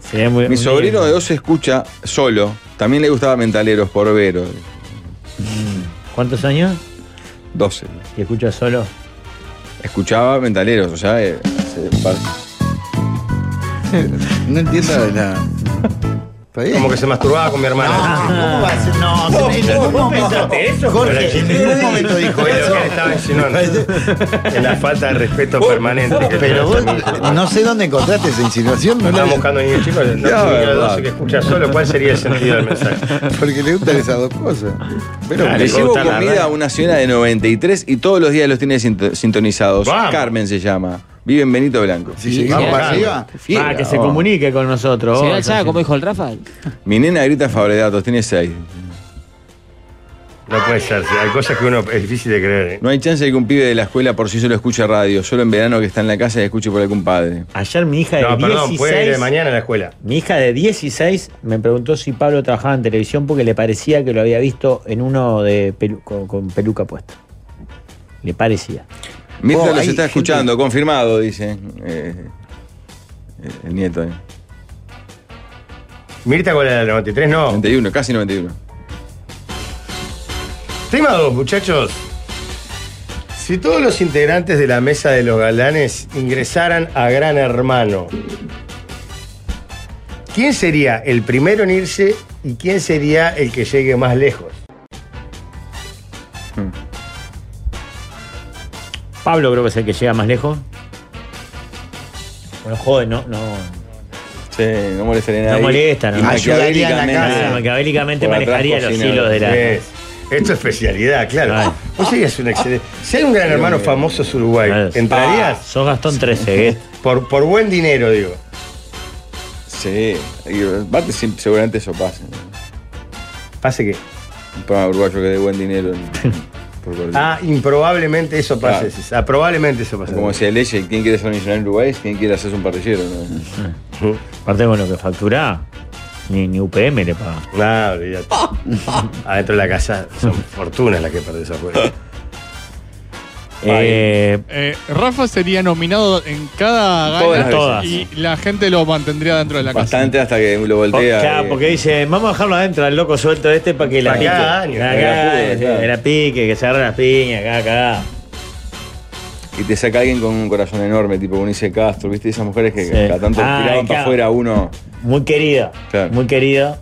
Speaker 3: sería muy-
Speaker 4: Mi
Speaker 3: muy
Speaker 4: sobrino
Speaker 3: lindo.
Speaker 4: de 12 escucha solo. También le gustaba Mentaleros por Vero.
Speaker 3: ¿Cuántos años?
Speaker 4: 12.
Speaker 3: ¿Y escucha solo?
Speaker 4: Escuchaba Mentaleros, o sea, eh, hace par-
Speaker 2: No entiendo nada.
Speaker 1: Como que se masturbaba con mi hermana.
Speaker 2: ¿Cómo va a ser? No,
Speaker 1: ¿Vos-
Speaker 2: se- no,
Speaker 1: vos- vos pensaste
Speaker 2: no.
Speaker 1: eso?
Speaker 2: Jorge, en ningún momento dijo
Speaker 1: Es
Speaker 2: eso.
Speaker 1: lo que estaba insinuando. Es la falta de respeto permanente. que
Speaker 2: Pero vos,
Speaker 1: tenés a esta
Speaker 2: no sé dónde encontraste esa insinuación.
Speaker 1: No estamos buscando niños chicos. No,
Speaker 2: Ya,
Speaker 1: niño de
Speaker 2: verdad.
Speaker 1: 12 que escucha solo. ¿Cuál sería el sentido del mensaje?
Speaker 2: Porque le gustan esas dos cosas.
Speaker 4: Pero
Speaker 1: Claro,
Speaker 4: le
Speaker 1: le
Speaker 4: llevo
Speaker 1: gusta la
Speaker 4: comida
Speaker 1: radio.
Speaker 4: a una señora de 93 y todos los días los tiene sinto- sintonizados. Carmen se llama. Vive en Benito Blanco.
Speaker 3: Vamos, Ah, que se comunique con nosotros.
Speaker 5: ¿Será
Speaker 3: vos.
Speaker 5: alzada como dijo el Rafa?
Speaker 4: Mi nena grita favor de datos, tiene 6.
Speaker 1: No puede ser. Hay cosas que uno es difícil de creer. ¿eh?
Speaker 4: No hay chance de que un pibe de la escuela por sí solo escuche radio, solo en verano que está en la casa y escuche por algún padre.
Speaker 3: Ayer mi
Speaker 2: Eh,
Speaker 3: hija de
Speaker 4: No, perdón,
Speaker 3: 16.
Speaker 4: puede ir de mañana
Speaker 1: a la escuela.
Speaker 3: Mi hija de 16 me preguntó si Pablo trabajaba en televisión porque le parecía que lo había visto en uno de pelu- con, con peluca puesta. Le parecía.
Speaker 4: Mirta
Speaker 3: Oh,
Speaker 4: los
Speaker 3: hay
Speaker 4: está
Speaker 3: gente-
Speaker 4: escuchando, confirmado, dice eh, eh, el nieto. eh.
Speaker 1: Mirta con la 93,
Speaker 3: Oh.
Speaker 1: no.
Speaker 4: 91, casi 91.
Speaker 1: Tema 2, muchachos. Si todos los integrantes de la mesa de los galanes ingresaran a Gran Hermano, ¿quién sería el primero en irse y quién sería el que llegue más lejos?
Speaker 3: Pablo creo que es el que llega más lejos. Bueno, joven, no, no.
Speaker 4: Sí, no molestaría a
Speaker 3: No
Speaker 4: nadie.
Speaker 3: molesta,
Speaker 4: Y
Speaker 3: no. Ayudaría en la
Speaker 4: maquiavélicamente-
Speaker 3: casa. Maquiavélicamente
Speaker 4: por atrás
Speaker 3: manejaría los
Speaker 4: cocina.
Speaker 3: hilos de la.
Speaker 1: Es, es tu especialidad, claro. Vos serías un excelente. Si hay un gran hermano famoso es Uruguay, ¿entrarías?
Speaker 3: Ah, sos Gastón 13, ¿eh?
Speaker 1: Por, por buen dinero, digo.
Speaker 4: Sí, y aparte sí, seguramente eso pase.
Speaker 1: ¿Pase qué?
Speaker 4: Un programa uruguayo que dé buen dinero. en- por gol.
Speaker 1: Ah, improbablemente eso pase. Ah, probablemente eso pase.
Speaker 4: Como decía Leye, ¿quién quiere ser millonario en Uruguay? es ¿Quién quiere hacerse un parrillero? ¿no?
Speaker 3: Aparte con lo que facturá, ni, ni UPM le paga.
Speaker 1: Nada, olvídate. Adentro de la casa son fortunas las que perdés afuera.
Speaker 3: Eh,
Speaker 9: Eh, Rafa sería nominado en cada gala
Speaker 4: Todas las
Speaker 9: todas. y
Speaker 4: veces.
Speaker 9: la gente lo mantendría dentro de la casa.
Speaker 4: Bastante hasta que lo voltea.
Speaker 3: Claro,
Speaker 4: eh,
Speaker 3: porque dice, vamos a dejarlo adentro al loco suelto este para que la
Speaker 1: Pa'
Speaker 3: pique.
Speaker 1: cada año.
Speaker 3: Acá,
Speaker 1: Que la
Speaker 4: juegue,
Speaker 3: sí,
Speaker 4: claro.
Speaker 3: que la pique, que se agarre las piñas, acá, acá.
Speaker 4: Y te saca alguien con un corazón enorme, tipo Unice Castro, ¿viste? Esas mujeres que
Speaker 3: Sí.
Speaker 4: cada tanto
Speaker 3: Ah,
Speaker 4: tiraban para
Speaker 3: claro.
Speaker 4: afuera uno.
Speaker 3: Muy querida. Muy querida.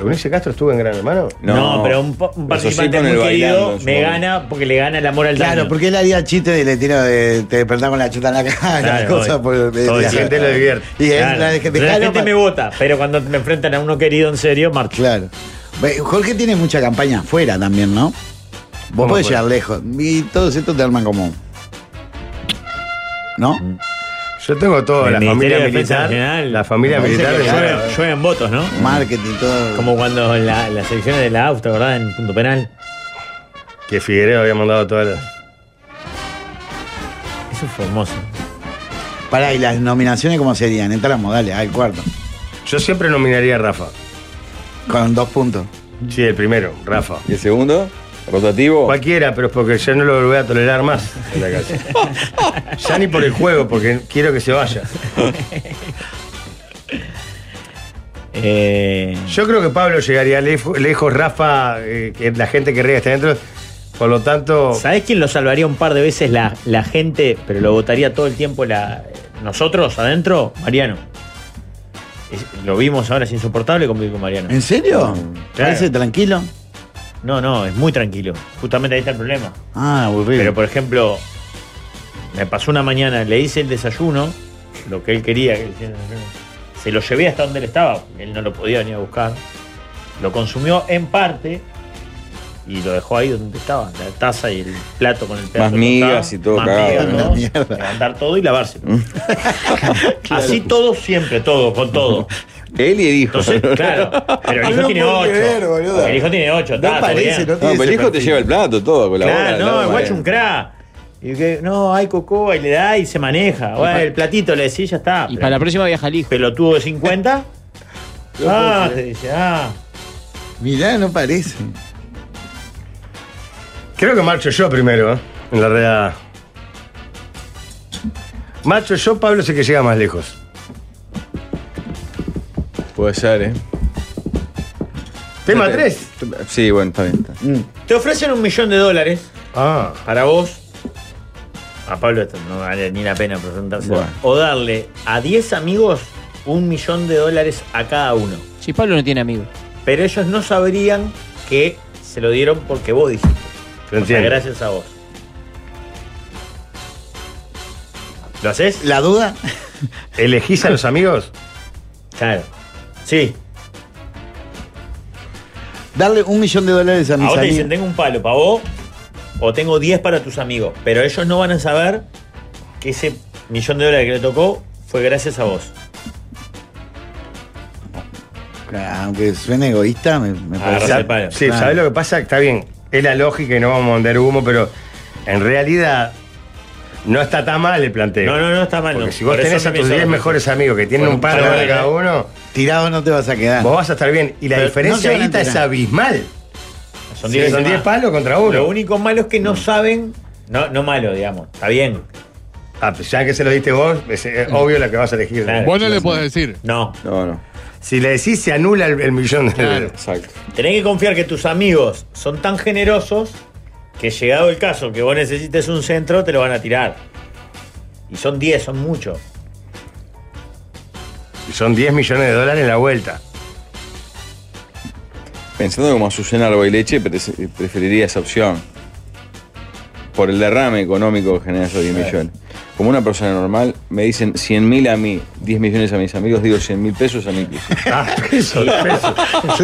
Speaker 1: ¿Eunice Castro estuvo en Gran Hermano?
Speaker 4: No,
Speaker 3: No, pero un, po- un
Speaker 4: pero sí
Speaker 3: participante
Speaker 4: con
Speaker 3: muy
Speaker 4: el bailando
Speaker 3: querido
Speaker 4: en su
Speaker 3: me
Speaker 4: momento.
Speaker 3: gana porque le gana el amor al
Speaker 2: Claro,
Speaker 3: daño.
Speaker 2: porque él haría chiste de le tiro de te despertar con la chuta en la cara,
Speaker 3: Claro,
Speaker 2: cosas
Speaker 3: obvio.
Speaker 2: por
Speaker 3: Todo
Speaker 2: la
Speaker 3: el tiempo.
Speaker 2: Y él,
Speaker 3: Claro.
Speaker 2: la de-
Speaker 3: Pero la
Speaker 2: dejalo
Speaker 3: gente
Speaker 2: pa-
Speaker 3: me vota, pero cuando me enfrentan a uno querido en serio, marcho.
Speaker 2: Claro. Ve, Jorge tiene mucha campaña afuera también, ¿no? Vos podés
Speaker 3: afuera?
Speaker 2: llegar lejos. Y todos estos te arman como. ¿No?
Speaker 3: Mm,
Speaker 1: Yo tengo todo,
Speaker 3: El
Speaker 1: la
Speaker 3: Ministerio
Speaker 1: familia
Speaker 3: de Defensa
Speaker 1: militar.
Speaker 3: Nacional.
Speaker 1: La familia
Speaker 3: Parece
Speaker 1: militar.
Speaker 3: que
Speaker 1: de-
Speaker 3: llueven, llueven votos, ¿no?
Speaker 2: Marketing, todo.
Speaker 3: Como cuando en la- las elecciones de la AUF, ¿te acordás? En punto penal.
Speaker 1: Que Figueredo había mandado todas las.
Speaker 3: Eso fue hermoso.
Speaker 2: Pará, ¿y las nominaciones cómo serían? Entramos, dale, al cuarto.
Speaker 1: Yo siempre nominaría a Rafa.
Speaker 2: Con dos puntos.
Speaker 1: Sí, el primero, Rafa.
Speaker 4: ¿Y el segundo? ¿Rotativo?
Speaker 1: Cualquiera, pero es porque yo no lo voy a tolerar más en la casa. ya ni por el juego, porque quiero que se vaya.
Speaker 3: Eh,
Speaker 1: Yo creo que Pablo llegaría lef- lejos, Rafa, eh, que la gente que ríe está dentro. Por lo tanto.
Speaker 3: ¿Sabés quién lo salvaría un par de veces la, la gente, pero lo votaría todo el tiempo la, nosotros adentro? Mariano. Es- lo vimos ahora, es insoportable convivir con Mariano.
Speaker 2: ¿En serio?
Speaker 3: Claro.
Speaker 2: ¿Parece tranquilo?
Speaker 3: No, no, es muy tranquilo. Justamente ahí está el problema.
Speaker 2: Ah, aburrido.
Speaker 3: Pero por ejemplo, me pasó una mañana, le hice el desayuno, lo que él quería que le hiciera el desayuno. Se lo llevé hasta donde él estaba, él no lo podía venir a buscar. Lo consumió en parte y lo dejó ahí donde estaba, la taza y el plato con el pedazo.
Speaker 4: Más migas
Speaker 3: cortado,
Speaker 4: y todo
Speaker 3: más
Speaker 4: cagado,
Speaker 3: migas,
Speaker 4: ¿no?
Speaker 3: todo,
Speaker 4: Mm.
Speaker 3: levantar todo y lavárselo. Así todo siempre, todo, con todo.
Speaker 4: Él y el hijo.
Speaker 3: claro. Pero el hijo
Speaker 4: No
Speaker 3: tiene
Speaker 4: puedo
Speaker 3: 8.
Speaker 4: creer, boludo.
Speaker 3: el hijo tiene 8, está, todo bien.
Speaker 4: No, pero el hijo te lleva el plato, todo, colabora. Eh,
Speaker 3: Claro, no, el guacho es un crack. Y que, no, hay cocoa y le da y se maneja. Bueno,
Speaker 5: pa-
Speaker 3: el platito le decís, ya está. Y para la
Speaker 5: próxima viaja el hijo.
Speaker 3: Pelotudo de 50. ah, se dice, ah.
Speaker 2: Mirá, no parece.
Speaker 1: Creo que marcho yo primero, ¿eh? en la redada. Marcho yo, Pablo es el que llega más lejos.
Speaker 4: Puede ser, ¿eh?
Speaker 1: Tema
Speaker 4: Te-
Speaker 1: 3.
Speaker 4: Sí, bueno, está bien. está bien.
Speaker 3: Te ofrecen un millón de dólares.
Speaker 1: Ah.
Speaker 3: Para vos. A Pablo esto no vale ni la pena presentárselo.
Speaker 5: Bueno.
Speaker 3: O darle a 10 amigos un millón de dólares a cada uno.
Speaker 5: Si Pablo no tiene amigos.
Speaker 3: Pero ellos no sabrían que se lo dieron porque vos dijiste.
Speaker 1: Lo
Speaker 3: O sea,
Speaker 1: entiendo.
Speaker 3: gracias a vos. ¿Lo haces?
Speaker 2: ¿La duda?
Speaker 1: ¿Elegís a los amigos?
Speaker 3: Claro. Sí.
Speaker 2: Darle un millón de dólares a
Speaker 3: A
Speaker 2: mis
Speaker 3: vos te dicen,
Speaker 2: amigos.
Speaker 3: tengo un palo para vos o tengo 10 para tus amigos. Pero ellos no van a saber que ese millón de dólares que le tocó fue gracias a vos.
Speaker 2: Ah, Aunque suene egoísta, me, me parece.
Speaker 1: Sa- Sí,
Speaker 2: Claro.
Speaker 1: ¿sabés lo que pasa? Está bien, es la lógica y no vamos a vender humo, pero en realidad no está tan mal el planteo.
Speaker 3: No, no, no está mal.
Speaker 1: Porque
Speaker 3: no.
Speaker 1: si vos
Speaker 3: Por eso
Speaker 1: tenés a
Speaker 3: me
Speaker 1: tus
Speaker 3: hizo
Speaker 1: 10
Speaker 3: la-
Speaker 1: mejores amigos que tienen
Speaker 3: Bueno,
Speaker 1: un par de
Speaker 3: para
Speaker 1: dólares cada
Speaker 3: ver,
Speaker 1: uno,
Speaker 2: Tirado no te vas a quedar.
Speaker 1: vos vas a estar bien. Y la
Speaker 3: Pero
Speaker 1: diferencia
Speaker 3: no se van a
Speaker 1: ahorita es
Speaker 3: enterar.
Speaker 1: abismal.
Speaker 3: Son
Speaker 1: Sí,
Speaker 3: 10
Speaker 1: son
Speaker 3: más.
Speaker 1: 10 palos contra uno. Mm.
Speaker 3: Lo único malo es que no saben. No, no malo, digamos. Está bien.
Speaker 1: Ah, pues ya que se lo diste vos, es, eh, obvio la que vas a elegir.
Speaker 3: Claro.
Speaker 9: Vos no le podés decir.
Speaker 3: No.
Speaker 4: No, no.
Speaker 1: Si le decís, se anula el, el millón de dólares.
Speaker 4: Exacto.
Speaker 3: Tenés que confiar que tus amigos son tan generosos que llegado el caso que vos necesites un centro, te lo van a tirar. Y son 10, son muchos.
Speaker 1: Y Son 10 millones de dólares en la vuelta.
Speaker 4: Pensando como Azucena Arbaileche, pre- preferiría esa opción. Por el derrame económico que generan esos 10 millones. Como una persona normal, me dicen 100 mil a mí, 10 millones a mis amigos, digo 100 mil pesos a mí incluso.
Speaker 1: Ah, pesos, pesos.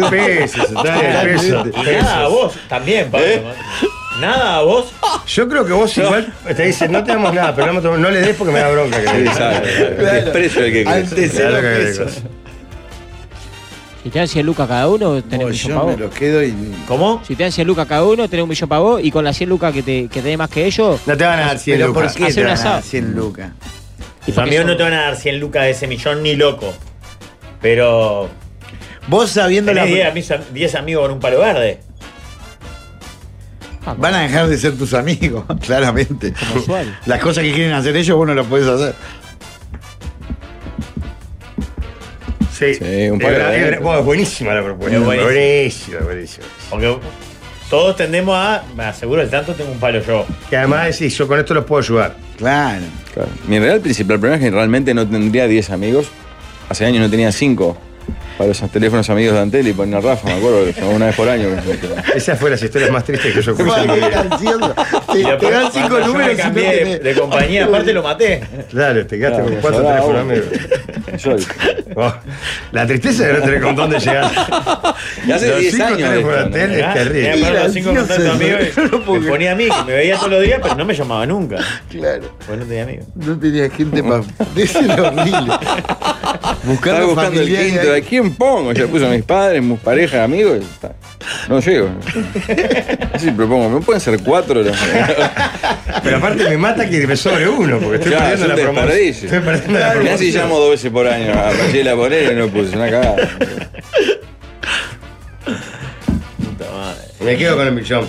Speaker 1: Pesos, está bien, pesos.
Speaker 3: Y nada a vos también, Pablo.
Speaker 2: ¿Eh?
Speaker 3: Nada a vos.
Speaker 1: Yo creo que vos igual te dicen, no tenemos nada, pero no, me tomo- no le des porque me da bronca. Que le des.
Speaker 4: Desprecio el que
Speaker 2: Antes
Speaker 1: Claro
Speaker 2: cero
Speaker 1: que-
Speaker 2: pesos.
Speaker 5: Si te dan 100 lucas cada uno, tenés un
Speaker 2: Vos,
Speaker 5: millón
Speaker 2: Oh, yo
Speaker 5: para
Speaker 2: me
Speaker 5: vos.
Speaker 2: lo quedo y.
Speaker 3: ¿Cómo?
Speaker 5: Si te dan 100 lucas cada uno, tenés un millón para vos. Y con las 100 lucas que, te, que tenés más que ellos,
Speaker 1: No te van a dar 100
Speaker 2: ¿Pero
Speaker 1: lucas.
Speaker 2: por qué
Speaker 5: Hacer
Speaker 2: te
Speaker 5: un
Speaker 2: van a dar
Speaker 5: asado.
Speaker 2: 100 lucas?
Speaker 3: Tus amigos no te van a dar 100 lucas de ese millón ni loco. Pero.
Speaker 2: Vos sabiendo la.
Speaker 3: Tenés 10 amis- 10 amigos con un palo verde.
Speaker 2: Van a dejar de ser tus amigos, claramente.
Speaker 5: Como usual.
Speaker 2: Las cosas que quieren hacer ellos, vos no las podés hacer.
Speaker 1: Sí,
Speaker 4: Sí, un
Speaker 1: Es
Speaker 4: par de
Speaker 1: verdad, es
Speaker 4: veces.
Speaker 1: verdad. Bueno, buenísima la propuesta.
Speaker 3: Es
Speaker 1: Buenísima,
Speaker 3: buenísima.
Speaker 1: buenísima. buenísima.
Speaker 3: Porque todos tendemos a. Me aseguro el tanto tengo un palo yo.
Speaker 1: Que además decís, yo con esto los puedo ayudar.
Speaker 2: Claro.
Speaker 4: Claro. Mi real principal problema es que realmente no tendría 10 amigos. Hace años no tenía 5. Para esos teléfonos amigos de Antel y ponen a Rafa, me acuerdo, que llamaba una vez por año.
Speaker 1: Esas fueron las historias más tristes que yo escuché. en mi vida.
Speaker 2: Te,
Speaker 3: Y aparte,
Speaker 2: te dan
Speaker 3: yo
Speaker 2: cinco
Speaker 3: me
Speaker 2: números y no
Speaker 3: cambié de-
Speaker 2: tenés.
Speaker 3: de compañía, aparte lo maté.
Speaker 1: Claro, te quedaste con cuatro
Speaker 4: Ahora,
Speaker 1: teléfonos
Speaker 4: vos.
Speaker 1: amigos.
Speaker 4: Yo-
Speaker 1: Oh, la tristeza de no tener con dónde llegar.
Speaker 4: Y hace
Speaker 1: Los
Speaker 4: 10
Speaker 1: cinco
Speaker 4: años esto,
Speaker 1: teléfonos de Antel
Speaker 4: ¿no?
Speaker 1: es terrible.
Speaker 3: Tenía para
Speaker 2: Mira,
Speaker 3: los cinco
Speaker 2: no
Speaker 3: contactos
Speaker 2: sé,
Speaker 3: amigos
Speaker 2: no
Speaker 3: y
Speaker 2: lo puedo
Speaker 3: me
Speaker 2: creer.
Speaker 3: ponía a mí, que me veía todos los días, pero no me llamaba nunca.
Speaker 2: Claro.
Speaker 3: Porque no tenía amigos.
Speaker 2: No tenía gente para. Es horrible.
Speaker 4: Estaba
Speaker 2: Buscando,
Speaker 4: buscando el
Speaker 2: familiares
Speaker 4: quinto. ¿A
Speaker 2: ahí.
Speaker 4: quién pongo? Ya puse a mis padres, mis parejas, amigos. está. No llego. Así propongo. ¿Me pueden ser cuatro? los-
Speaker 1: Pero aparte me mata que me sobre uno, porque estoy
Speaker 4: Ya,
Speaker 1: perdiendo
Speaker 4: es un
Speaker 1: la promoción.
Speaker 4: desperdicio.
Speaker 1: Estoy perdiendo la
Speaker 4: Mirá si
Speaker 1: promoción.
Speaker 4: llamo dos veces por año a Pachela por él y no puse una cagada.
Speaker 1: Me quedo con el millón.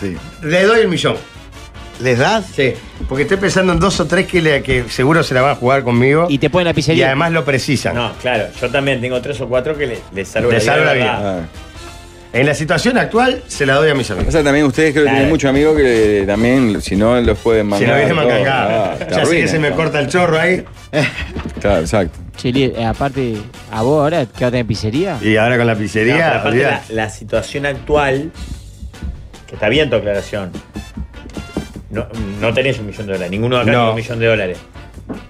Speaker 2: Sí.
Speaker 1: Le doy el millón.
Speaker 2: ¿Les das?
Speaker 1: Sí. Porque estoy pensando en dos o tres que, le- que seguro se la van a jugar conmigo.
Speaker 5: y te ponen la
Speaker 1: Y
Speaker 5: pizzería.
Speaker 1: además lo
Speaker 2: Ah.
Speaker 1: precisan.
Speaker 3: No, claro, yo también tengo tres o cuatro que le- les salvo
Speaker 1: Les salvo la
Speaker 3: de
Speaker 1: vida.
Speaker 3: verdad.
Speaker 4: Ah.
Speaker 1: En la situación actual, se la doy a mis
Speaker 4: O
Speaker 1: amigos.
Speaker 4: sea, también ustedes creo que
Speaker 3: Claro.
Speaker 4: tienen muchos amigos que también, si no, los pueden
Speaker 1: Si
Speaker 4: mandar.
Speaker 1: no viene
Speaker 4: todo.
Speaker 1: macangada.
Speaker 4: Ah, te
Speaker 1: ya sé que
Speaker 4: arruinan,
Speaker 1: se me
Speaker 4: ¿no?
Speaker 1: corta el chorro ahí.
Speaker 4: Claro, exacto.
Speaker 5: Che, Lee, eh, aparte, a vos ahora quedate en pizzería.
Speaker 1: Y ahora con la pizzería,
Speaker 3: No, pero aparte
Speaker 1: olvidá.
Speaker 3: la, la situación actual, que está bien tu aclaración, no, no tenés un millón de dólares, ninguno de acá
Speaker 1: No.
Speaker 3: tiene un millón de dólares,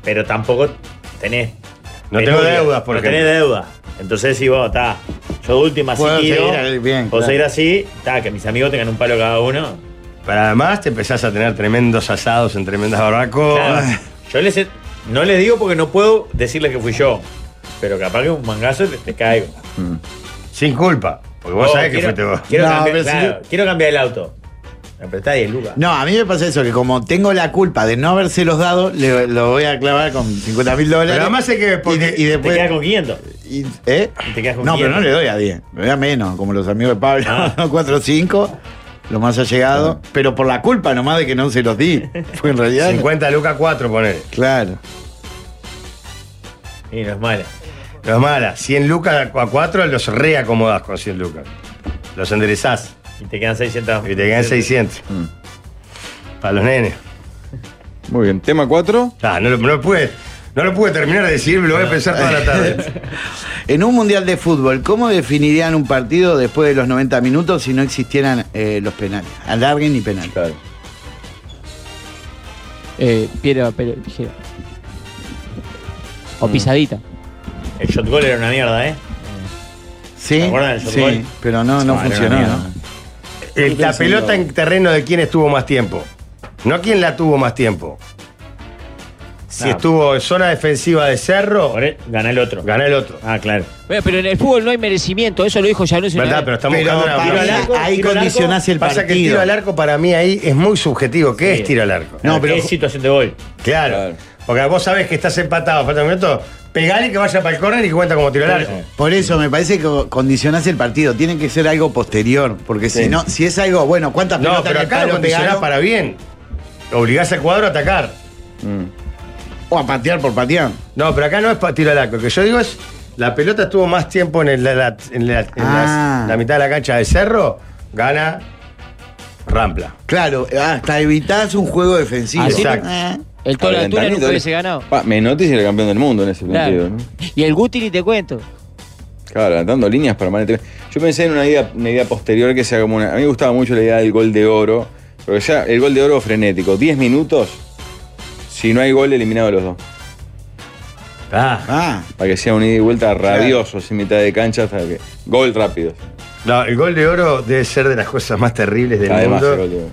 Speaker 3: pero tampoco tenés...
Speaker 1: No
Speaker 3: penuria,
Speaker 1: tengo deudas, por
Speaker 3: No
Speaker 1: ejemplo.
Speaker 3: tenés deuda. Entonces, si vos, está, yo de última si
Speaker 2: Puedo
Speaker 3: tiro,
Speaker 2: seguir
Speaker 1: eh,
Speaker 2: ahí, bien,
Speaker 3: puedo
Speaker 2: claro.
Speaker 3: seguir así, está, que mis amigos tengan un palo cada uno.
Speaker 1: Pero además te empezás a tener tremendos asados en tremendas barbacoas.
Speaker 3: Claro. Yo les he- no les digo porque no puedo decirles que fui yo. Pero capaz que un mangazo te, te cae.
Speaker 1: Sin culpa. Porque vos
Speaker 3: Oh,
Speaker 1: sabés que
Speaker 3: quiero-
Speaker 1: fuiste vos.
Speaker 3: Quiero,
Speaker 2: No,
Speaker 3: cambiar,
Speaker 2: pero si
Speaker 3: claro, quiero cambiar el auto. Me prestás 10 lucas.
Speaker 2: No, a mí me pasa eso, que como tengo la culpa de no haberse los dado, le- lo voy a clavar con 50 mil dólares.
Speaker 1: Pero además es que porque-
Speaker 2: y, y después.
Speaker 3: Te quedas con 500.
Speaker 2: y- ¿eh?
Speaker 3: Te quedas con
Speaker 2: No,
Speaker 3: 500.
Speaker 2: pero no le doy a 10, le doy a menos, como los amigos de Pablo, 4 o 5, lo más ha llegado, pero por la culpa nomás de que no se los di. Fue en realidad.
Speaker 1: 50 lucas 4, poner.
Speaker 2: Claro.
Speaker 3: Y no es mala.
Speaker 1: No es mala. 100 lucas a 4 los reacomodás con 100 lucas. Los enderezás
Speaker 3: Y te quedan 600.
Speaker 1: y te quedan 600. Para los nenes.
Speaker 4: Muy bien. Tema 4.
Speaker 1: Ah, no, lo- no lo pude, no lo pude terminar de decir, lo voy a pensar toda la tarde.
Speaker 2: En un mundial de fútbol, ¿cómo definirían un partido después de los 90 minutos si no existieran eh, los penales? Alarguen y penal.
Speaker 4: Claro.
Speaker 5: Eh, piedra, papel, tijera. O pisadita.
Speaker 3: El shot goal era una mierda, ¿eh?
Speaker 2: ¿Sí?
Speaker 3: ¿Te acuerdas del
Speaker 2: sí,
Speaker 3: fútbol?
Speaker 2: pero no, no
Speaker 4: Ah, era
Speaker 2: funcionó.
Speaker 4: una
Speaker 2: ¿no?
Speaker 1: El- Eh, la pelota en terreno de quién estuvo más tiempo. No quién la tuvo más tiempo. Si
Speaker 3: Ah.
Speaker 1: estuvo en zona defensiva de Cerro,
Speaker 3: Por él, Ganá el otro.
Speaker 1: ganá el otro.
Speaker 3: Ah, claro.
Speaker 5: Bueno, pero en el fútbol no hay merecimiento, eso lo dijo Janus. una
Speaker 1: ¿Verdad? Pero
Speaker 5: vez.
Speaker 1: estamos
Speaker 2: Pero
Speaker 1: buscando
Speaker 2: para
Speaker 1: una...
Speaker 2: mí,
Speaker 3: al arco,
Speaker 2: ahí
Speaker 3: tiro al arco,
Speaker 2: condicionás el
Speaker 1: Pasa que el
Speaker 2: partido.
Speaker 1: tiro al arco para mí ahí es muy subjetivo. ¿Qué es tiro al arco?
Speaker 3: No,
Speaker 2: No, pero-
Speaker 3: pero. Es Ah, situación de gol.
Speaker 1: Claro.
Speaker 4: Claro.
Speaker 1: Porque vos sabés que estás empatado, falta un minuto, pegale que vaya para el córner y cuenta como tiro al arco.
Speaker 2: Por eso me parece que condicionás el partido, tiene que ser algo posterior, porque si no, si es algo, bueno, ¿cuántas
Speaker 1: No,
Speaker 2: pelotas
Speaker 1: pero
Speaker 2: en el
Speaker 1: acá lo
Speaker 2: palo
Speaker 1: condicionás
Speaker 2: pegaron?
Speaker 1: para bien. Obligás al cuadro a atacar.
Speaker 2: o a patear por patear?
Speaker 1: No, pero acá no es para tiro al arco. Lo que yo digo es, la pelota estuvo más tiempo en, el- la, la- en la- en
Speaker 2: Ah.
Speaker 1: las- la mitad de la cancha de Cerro, gana Rampla.
Speaker 2: Claro, hasta evitás un juego defensivo.
Speaker 5: Así-
Speaker 1: Exacto.
Speaker 2: Eh.
Speaker 5: El Toro Altura nunca hubiese ganado.
Speaker 4: Pa, Menotti era campeón del mundo en ese sentido,
Speaker 5: Claro.
Speaker 4: ¿no?
Speaker 5: Y el Guti ni te cuento.
Speaker 4: Claro, dando líneas permanentemente. Yo pensé en una idea, una idea posterior que sea como una. A mí me gustaba mucho la idea del gol de oro. Pero ya el gol de oro frenético. 10 minutos. Si no hay gol, eliminado los dos.
Speaker 1: Ah.
Speaker 2: Ah,
Speaker 4: Para que sea un ida y vuelta rabioso sin mitad de cancha hasta que. Gol rápido.
Speaker 1: No, el gol de oro debe ser de las cosas más terribles del
Speaker 4: Además, el
Speaker 1: mundo.
Speaker 4: gol de oro.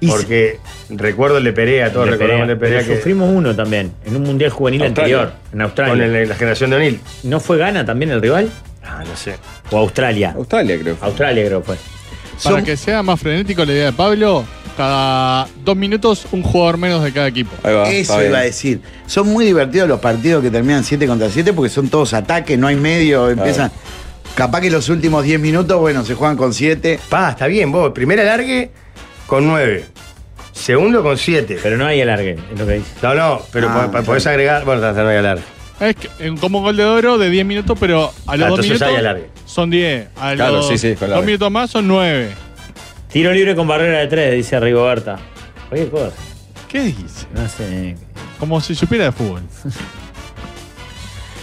Speaker 2: y si-
Speaker 1: Porque recuerdo el de Perea, todos
Speaker 3: Le
Speaker 1: recordamos el de
Speaker 3: Pero
Speaker 1: Perea que
Speaker 3: sufrimos uno también. En un mundial juvenil
Speaker 4: Australia.
Speaker 3: anterior. En
Speaker 1: con
Speaker 3: Australia.
Speaker 1: el- la generación de O'Neill.
Speaker 3: ¿No fue Ghana también el rival?
Speaker 1: Ah, no sé.
Speaker 3: ¿O Australia?
Speaker 4: Australia, creo.
Speaker 3: Australia creo fue.
Speaker 9: Para
Speaker 2: Som-
Speaker 9: que sea más frenético la idea de Pablo, cada dos minutos un jugador menos de cada equipo.
Speaker 4: Ahí va, está
Speaker 2: Eso
Speaker 4: bien.
Speaker 2: iba a decir. Son muy divertidos los partidos que terminan 7 contra 7 porque son todos ataques, no hay medio, empiezan. Capaz que los últimos 10 minutos, bueno, se juegan con 7.
Speaker 1: Pa, está bien, vos. Primer alargue con 9. Segundo con 7.
Speaker 3: Pero no hay alargue, es lo que dice.
Speaker 1: No, no, pero
Speaker 2: Ah,
Speaker 1: po- po-
Speaker 2: claro.
Speaker 1: podés agregar. Bueno, hasta no hay alargue.
Speaker 9: Es que, en- como un gol de oro de 10 minutos, pero a los 2
Speaker 1: Ah, entonces
Speaker 9: minutos
Speaker 1: hay alargue.
Speaker 9: son 10. A
Speaker 4: Claro,
Speaker 9: los
Speaker 4: sí, sí, con alargue.
Speaker 9: 2 minutos más son 9.
Speaker 3: Tiro libre con barrera de tres, dice Rigoberta. Oye, cosa.
Speaker 9: ¿Qué dice?
Speaker 3: No sé.
Speaker 9: Como si supiera de fútbol.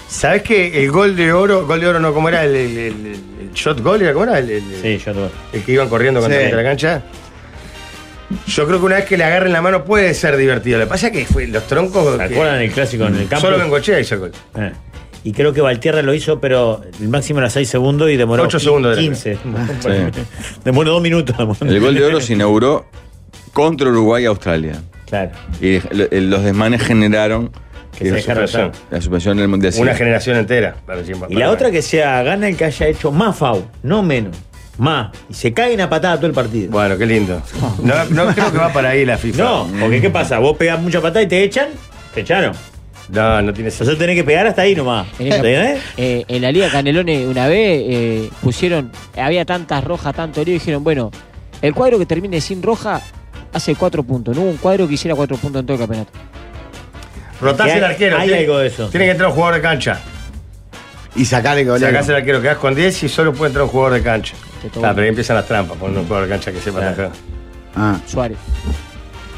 Speaker 1: ¿Sabés que el gol de oro, gol de oro no, cómo era? El, el- el- el shot goal, era, ¿cómo era? El, el-
Speaker 3: Sí, yo tuve.
Speaker 1: el que iban corriendo contra
Speaker 2: Sí.
Speaker 1: la mitad de la cancha. Yo creo que una vez que le agarren la mano puede ser divertido. Lo que pasa es que fue los troncos.
Speaker 3: ¿Se
Speaker 1: que-
Speaker 3: acuerdan el clásico en el campo?
Speaker 1: Solo Bengochea hizo el gol.
Speaker 3: Eh. Y creo que Valtierra lo hizo, pero el máximo era 6 segundos y demoró
Speaker 1: Ocho
Speaker 3: qui-
Speaker 1: segundos de la
Speaker 3: 15. Demoró 2 minutos.
Speaker 4: El gol de oro se inauguró contra Uruguay y Australia.
Speaker 3: Claro.
Speaker 4: Y lo- los desmanes generaron
Speaker 3: Que se dejaron
Speaker 1: superación.
Speaker 3: atrás.
Speaker 4: la suspensión del Mundial.
Speaker 1: Una
Speaker 4: Sí.
Speaker 1: generación entera. para el Chimpa-
Speaker 3: Y la otra que sea gana el que haya hecho más foul, no menos. Más. Y se caguen a patada todo el partido.
Speaker 1: Bueno, qué lindo. No, no creo que va para ahí la FIFA.
Speaker 3: No, porque ¿qué pasa? Vos pegás mucha patada y te echan, te echaron.
Speaker 1: No, no tiene sentido.
Speaker 3: Entonces tenés que pegar hasta ahí nomás.
Speaker 5: En esa-
Speaker 3: ¿Entendés?
Speaker 5: eh, en la Liga Canelones una vez eh, pusieron, había tantas rojas, tanto lío, y dijeron, bueno, el cuadro que termine sin roja hace cuatro puntos. No hubo un cuadro que hiciera cuatro puntos en todo el campeonato.
Speaker 1: Rotás
Speaker 3: Hay-
Speaker 1: el arquero.
Speaker 3: hay
Speaker 1: tiene-
Speaker 3: algo de eso.
Speaker 1: Tiene que entrar un jugador de cancha.
Speaker 2: Y sacar el golero.
Speaker 1: Sacás el arquero, quedás con 10 y solo puede entrar un jugador de cancha.
Speaker 5: Te tomo.
Speaker 1: Ah, pero ahí empiezan las trampas, pon un jugador de cancha que sepa
Speaker 3: Claro.
Speaker 1: atajar.
Speaker 2: Ah.
Speaker 5: Suárez,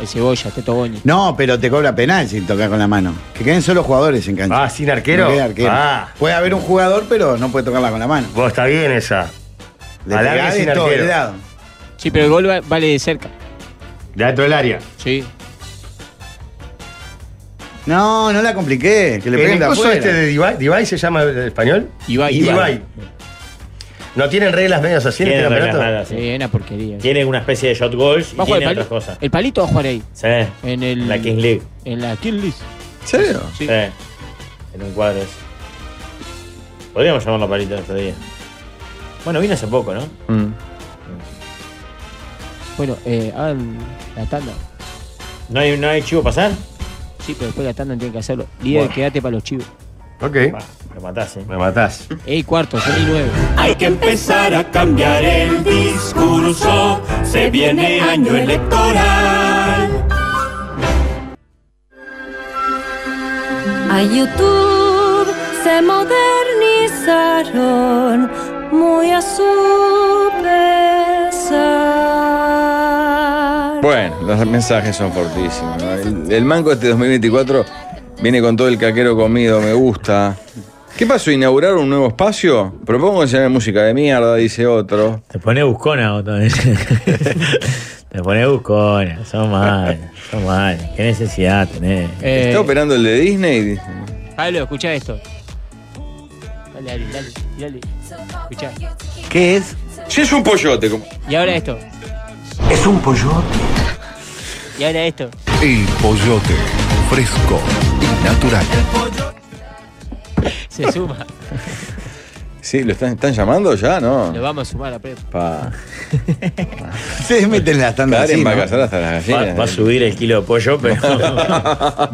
Speaker 5: el Cebolla, Teto Boñi.
Speaker 2: No, pero te cobra penal si tocas con la mano. Que queden solo jugadores en cancha.
Speaker 1: Ah, sin arquero.
Speaker 2: No queda arquero.
Speaker 1: Ah,
Speaker 2: Puede haber un jugador, pero no puede tocarla con la mano.
Speaker 1: vos está bien esa.
Speaker 2: Le
Speaker 1: Alargue
Speaker 2: pegás de
Speaker 1: sin
Speaker 2: todo
Speaker 1: arquero.
Speaker 2: el lado.
Speaker 5: Sí, pero el gol va- vale de cerca.
Speaker 1: De adentro del área.
Speaker 5: Sí.
Speaker 2: No, no la compliqué. Que le
Speaker 1: el
Speaker 2: peguen de
Speaker 1: coso
Speaker 2: afuera.
Speaker 1: este de Ibai, Ibai se llama en español.
Speaker 5: Ibai.
Speaker 1: Ibai. ¿No tienen reglas medias así en este
Speaker 3: Tienen reglas
Speaker 1: campeonato?
Speaker 3: raras,
Speaker 5: Sí,
Speaker 3: sí.
Speaker 5: es una porquería.
Speaker 3: Tienen una especie de shot goals
Speaker 5: Va
Speaker 3: y
Speaker 5: a jugar
Speaker 3: tienen
Speaker 5: el
Speaker 3: otras
Speaker 5: palito.
Speaker 3: cosas.
Speaker 5: El palito va a jugar ahí.
Speaker 3: Sí.
Speaker 5: En el,
Speaker 3: La Kings League.
Speaker 5: En la Kings League.
Speaker 4: ¿En serio?
Speaker 5: Sí.
Speaker 3: Sí. En un cuadro ese. Podríamos llamarlo a Palito otro día. Bueno, vino hace poco, ¿no?
Speaker 5: Bueno, eh, hagan la tanda.
Speaker 3: ¿No hay, ¿No hay chivo pasar?
Speaker 5: Sí, pero después la tanda tienen que hacerlo. Líder,
Speaker 3: Bueno.
Speaker 5: quédate para los chivos.
Speaker 1: Ok.
Speaker 3: Me matás, ¿eh?
Speaker 1: Me matás.
Speaker 5: Ey, cuarto, son y nueve.
Speaker 7: Hay que empezar a cambiar el discurso. Se viene año electoral.
Speaker 8: A YouTube se modernizaron muy a su pesar.
Speaker 4: Bueno, los mensajes son fortísimos. ¿no? El, el manco este 2024 viene con todo el caquero comido, me gusta. ¿Qué pasó? ¿Inaugurar un nuevo espacio? Propongo enseñar música de mierda, dice otro.
Speaker 3: Te pone buscona vos también. Te pone buscona. Son mal. Son mal. ¿Qué necesidad tenés?
Speaker 5: Eh,
Speaker 4: ¿Está operando el de Disney?
Speaker 5: Pablo, escucha esto. Dale, dale, dale, dale. Escucha.
Speaker 2: ¿Qué es?
Speaker 4: Sí, es un pollote. como-
Speaker 5: Y ahora esto.
Speaker 11: Es un pollote.
Speaker 5: Y ahora esto.
Speaker 11: El pollote. Fresco y natural.
Speaker 5: Se suma.
Speaker 4: Sí, ¿lo están, están llamando ya? No.
Speaker 5: Lo vamos a sumar a Prep.
Speaker 4: Pa.
Speaker 2: Se meten las tandas
Speaker 4: Karen
Speaker 2: así,
Speaker 4: va a
Speaker 2: ¿no?
Speaker 4: cazar hasta las
Speaker 3: Va,
Speaker 1: eh,
Speaker 4: gallinas.
Speaker 3: va a subir el kilo de pollo, pero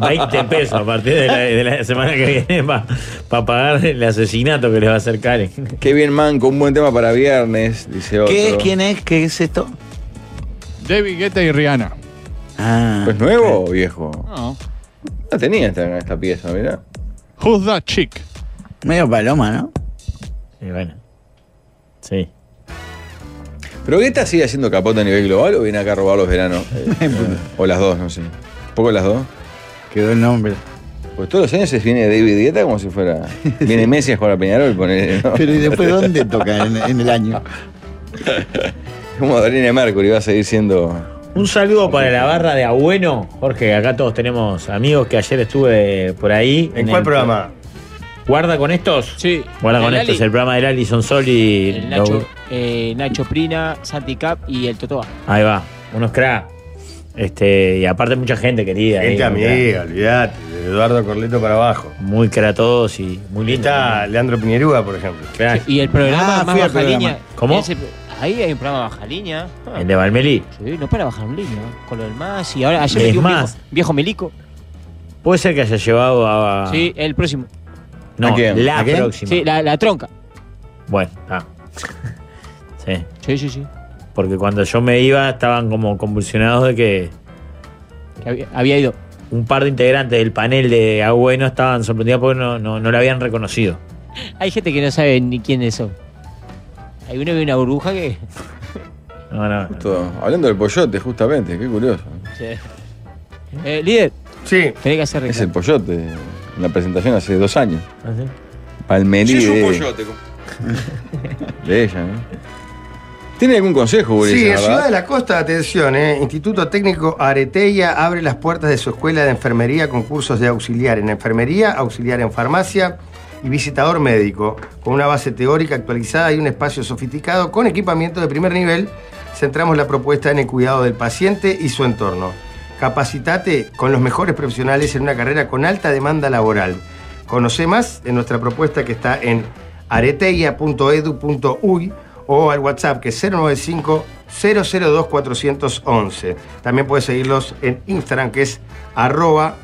Speaker 3: 20 pesos a partir de la, de la semana que viene para pagar el asesinato que le va a hacer Karen.
Speaker 4: Qué bien, manco. Un buen tema para viernes, dice otro.
Speaker 2: ¿Qué es? ¿Quién es? ¿Qué es esto?
Speaker 9: David Guetta y Rihanna.
Speaker 2: Ah.
Speaker 4: ¿Es nuevo o viejo?
Speaker 9: No.
Speaker 4: No tenía esta, esta pieza, mirá.
Speaker 9: Who's that chick?
Speaker 2: Medio paloma, ¿no?
Speaker 3: Y bueno. Sí.
Speaker 4: ¿Pero Guetta sigue haciendo capota a nivel global o viene acá a robar los veranos? Eh, o las dos, no sé. ¿Un poco las dos?
Speaker 2: Quedó el nombre.
Speaker 4: Pues todos los años se viene David Guetta como si fuera. Viene Messi a jugar a Peñarol, ponele, ¿no?
Speaker 2: Pero ¿y después dónde toca en, en el año?
Speaker 4: Como Adriana Mercury va a seguir siendo.
Speaker 3: Un saludo para la barra de Abueno. Jorge, acá todos tenemos amigos que ayer estuve por ahí.
Speaker 1: ¿En cuál
Speaker 3: el-
Speaker 1: programa?
Speaker 3: ¿Guarda con estos?
Speaker 5: Sí.
Speaker 3: Guarda con
Speaker 5: El
Speaker 3: estos.
Speaker 5: Ali,
Speaker 3: El programa del Alison Sol y.
Speaker 5: el Nacho, eh, Nacho Prina, Santi Cap y el Totoba.
Speaker 3: Ahí va. Unos crack. Este, y aparte mucha gente querida. ahí,
Speaker 1: Gente
Speaker 3: muy crack.
Speaker 1: amiga, olvídate. Este De Eduardo Corleto para abajo.
Speaker 3: Muy crack todos y muy lindo.
Speaker 1: Está Leandro Piñerúa, por ejemplo.
Speaker 3: Crack.
Speaker 5: Y el programa
Speaker 2: Ah,
Speaker 5: más
Speaker 2: fui al
Speaker 5: baja
Speaker 2: programa.
Speaker 5: línea.
Speaker 3: ¿Cómo?
Speaker 5: Ese- ahí hay un programa baja línea. Ah,
Speaker 3: El de Valmelí.
Speaker 5: sí, no para bajar un línea. Con lo del más. Y ahora ayer
Speaker 3: Es
Speaker 5: metió un
Speaker 3: más.
Speaker 5: viejo, viejo milico.
Speaker 3: Puede ser que haya llevado a.
Speaker 5: Sí, el próximo.
Speaker 3: No,
Speaker 4: ¿A quién?
Speaker 3: la
Speaker 1: ¿A quién?
Speaker 3: próxima.
Speaker 5: Sí, la, la tronca.
Speaker 3: Bueno, ah. sí.
Speaker 5: Sí, sí, sí.
Speaker 3: Porque cuando yo me iba estaban como convulsionados de que
Speaker 5: Que había, había ido.
Speaker 3: un par de integrantes del panel de Agüeno estaban sorprendidos porque no, no, no lo habían reconocido.
Speaker 5: Hay gente que no sabe ni quiénes son. Hay uno que ve una burbuja que.
Speaker 3: No, no.
Speaker 4: Todo. Hablando del pollote, justamente, qué curioso.
Speaker 5: Eh, líder,
Speaker 1: Sí.
Speaker 5: tenés que hacer
Speaker 4: Es el
Speaker 5: reclamo.
Speaker 4: pollote. En la presentación hace dos años.
Speaker 3: ¿Ah, sí?
Speaker 4: Palmerí de,
Speaker 11: como-
Speaker 4: de ella, ¿no? ¿Tiene algún consejo,
Speaker 11: Pues
Speaker 4: Gurisa?
Speaker 1: Sí, en
Speaker 4: verdad?
Speaker 1: Ciudad de la Costa, atención, ¿eh? Instituto Técnico Areteia abre las puertas de su escuela de enfermería con cursos de auxiliar en enfermería, auxiliar en farmacia y visitador médico, con una base teórica actualizada y un espacio sofisticado con equipamiento de primer nivel. Centramos la propuesta en el cuidado del paciente y su entorno. Capacitate con los mejores profesionales en una carrera con alta demanda laboral. Conoce más en nuestra propuesta que está en areteia.edu.uy o al WhatsApp que es 095 002 411. También puedes seguirlos en Instagram que es arroba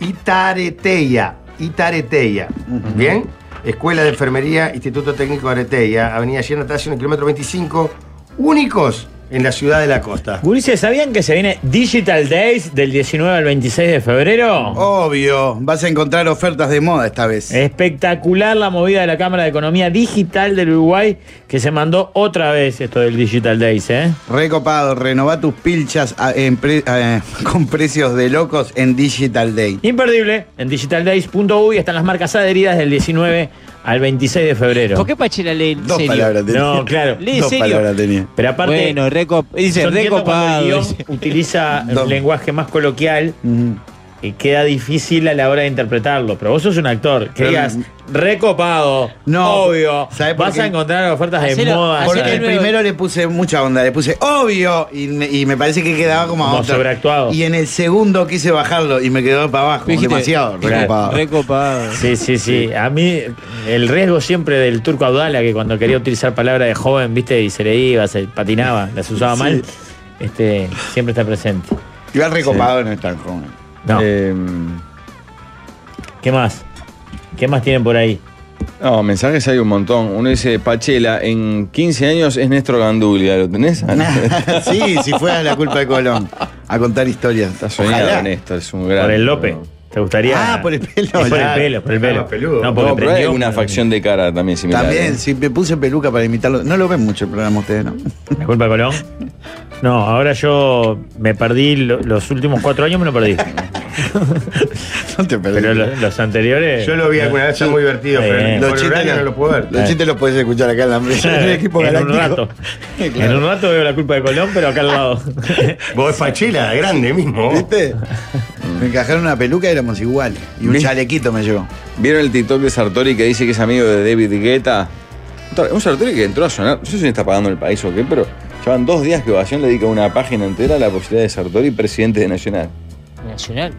Speaker 1: itareteia. Itareteia. Bien. Escuela de Enfermería, Instituto Técnico Areteia, Avenida Natación, en el kilómetro 25, únicos en la ciudad de la costa.
Speaker 3: Gurises, ¿sabían que se viene Digital Days del 19 al 26 de febrero?
Speaker 2: Oh. Obvio, vas a encontrar ofertas de moda esta vez.
Speaker 3: Espectacular la movida de la Cámara de Economía Digital del Uruguay que se mandó otra vez esto del Digital Days, ¿eh?
Speaker 2: Recopado, renová tus pilchas a- en pre- eh, con precios de locos en Digital Day.
Speaker 3: Imperdible. En digitaldays.uy están las marcas adheridas del 19 al 26 de febrero.
Speaker 5: ¿Por qué Pachela lee en
Speaker 2: Dos
Speaker 5: serio?
Speaker 2: palabras tenía.
Speaker 3: No, claro.
Speaker 5: Lee
Speaker 2: Dos
Speaker 5: serio.
Speaker 2: palabras tenía.
Speaker 3: Pero aparte,
Speaker 5: bueno, recop dice
Speaker 3: yo entiendo cuando el
Speaker 5: recopado.
Speaker 3: guión
Speaker 5: dice.
Speaker 3: utiliza
Speaker 2: No.
Speaker 3: un lenguaje más coloquial,
Speaker 2: Mm.
Speaker 3: y queda difícil a la hora de interpretarlo. Pero vos sos un actor, que
Speaker 2: Pero-
Speaker 3: digas, recopado, obvio,
Speaker 2: ¿sabés por
Speaker 3: vas a
Speaker 2: qué?
Speaker 3: encontrar ofertas de moda.
Speaker 2: Porque
Speaker 3: ¿sabes?
Speaker 2: el primero le puse mucha onda, le puse obvio y me, y me parece que quedaba como, a
Speaker 3: Como
Speaker 2: otro.
Speaker 3: sobreactuado.
Speaker 2: Y en el segundo quise bajarlo y me quedó para abajo,
Speaker 3: Dijiste,
Speaker 2: demasiado
Speaker 3: claro.
Speaker 5: Ah.
Speaker 2: recopado.
Speaker 5: Recopado.
Speaker 3: Sí, sí, sí. A mí, el riesgo siempre del turco Abdala, que cuando quería utilizar palabra de joven, viste, y se le iba, se patinaba, las usaba
Speaker 2: Sí.
Speaker 3: mal, este, siempre está presente.
Speaker 2: Igual recopado no es tan joven.
Speaker 3: No.
Speaker 2: Eh.
Speaker 4: Eh,
Speaker 3: ¿Qué más? ¿Qué más tienen por ahí?
Speaker 4: No, mensajes hay un montón. Uno dice, Pachela, en 15 años es Néstor Gandulia. ¿Lo tenés? Ah,
Speaker 2: sí, si fuera la culpa de Colón. A contar historias. Está
Speaker 4: Soñado, Néstor, es un gran.
Speaker 3: Por el Lope. ¿Te gustaría?
Speaker 2: Ah, por el pelo.
Speaker 3: Es por el
Speaker 2: ya.
Speaker 3: pelo, por el pelo.
Speaker 1: Ah,
Speaker 3: No,
Speaker 4: No,
Speaker 3: porque
Speaker 4: pero hay
Speaker 3: prendió
Speaker 4: una facción de cara también similar.
Speaker 2: También,
Speaker 4: ¿eh?
Speaker 2: si me puse peluca para imitarlo. No lo ven mucho el programa ustedes, ¿no?
Speaker 3: ¿La culpa de Colón? No, ahora yo me perdí lo- los últimos cuatro años, me lo perdí.
Speaker 2: No te perdí.
Speaker 3: Pero lo- los anteriores.
Speaker 1: Yo lo vi alguna vez, está muy divertido,
Speaker 3: Está
Speaker 1: pero
Speaker 3: bien.
Speaker 1: por
Speaker 2: Los
Speaker 1: horario
Speaker 2: chistes-
Speaker 1: no lo puedo ver.
Speaker 2: Los chistes los puedes escuchar acá en la en el equipo
Speaker 3: Eh. en un
Speaker 2: galáctico.
Speaker 3: rato.
Speaker 2: Claro.
Speaker 3: En un rato veo la culpa de Colón, pero acá al lado.
Speaker 1: Vos es Pachela, grande mismo. vos.
Speaker 2: ¿Viste? Me encajaron una peluca y éramos igual. Y un
Speaker 4: ¿Ves?
Speaker 2: chalequito me llegó.
Speaker 4: ¿Vieron el TikTok de Sartori que dice que es amigo de David Guetta? Un Sartori que entró a sonar, no sé si está pagando el país o qué, pero llevan dos días que Ovación le dedica una página entera a la posibilidad de Sartori presidente de Nacional.
Speaker 5: Nacional.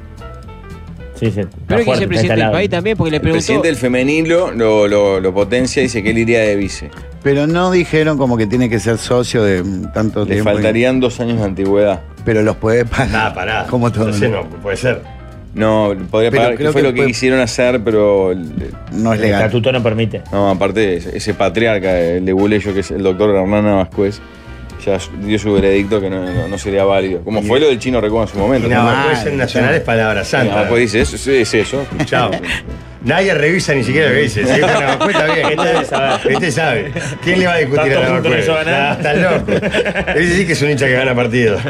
Speaker 3: Sí, sí.
Speaker 5: Pero hay que ser presidente del país también, porque le
Speaker 4: El
Speaker 5: preguntó.
Speaker 4: presidente del femenino lo, lo, lo potencia y dice que él iría de vice.
Speaker 2: Pero no dijeron como que tiene que ser socio de mm, tanto
Speaker 4: Le
Speaker 2: tiempo.
Speaker 4: faltarían dos años de antigüedad.
Speaker 2: Pero los puede pagar.
Speaker 1: Nada, Ah, pará.
Speaker 2: Como todo.
Speaker 1: Entonces no, puede ser.
Speaker 4: No, podría
Speaker 2: Pero
Speaker 4: pagar, que
Speaker 2: creo
Speaker 4: fue
Speaker 2: que
Speaker 4: lo que
Speaker 2: puede-
Speaker 4: quisieron hacer, pero. le-
Speaker 2: No es
Speaker 3: El
Speaker 2: legal.
Speaker 3: estatuto no permite.
Speaker 4: No, aparte, ese, ese patriarca, el de Buleyo, que es el doctor Hernán Vascuez, ya dio su veredicto que no, no- no sería válido. Como fue lo del chino Recoba en su
Speaker 1: Y
Speaker 4: momento.
Speaker 1: nada,
Speaker 2: mal,
Speaker 1: puede ser nacional es palabra santa.
Speaker 4: Navajo pues dice eso, sí, es eso.
Speaker 1: Chao. Nadie revisa ni siquiera lo que dice. Si es una vacueta, bien.
Speaker 3: Este debe saber.
Speaker 1: Este sabe. ¿Quién le va a discutir
Speaker 3: Tanto
Speaker 1: a la
Speaker 3: punto que
Speaker 1: vacueta?
Speaker 3: hizo ganar.
Speaker 1: Está loco. Ese sí que es un hincha que gana partido.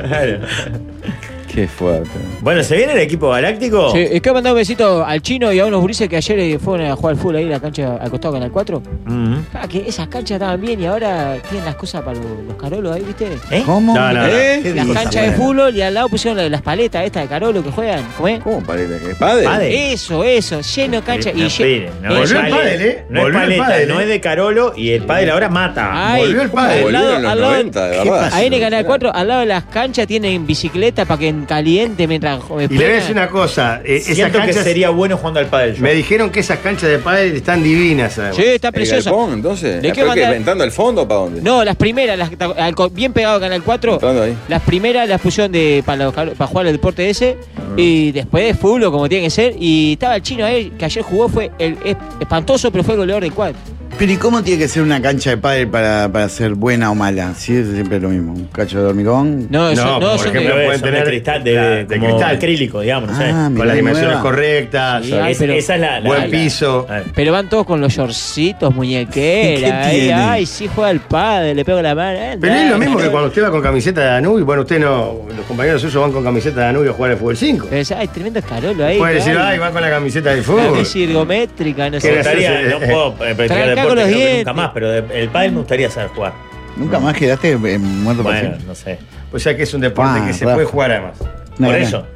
Speaker 4: Qué fuerte.
Speaker 3: Bueno, ¿se viene el equipo galáctico?
Speaker 5: Sí, es que ha mandado un besito al chino y a unos gurises que ayer eh, fueron a jugar al fútbol ahí en la cancha al costado Canal 4.
Speaker 3: Mm.
Speaker 5: Ah, que esas canchas estaban bien y ahora tienen las cosas para los, los carolos ahí, ¿viste?
Speaker 3: ¿Eh?
Speaker 2: ¿Cómo?
Speaker 3: No, no, no.
Speaker 2: ¿Eh? ¿Qué
Speaker 5: Las
Speaker 2: dices,
Speaker 5: canchas de
Speaker 2: Mariano?
Speaker 5: fútbol y al lado pusieron la- las paletas estas de carolo que juegan. ¿Cómo es?
Speaker 4: ¿Cómo parece que es padre?
Speaker 3: Padre.
Speaker 5: Eso, eso, lleno de cancha.
Speaker 3: No,
Speaker 5: y lle-
Speaker 3: pide, no,
Speaker 5: y
Speaker 3: es
Speaker 1: Volvió el
Speaker 3: paleta,
Speaker 1: pádel, ¿eh?
Speaker 3: No es
Speaker 1: Volvió el
Speaker 3: paleta,
Speaker 1: pádel,
Speaker 3: no
Speaker 1: ¿eh?
Speaker 3: es de Carolo y el padre ahora mata.
Speaker 5: Ay,
Speaker 1: Volvió el padre.
Speaker 5: al
Speaker 4: Ah,
Speaker 5: lado,
Speaker 4: Volvieron los
Speaker 5: al lado-
Speaker 4: 90, de
Speaker 2: ¿Qué
Speaker 4: verdad. Eh,
Speaker 2: pasa?
Speaker 5: Ahí en el canal 4, al lado de las canchas tienen bicicleta para que en caliente mientras
Speaker 1: Y le voy a decir una cosa. eh, esas
Speaker 3: Siento que
Speaker 1: canchas,
Speaker 3: sería bueno jugando al padre.
Speaker 1: me dijeron que esas canchas de padre están divinas. además.
Speaker 5: Sí, está
Speaker 4: El
Speaker 5: preciosa.
Speaker 4: galpón, entonces.
Speaker 5: ¿De
Speaker 4: ¿De
Speaker 5: qué mandar?
Speaker 4: ¿Entrando al fondo para dónde?
Speaker 5: No, Ah, las primeras, las, que ta- al co- bien pegado a Canal 4,
Speaker 4: Entrando ahí.
Speaker 5: las primeras las pusieron de, para, los caro- para jugar el deporte ese
Speaker 1: Ah.
Speaker 5: y después de fútbol como tiene que ser. Y estaba el chino ahí, que ayer jugó, fue el, es- espantoso, pero fue el goleador del cuadro.
Speaker 2: Pero ¿y cómo tiene que ser una cancha de pádel para, para ser buena o mala? Sí, es siempre lo mismo. Un cacho de hormigón.
Speaker 5: No, eso- no,
Speaker 1: No, por
Speaker 5: son de-
Speaker 1: ejemplo, eh.
Speaker 3: pueden
Speaker 1: pueden
Speaker 3: tener
Speaker 1: tener-
Speaker 3: de cristal, de,
Speaker 1: Claro, de
Speaker 3: como
Speaker 1: cristal.
Speaker 3: acrílico, digamos. ¿sabes?
Speaker 2: Ah,
Speaker 1: Con
Speaker 2: mirá,
Speaker 1: las dimensiones
Speaker 2: nueva.
Speaker 1: correctas.
Speaker 5: Sí, ay,
Speaker 3: Es-
Speaker 5: pero-
Speaker 3: esa es la, la-
Speaker 1: Buen
Speaker 3: la-
Speaker 1: piso.
Speaker 3: la-
Speaker 5: Pero van todos con los shortcitos, muñequera.
Speaker 2: ¿Qué
Speaker 5: ahí,
Speaker 2: tiene?
Speaker 5: ay, sí juega el padre, le pego la mano. eh,
Speaker 1: Pero es
Speaker 5: andá.
Speaker 1: lo mismo que cuando usted va con camiseta de Danubio. Bueno, usted no. Los compañeros suyos van con camiseta de Danubio a jugar al fútbol 5.
Speaker 5: Pero, ay, tremendo carolo ahí.
Speaker 1: Puede decir,
Speaker 5: ay,
Speaker 1: ay, va con la camiseta de
Speaker 5: la
Speaker 1: fútbol.
Speaker 5: bici ergométrica, no
Speaker 1: Qué
Speaker 5: sé.
Speaker 1: gracioso.
Speaker 3: Estaría- no puedo eh, practicar
Speaker 5: Trancá
Speaker 3: deporte
Speaker 5: con los
Speaker 3: creo que
Speaker 5: dientes.
Speaker 3: nunca más, pero de- el padre me gustaría saber jugar.
Speaker 2: Nunca más quedaste eh, muerto por
Speaker 3: Bueno,
Speaker 2: siempre.
Speaker 3: no sé.
Speaker 1: O sea que es un deporte
Speaker 2: Ah,
Speaker 1: que se
Speaker 2: Rafa.
Speaker 1: puede jugar además.
Speaker 2: Una
Speaker 3: Por
Speaker 2: gana.
Speaker 3: eso.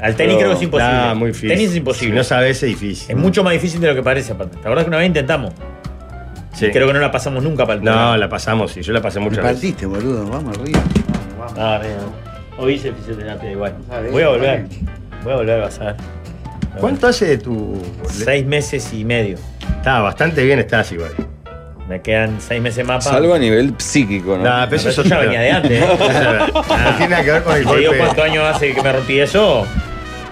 Speaker 3: Al tenis
Speaker 1: Pero-
Speaker 3: creo que es imposible.
Speaker 1: Nah, muy difícil.
Speaker 3: Tenis es
Speaker 1: Si
Speaker 3: imposible.
Speaker 1: no sabes, es difícil.
Speaker 3: Es mucho más difícil de lo que parece, aparte. ¿Te acordás que una vez intentamos?
Speaker 1: Sí.
Speaker 3: Creo que no la pasamos nunca para el
Speaker 1: No,
Speaker 3: la...
Speaker 1: la pasamos, sí. Yo la pasé
Speaker 2: Me
Speaker 1: muchas veces.
Speaker 2: partiste, boludo. Vamos arriba.
Speaker 3: Ah, Hoy hice fisioterapia igual.
Speaker 2: sabés,
Speaker 3: Voy a volver.
Speaker 2: vale.
Speaker 3: Voy a volver, vas a ver.
Speaker 1: ¿Cuánto hace de tu.?
Speaker 3: Seis meses y medio.
Speaker 1: Está bastante bien, estás igual.
Speaker 3: Me quedan seis meses más para...
Speaker 4: Salvo a nivel psíquico, ¿no?
Speaker 1: Nah, pero
Speaker 3: Pero
Speaker 1: eso es
Speaker 3: eso ya
Speaker 1: otro.
Speaker 3: venía de antes. ¿eh? Ah.
Speaker 1: Eso es verdad. No tiene nada que ver con el
Speaker 3: Te digo
Speaker 1: golpe.
Speaker 3: cuántos años hace que me rompí eso.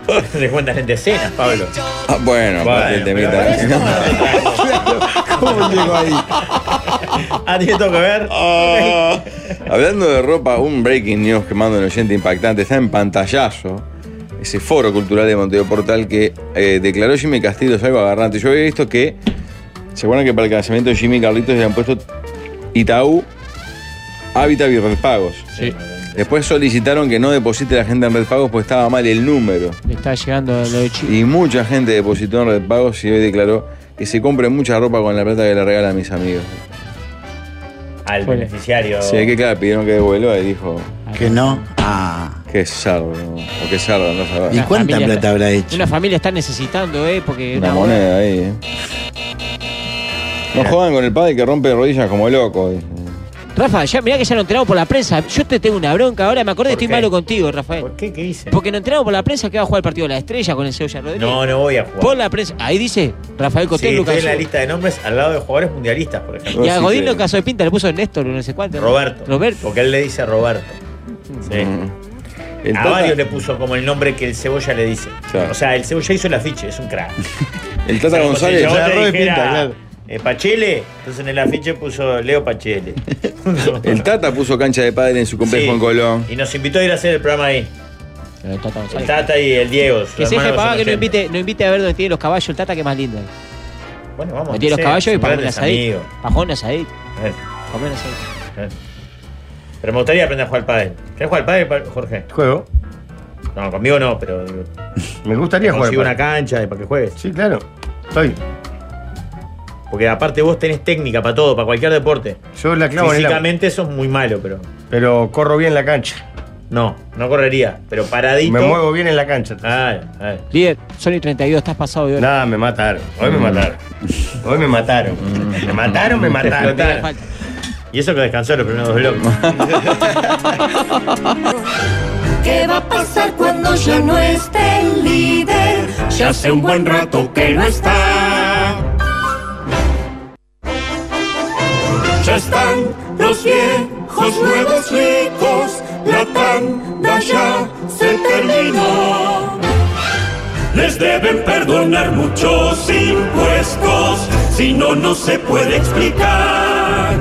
Speaker 3: Te cuentas en decenas, Pablo.
Speaker 4: Ah, bueno, aparte el temita.
Speaker 2: ¿Cómo llegó ahí?
Speaker 3: Ah, tiene todo que ver.
Speaker 4: Ah, hablando de ropa, un breaking news que manda un oyente impactante. Está en pantallazo ese foro cultural de Montevideo Portal que eh, declaró Jimmy Castillo es algo agarrante. Yo había visto que, ¿se acuerdan que para el casamiento de Jimmy y Carlitos le han puesto Itaú, Hábitat y Red Pagos?
Speaker 5: Sí.
Speaker 4: Después solicitaron que no deposite la gente en Red Pagos porque estaba mal el número.
Speaker 5: Le está llegando lo de Chi-
Speaker 4: Y mucha gente depositó en Red Pagos y hoy declaró que se compre mucha ropa con la plata que le regalan mis amigos.
Speaker 3: Al beneficiario. Oh.
Speaker 4: Sí, que claro, pidieron que devuelva y dijo,
Speaker 2: Que no. Ah.
Speaker 4: Qué sardo. O qué sardo, no sabés.
Speaker 5: Una familia está- Una familia está necesitando, ¿eh? Porque.
Speaker 4: Una
Speaker 5: no,
Speaker 4: moneda ahí, ¿eh? No jodan con el padre que rompe rodillas como loco. eh.
Speaker 5: Rafa, ya, mirá que ya nos enteramos por la prensa. Yo te tengo una bronca ahora. Me acordé,
Speaker 3: ¿Por
Speaker 5: estoy
Speaker 3: qué?
Speaker 5: malo contigo, Rafael.
Speaker 3: ¿Por qué? ¿Qué hice?
Speaker 5: Porque nos enteramos por la prensa que va a jugar el partido de la estrella con el Cebolla Rodríguez.
Speaker 3: No, no voy a jugar.
Speaker 5: Por la prensa. Ahí dice Rafael
Speaker 3: Sí,
Speaker 5: Cotel,
Speaker 3: estoy
Speaker 5: Lucas.
Speaker 3: en la lista de nombres al lado de jugadores mundialistas, por ejemplo.
Speaker 5: Y a Godín lo caso de pinta, le puso Néstor, no sé cuánto. ¿no?
Speaker 3: Roberto. Porque él le dice Roberto. Sí.
Speaker 4: El
Speaker 3: a
Speaker 12: Ah,
Speaker 4: Tata-
Speaker 3: varios le puso como el nombre que el cebolla le dice.
Speaker 4: Claro.
Speaker 3: O sea, el cebolla hizo el afiche, es un crack.
Speaker 4: El Tata
Speaker 3: Como si
Speaker 4: González.
Speaker 3: yo
Speaker 4: Se
Speaker 3: te
Speaker 4: agarró de
Speaker 3: dijera,
Speaker 4: pinta, claro.
Speaker 3: eh, Pachele, entonces en el afiche puso Leo Pachele.
Speaker 4: El Tata puso cancha de padre en su complejo
Speaker 3: Sí.
Speaker 4: en Colón.
Speaker 3: Y nos invitó a ir a hacer el programa ahí.
Speaker 5: El Tata,
Speaker 3: el Tata y el Diego. su
Speaker 5: Que se
Speaker 3: hermano
Speaker 5: deje pavá
Speaker 3: son
Speaker 5: que no
Speaker 3: oyentes.
Speaker 5: invite, no invite a ver dónde tiene los caballos el Tata, que es más lindo.
Speaker 3: Bueno, vamos.
Speaker 5: Donde tiene
Speaker 3: sí,
Speaker 5: los caballos y
Speaker 3: son
Speaker 5: para un
Speaker 3: grandes
Speaker 5: asadito.
Speaker 3: amigos.
Speaker 5: Para jugar un asadito.
Speaker 3: Eh,
Speaker 5: Comer un asadito.
Speaker 3: eh. Pero me gustaría aprender a jugar al pádel. ¿Querés jugar al pádel, pa- Jorge?
Speaker 1: Juego.
Speaker 3: No, conmigo no, pero digo,
Speaker 1: Me gustaría jugar.
Speaker 3: consigo
Speaker 1: al
Speaker 3: una cancha y para que juegues.
Speaker 1: Sí, claro. Estoy.
Speaker 3: Porque aparte vos tenés técnica para todo, para cualquier deporte.
Speaker 1: Yo la clavo en el agua.
Speaker 3: Físicamente sos muy malo, pero
Speaker 1: Pero corro bien la cancha.
Speaker 3: no, no correría. Pero paradito.
Speaker 1: Me muevo bien en la cancha.
Speaker 3: Ah, ah. Mm.
Speaker 5: Líder, Sony 32, estás pasado de hora.
Speaker 1: Nada, me mataron. Hoy me mataron. Hoy me mataron. Me mataron, me mataron.
Speaker 3: Total. Y eso que descansó los primeros dos bloques.
Speaker 7: ¿Qué va a pasar cuando ya no esté el líder? Ya hace un buen rato que no está. Ya están los viejos nuevos ricos, la tanda ya se terminó. Les deben perdonar muchos impuestos, si no, no se puede explicar.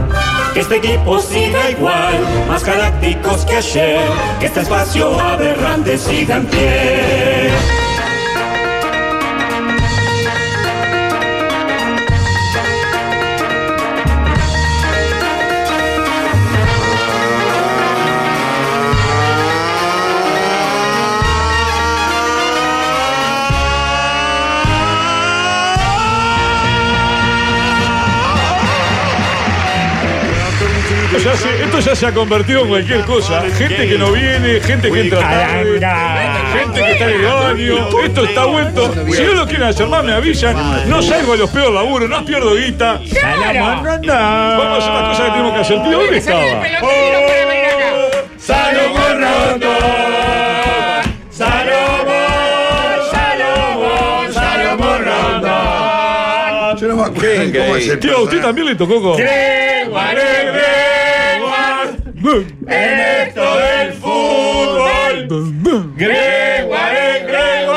Speaker 7: Que este equipo siga igual, más galácticos que ayer, que este espacio aberrante siga en pie.
Speaker 12: Ya se- esto ya se ha convertido en cualquier cosa. Gente que no viene, gente que entra tarde, gente que está en el baño. Esto está vuelto. Si no lo quieren hacer más, me avisan. No salgo a los peores laburos, no pierdo guita. Vamos a hacer las cosas que tenemos que hacer. Tío, ¿dónde estaba?
Speaker 7: Salomón Rondón, Salomón, Salomón, Salomón Rondón.
Speaker 11: Ah, Yo no me acuerdo
Speaker 4: Qué
Speaker 11: cómo es el
Speaker 4: increíble.
Speaker 12: Tío, usted también le tocó con.
Speaker 7: Gregor, Gregor, en esto del fútbol. Gregor, Gregor,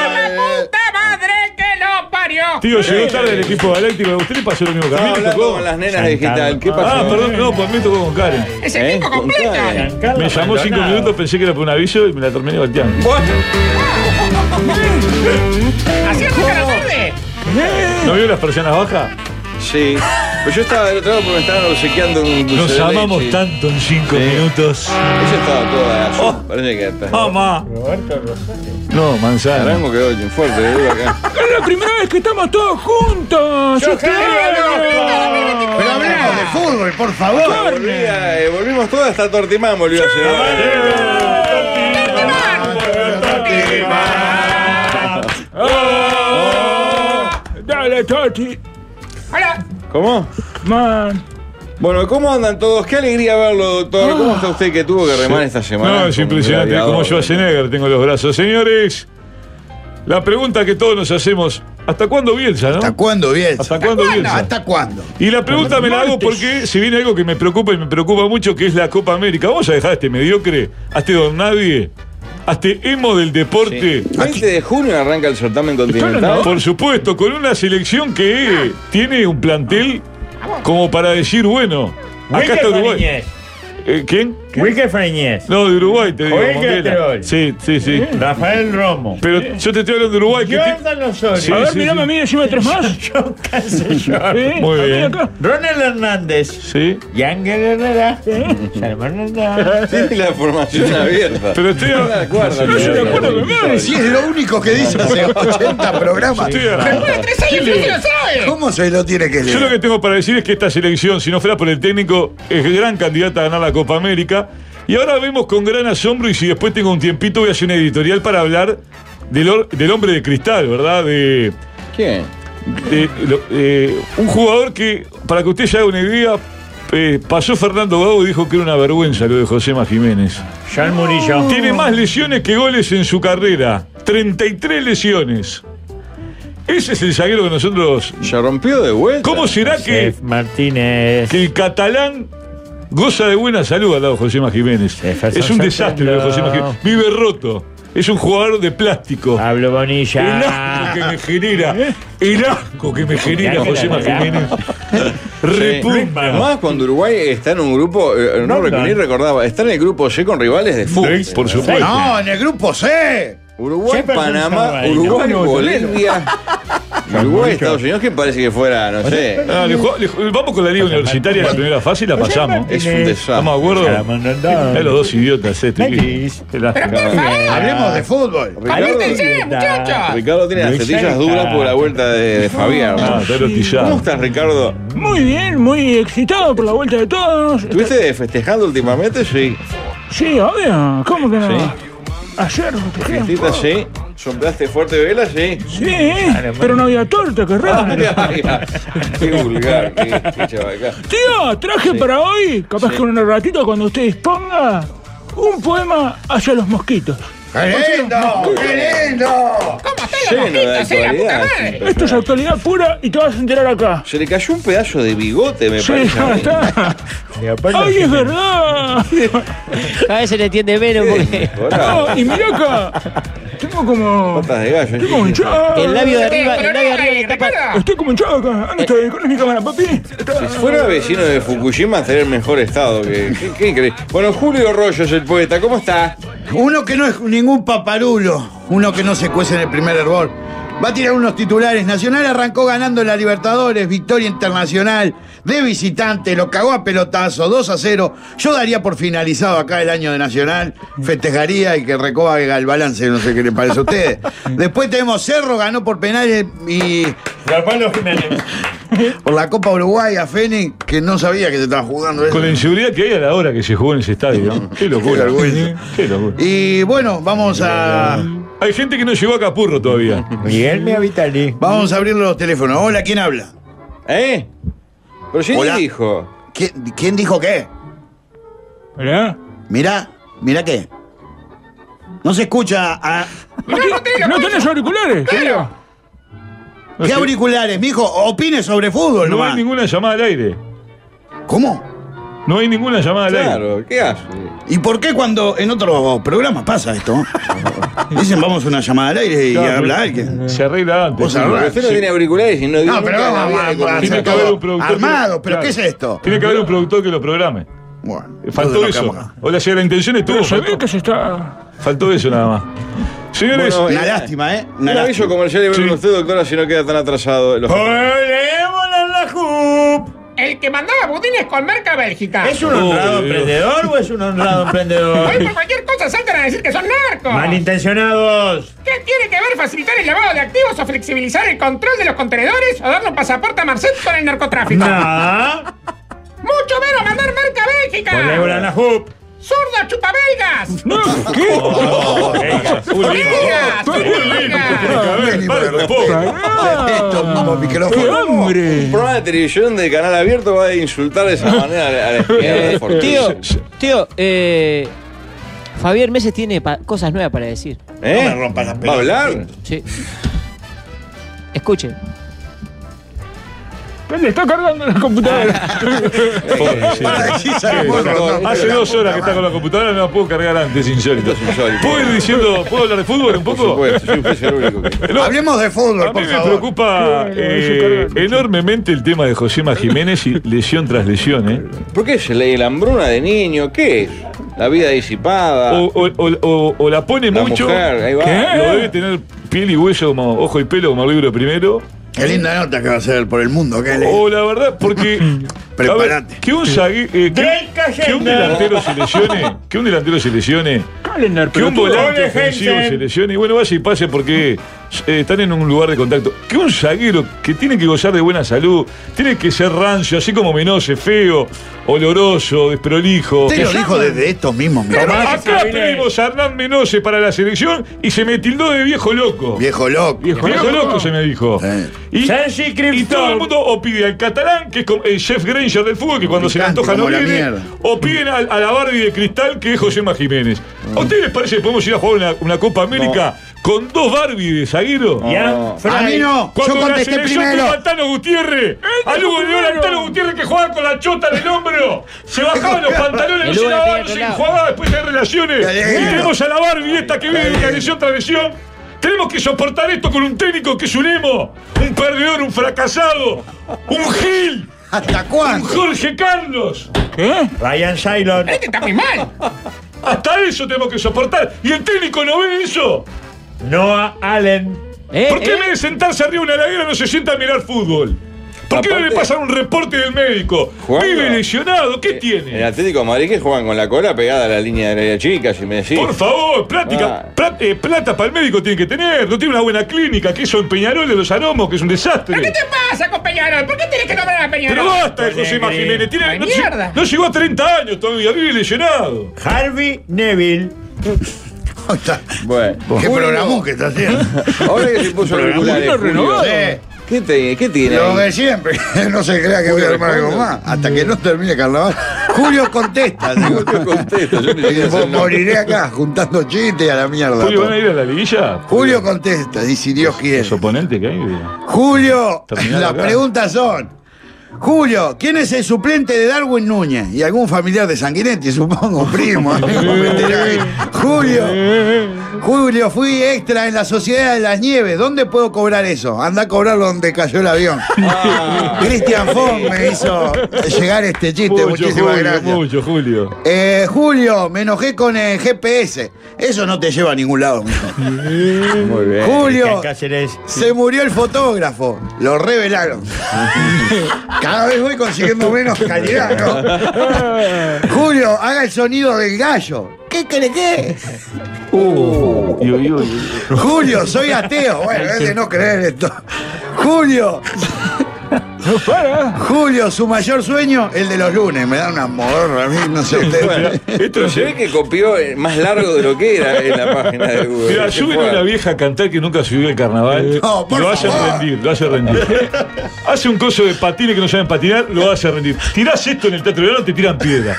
Speaker 12: Tío, llegó tarde el equipo galáctico. ¿A usted le pasó lo mismo que a mí?
Speaker 4: Estaba
Speaker 12: ¿Le
Speaker 4: hablando
Speaker 12: tocó?
Speaker 4: con las nenas de digital. ¿Qué pasó?
Speaker 12: Ah, perdón, no, pues a mí me tocó con Karen.
Speaker 4: ¿Eh? Con Karen.
Speaker 12: Me llamó cinco minutos, pensé que era por un aviso y me la terminé volteando. ¿No vio las personas bajas?
Speaker 4: Sí. Pero yo estaba del otro lado porque me estaban obsequiando un dulce
Speaker 12: Nos
Speaker 4: de
Speaker 12: amamos
Speaker 4: leche.
Speaker 12: tanto en cinco
Speaker 4: Sí.
Speaker 12: minutos.
Speaker 4: Ella estaba toda azul.
Speaker 12: Oh.
Speaker 4: Parece que está.
Speaker 12: ¡Mamá!
Speaker 3: Roberto Rosario.
Speaker 12: No, manzana.
Speaker 4: Arango quedó bien fuerte, le digo acá.
Speaker 12: Es la primera vez que estamos todos juntos. ¡Yo
Speaker 1: Pero hablemos de fútbol, por favor.
Speaker 4: Volvía, eh, volvimos todos hasta Tortimán, volvió a
Speaker 12: Dale, Toti.
Speaker 4: ¿Cómo?
Speaker 12: Man.
Speaker 4: Bueno, ¿cómo andan todos? Qué alegría verlo, doctor. ¿Cómo está usted que tuvo que remar esta semana?
Speaker 12: Ah. No, es impresionante como yo Schwarzenegger tengo los brazos. Señores, la pregunta que todos nos hacemos, ¿hasta cuándo Bielsa, no?
Speaker 2: ¿Hasta cuándo, Bielsa?
Speaker 12: ¿Hasta cuándo, Bielsa?
Speaker 2: ¿Hasta cuándo?
Speaker 12: Y la pregunta me la hago porque si viene algo que me preocupa y me preocupa mucho, que es la Copa América. Vamos a dejar a este mediocre, a este don nadie, a este emo del deporte.
Speaker 4: 20 de junio arranca el certamen continental.
Speaker 12: Por supuesto, con una selección que tiene un plantel como para decir, bueno, acá está
Speaker 3: Wilker
Speaker 12: Uruguay.
Speaker 3: Fariñez.
Speaker 12: Eh, ¿Quién?
Speaker 3: Wilker Fariñez.
Speaker 12: No, de Uruguay te digo.
Speaker 3: Joel
Speaker 12: Mondela.
Speaker 3: Graterol.
Speaker 12: Sí, sí, sí.
Speaker 3: Rafael Romo.
Speaker 12: Pero yo te estoy hablando de Uruguay. Que ti-
Speaker 3: Jordan Osorio.
Speaker 12: Sí, sí, sí.
Speaker 13: mí, decime tres más.
Speaker 3: John Cancellor.
Speaker 12: Muy bien.
Speaker 3: Ronald Hernández.
Speaker 12: Sí.
Speaker 3: Y Ángel Herrera. Germán Hernández.
Speaker 4: Tiene la formación abierta.
Speaker 12: Pero estoy-
Speaker 4: No la guarda,
Speaker 12: No se
Speaker 4: no
Speaker 12: la
Speaker 4: la
Speaker 12: acuerda
Speaker 4: guarda.
Speaker 12: conmigo.
Speaker 2: Si es lo único que dice hace 80 programas,
Speaker 12: Estoy a-
Speaker 2: ¿cómo se lo tiene que
Speaker 12: Yo lo
Speaker 2: leer?
Speaker 12: que tengo para decir es que esta selección, si no fuera por el técnico, es gran candidata a ganar la Copa América. Y ahora vemos con gran asombro, y si después tengo un tiempito, voy a hacer una editorial para hablar del, or- del hombre de cristal, ¿verdad? De, eh,
Speaker 4: ¿Quién?
Speaker 12: un jugador que, para que usted se haga una idea, eh, pasó Fernando Gago y dijo que era una vergüenza lo de José Más Jiménez.
Speaker 3: Jean Murillo.
Speaker 12: Uh. Tiene
Speaker 13: Ah.
Speaker 12: más lesiones que goles en su carrera. 33 lesiones. Ese es el zaguero que nosotros.
Speaker 4: Se rompió de vuelta.
Speaker 12: ¿Cómo será que.
Speaker 3: Josef Martínez.
Speaker 12: Que el catalán goza de buena salud al lado de José Más Jiménez.
Speaker 3: Jefferson
Speaker 12: es un desastre lo de José Más
Speaker 3: Sotelo.
Speaker 12: Jiménez. Vive roto. Es un jugador de plástico.
Speaker 13: Ah.
Speaker 3: Pablo Bonilla.
Speaker 12: El asco que me genera.
Speaker 13: ¿Eh?
Speaker 12: El asco que me genera José Más Jiménez. Repugna.
Speaker 4: Más cuando Uruguay está en un grupo, eh, no, rec- ni recordaba, está en el grupo C con rivales de fútbol.
Speaker 12: por
Speaker 2: supuesto. No, en el grupo C.
Speaker 4: Uruguay,
Speaker 2: Jefferson
Speaker 4: Panamá,
Speaker 2: Sabaino.
Speaker 4: Uruguay,
Speaker 2: Bueno, Bolivia.
Speaker 4: Bolivia. Uruguay, Estados Unidos, que parece que fuera, no sé.
Speaker 12: Ah, le jugó- le jugó- vamos con la liga universitaria, la primera fase y la pasamos.
Speaker 4: Es un desastre.
Speaker 12: ¿Estamos de acuerdo? Hay los dos idiotas, este. Qué lástima.
Speaker 1: Ah.
Speaker 2: Hablemos de fútbol.
Speaker 4: Caliéntense,
Speaker 2: muchachos.
Speaker 4: Ricardo tiene las tetillas duras por la vuelta de, de Fabián.
Speaker 12: Ah, está erotizado.
Speaker 4: ¿Cómo estás, Ricardo?
Speaker 13: Muy bien, muy excitado por la vuelta de todos.
Speaker 4: ¿Estuviste festejando últimamente? Sí.
Speaker 13: Sí, obvio, ¿cómo que no?
Speaker 4: Sí.
Speaker 13: Ayer festejé.
Speaker 4: ¿Fiestita? Sí. ¿Soplaste fuerte vela? Sí.
Speaker 13: Sí, pero no había torta, qué
Speaker 12: Ah.
Speaker 13: raro.
Speaker 4: Qué vulgar, qué, qué chabacá.
Speaker 13: Tío, traje para hoy, capaz
Speaker 4: Sí.
Speaker 13: que en un ratito cuando usted disponga, un poema hacia los mosquitos.
Speaker 2: ¡Qué lindo! ¡Qué lindo!
Speaker 4: Lleno de actualidad. es
Speaker 13: Esto es actualidad pura y te vas a enterar acá.
Speaker 4: Se le cayó un pedazo de bigote, me
Speaker 13: Sí,
Speaker 4: parece.
Speaker 13: ya
Speaker 4: a mí.
Speaker 13: está. ¡Ay, es verdad!
Speaker 5: Cada vez se le entiende menos porque.
Speaker 13: No, y mirá acá. Tengo como.
Speaker 4: Patas de gallo.
Speaker 13: Estoy como hinchado.
Speaker 5: El labio de arriba, el labio de arriba le tapa.
Speaker 13: Estoy como hinchado acá. ¿Dónde estoy? ¿Cuál es mi cámara, papi?
Speaker 4: Si fuera vecino de Fukushima, estaría en mejor estado. Que, que- que increíble. Bueno, Julio Rollo es el poeta. ¿Cómo está?
Speaker 2: Uno que no es ningún paparulo, uno que no se cuece en el primer hervor. Va a tirar unos titulares. Nacional arrancó ganando en la Libertadores, victoria internacional, de visitante, lo cagó a pelotazo, 2 a 0. Yo daría por finalizado acá el año de Nacional, festejaría y que recoba el balance, no sé qué le parece a ustedes. Después tenemos Cerro, ganó por penales y por la Copa Uruguay a Fénix, que no sabía que se estaba jugando eso.
Speaker 12: Con la inseguridad que hay a la hora que se jugó en ese estadio. ¿no? Qué locura.
Speaker 2: Qué vergüenza.
Speaker 12: Qué locura.
Speaker 2: Y bueno, vamos a.
Speaker 12: Hay gente que no llegó a Capurro todavía.
Speaker 3: Miguel me habita allí.
Speaker 2: Vamos a abrir los teléfonos. Hola, ¿quién habla?
Speaker 4: ¿Eh? Pero sí
Speaker 2: Hola.
Speaker 4: dijo.
Speaker 2: ¿Qui- ¿Quién dijo qué?
Speaker 13: Mirá.
Speaker 2: Mirá, mirá qué. No se escucha a.
Speaker 13: ¿No tenés auriculares?
Speaker 2: ¿Qué auriculares, mijo? Opine sobre fútbol,
Speaker 12: No
Speaker 2: nomás.
Speaker 12: hay ninguna llamada al aire.
Speaker 2: ¿Cómo?
Speaker 12: No hay ninguna llamada al aire.
Speaker 4: Claro, ¿qué hace?
Speaker 2: ¿Y por qué cuando en otros programas pasa esto? Dicen vamos a una llamada al aire y
Speaker 12: Claro,
Speaker 2: habla
Speaker 12: pero-
Speaker 2: alguien.
Speaker 12: Se arregla antes.
Speaker 2: Vos hablás.
Speaker 4: Pero usted no tiene auriculares y no dijo.
Speaker 2: No, pero
Speaker 4: nunca
Speaker 2: vamos
Speaker 4: en la
Speaker 2: a-
Speaker 4: vida que
Speaker 2: vamos a hacer
Speaker 12: Tiene que
Speaker 4: conocí.
Speaker 12: haber
Speaker 2: todo
Speaker 12: un productor.
Speaker 2: armado, pero
Speaker 12: Claro.
Speaker 2: ¿qué es esto?
Speaker 12: Tiene que haber un productor que lo programe.
Speaker 2: Bueno,
Speaker 12: Faltó
Speaker 2: entonces
Speaker 12: eso.
Speaker 2: lo acabamos acá.
Speaker 12: Hola, si la intención estuvo.
Speaker 13: Pero se ve
Speaker 12: Faltó,
Speaker 13: que se está.
Speaker 12: faltó eso nada más. Señores.
Speaker 4: Bueno,
Speaker 2: Una lástima, ¿eh? Una
Speaker 4: Un aviso
Speaker 2: lástima.
Speaker 4: comercial y ver
Speaker 12: Sí.
Speaker 4: con usted, doctora, si no queda tan atrasado. Los-
Speaker 14: El que mandaba budines con marca Bélgica.
Speaker 3: ¿Es un honrado
Speaker 12: Dios.
Speaker 3: emprendedor o es un honrado
Speaker 12: Este
Speaker 14: Hoy
Speaker 3: emprendedor?
Speaker 14: por cualquier cosa saltan a decir que son narcos.
Speaker 3: Malintencionados.
Speaker 14: ¿Qué tiene que ver facilitar el lavado de activos o flexibilizar el control de los contenedores o darle un pasaporte a Marcet con el narcotráfico?
Speaker 3: No.
Speaker 14: Mucho menos mandar marca Bélgica.
Speaker 3: Con la ébola en la hoop.
Speaker 14: ¡Zurdo chupabelgas!
Speaker 13: No, ¿qué?
Speaker 12: Venga, un Oh, lindo.
Speaker 14: ¡Belgas! ¡Belgas!
Speaker 12: Tiene que haber, vale, poco.
Speaker 2: Esto, mismo
Speaker 13: ¡Qué
Speaker 2: micrófono.
Speaker 13: hambre!
Speaker 4: Un programa de televisión de canal abierto va a insultar de esa manera a la- a la izquierda.
Speaker 5: Eh,
Speaker 4: por-
Speaker 5: tío, tío, eh, Javier Meses tiene pa- cosas nuevas para decir.
Speaker 4: ¿Eh?
Speaker 2: No me rompas las
Speaker 4: ¿Va a
Speaker 2: pelotas.
Speaker 4: hablar?
Speaker 5: Sí. Escuchen.
Speaker 13: Le está cargando la computadora.
Speaker 12: Pobre, sí.
Speaker 2: Para decir, sabemos, no,
Speaker 12: Hace
Speaker 2: pero-
Speaker 12: dos horas que está con la computadora, no la puedo cargar antes, insólito.
Speaker 4: Esto es insólito.
Speaker 12: ¿Puedo ir diciendo, puedo hablar de fútbol un
Speaker 4: Por
Speaker 12: poco?
Speaker 4: supuesto, soy usted el único que.
Speaker 12: No,
Speaker 2: Hablemos de fútbol,
Speaker 12: A mí
Speaker 2: por
Speaker 12: me
Speaker 2: favor.
Speaker 12: preocupa
Speaker 13: Qué bueno, eso
Speaker 12: eh,
Speaker 13: carga.
Speaker 12: enormemente el tema de Josema Jiménez y lesión tras lesión, ¿eh?
Speaker 4: ¿Por qué se lee la hambruna de niño? ¿Qué es? La vida disipada.
Speaker 3: Oh,
Speaker 12: O, o- o- o- o la pone
Speaker 4: La
Speaker 12: mucho.
Speaker 4: mujer, ahí va.
Speaker 12: ¿Qué? Lo debe tener piel y hueso como ojo y pelo como el libro primero.
Speaker 2: Qué linda nota que va a ser por el mundo, qué
Speaker 12: O la verdad, Oh, porque A ver, que un, zague- eh, que, que un
Speaker 13: Callender.
Speaker 12: delantero se lesione, que un delantero se lesione, que un
Speaker 13: pelotudo.
Speaker 12: volante
Speaker 13: Ole,
Speaker 12: ofensivo
Speaker 13: Hensen.
Speaker 12: se lesione, y bueno, vaya y pase porque eh, están en un lugar de contacto. Que un zaguero que tiene que gozar de buena salud, tiene que ser rancio, así como Menose, feo, oloroso, desprolijo.
Speaker 2: Usted lo dijo desde estos mismos
Speaker 12: Pero
Speaker 2: micrófonos.
Speaker 12: acá tenemos a Hernán Menose para la selección y se me tildó de viejo loco.
Speaker 2: Viejo loco. Eh,
Speaker 12: Viejo,
Speaker 2: Viejo
Speaker 12: loco
Speaker 2: loco.
Speaker 12: se me dijo. Y, y todo el mundo o pide al catalán, que es como el chef Granger del fútbol, que cuando se le
Speaker 2: encanta,
Speaker 12: antoja no
Speaker 2: como la
Speaker 12: viene,
Speaker 2: mierda.
Speaker 12: o piden al- a, la Barbie de cristal, que es José Más Jiménez. ¿A ustedes les parece que podemos ir a jugar una, una Copa América con dos Barbie de zaguero?
Speaker 13: Ya,
Speaker 2: Fray. A mí no,
Speaker 12: Cuando
Speaker 2: yo
Speaker 12: la
Speaker 2: contesté
Speaker 12: selección
Speaker 2: primero.
Speaker 12: tuvo a Tano Gutiérrez,
Speaker 13: Este
Speaker 12: a Lugo León, a Tano Gutiérrez que jugaba con la chota en el hombro, se bajaba los pantalones,
Speaker 13: El Lugo
Speaker 12: no se
Speaker 13: le
Speaker 12: lavaba,
Speaker 13: pega
Speaker 12: no
Speaker 13: otro
Speaker 12: se
Speaker 13: lado.
Speaker 12: enjuagaba después de relaciones. Y tenemos a la Barbie esta que vive de una lesión tras lesión. Tenemos que soportar esto con un técnico que es un emo, un perdedor, un fracasado, un Gil.
Speaker 2: ¿Hasta cuándo?
Speaker 12: Un Jorge Carlos.
Speaker 15: Ryan Shailon.
Speaker 12: Este está muy mal. Hasta eso tenemos que soportar. ¿Y el técnico no ve eso?
Speaker 15: Noah Allen.
Speaker 13: Eh,
Speaker 5: Eh,
Speaker 12: ¿Por qué en vez de sentarse arriba de una laguera no se sienta a mirar fútbol? ¿Por qué no le
Speaker 4: Aparte-
Speaker 12: pasan un reporte del médico?
Speaker 4: Jugando- Eh,
Speaker 12: Vive lesionado, ¿qué tiene?
Speaker 4: El Atlético de Madrid que juegan con la cola pegada a la línea de área chica, si me decís.
Speaker 12: Por favor, plática,
Speaker 4: Ah.
Speaker 12: pla- eh, plata para el médico tiene que tener. No tiene una buena clínica, que eso en Peñarol de los aromos, que es un
Speaker 14: ¿Pero qué
Speaker 12: desastre.
Speaker 14: te pasa con Peñarol? ¿Por qué tienes que nombrar a Peñarol?
Speaker 12: Pero basta de José Más Jiménez. Tiene-
Speaker 14: Ay,
Speaker 12: no,
Speaker 14: mierda.
Speaker 12: lleg- no llegó a 30 años todavía, vive lesionado.
Speaker 15: Harvey Neville.
Speaker 4: Bueno.
Speaker 2: ¿Qué
Speaker 4: Julio,
Speaker 2: programón que está haciendo?
Speaker 4: Ahora que se puso
Speaker 2: Programón
Speaker 4: auriculares,
Speaker 2: renovado.
Speaker 4: Julio.
Speaker 2: Sí.
Speaker 4: ¿Qué, te- ¿Qué tiene?
Speaker 2: Lo
Speaker 4: ahí?
Speaker 2: de siempre. No se crea que voy a armar algo más. Hasta que no termine carnaval. Julio contesta. digo.
Speaker 4: quería hacer nada.
Speaker 2: Moriré acá juntando chistes y a la mierda.
Speaker 12: Julio, ¿van a ir a la liguilla?
Speaker 2: Julio contesta, y si Dios quiere.
Speaker 12: Los oponentes que hay.
Speaker 2: Julio,
Speaker 12: Terminalo
Speaker 2: las
Speaker 12: acá.
Speaker 2: preguntas son. Julio, ¿quién es el suplente de Darwin Núñez? Y algún familiar de Sanguinetti, supongo, primo. amigo, me enteré. Julio, Julio, fui extra en la Sociedad de las Nieves. ¿Dónde puedo cobrar eso? Anda a cobrarlo donde cayó el avión. Cristian Fon me hizo llegar este chiste.
Speaker 12: Mucho,
Speaker 2: Muchísimas
Speaker 12: Julio,
Speaker 2: gracias.
Speaker 12: mucho, Julio.
Speaker 2: Eh, Julio, me enojé con el GPS. Eso no te lleva a ningún lado, mijo.
Speaker 15: Muy
Speaker 4: Eh,
Speaker 15: bien.
Speaker 2: Julio,
Speaker 15: Cristian Cáceres.
Speaker 2: se murió el fotógrafo. Lo revelaron. Cada vez voy consiguiendo menos calidad, ¿no? Julio, haga el sonido del gallo. ¿Qué cree que? Julio, soy ateo. Bueno, es de no creer esto. Julio. Julio, su mayor sueño, el de los lunes. Me da una modorra a mí, no sé
Speaker 4: Bueno,
Speaker 2: ustedes.
Speaker 4: esto se ve que copió eh, más largo de lo que era en la página de Google.
Speaker 12: Mira,
Speaker 4: Qué
Speaker 12: suben
Speaker 4: fuerte.
Speaker 12: a una vieja a cantar que nunca subió al carnaval.
Speaker 2: No, por
Speaker 12: lo hace
Speaker 2: favor.
Speaker 12: rendir, lo hace rendir. hace un coso de patines que no saben patinar, lo hace rendir. Tirás esto en el teatro verano, te tiran piedra.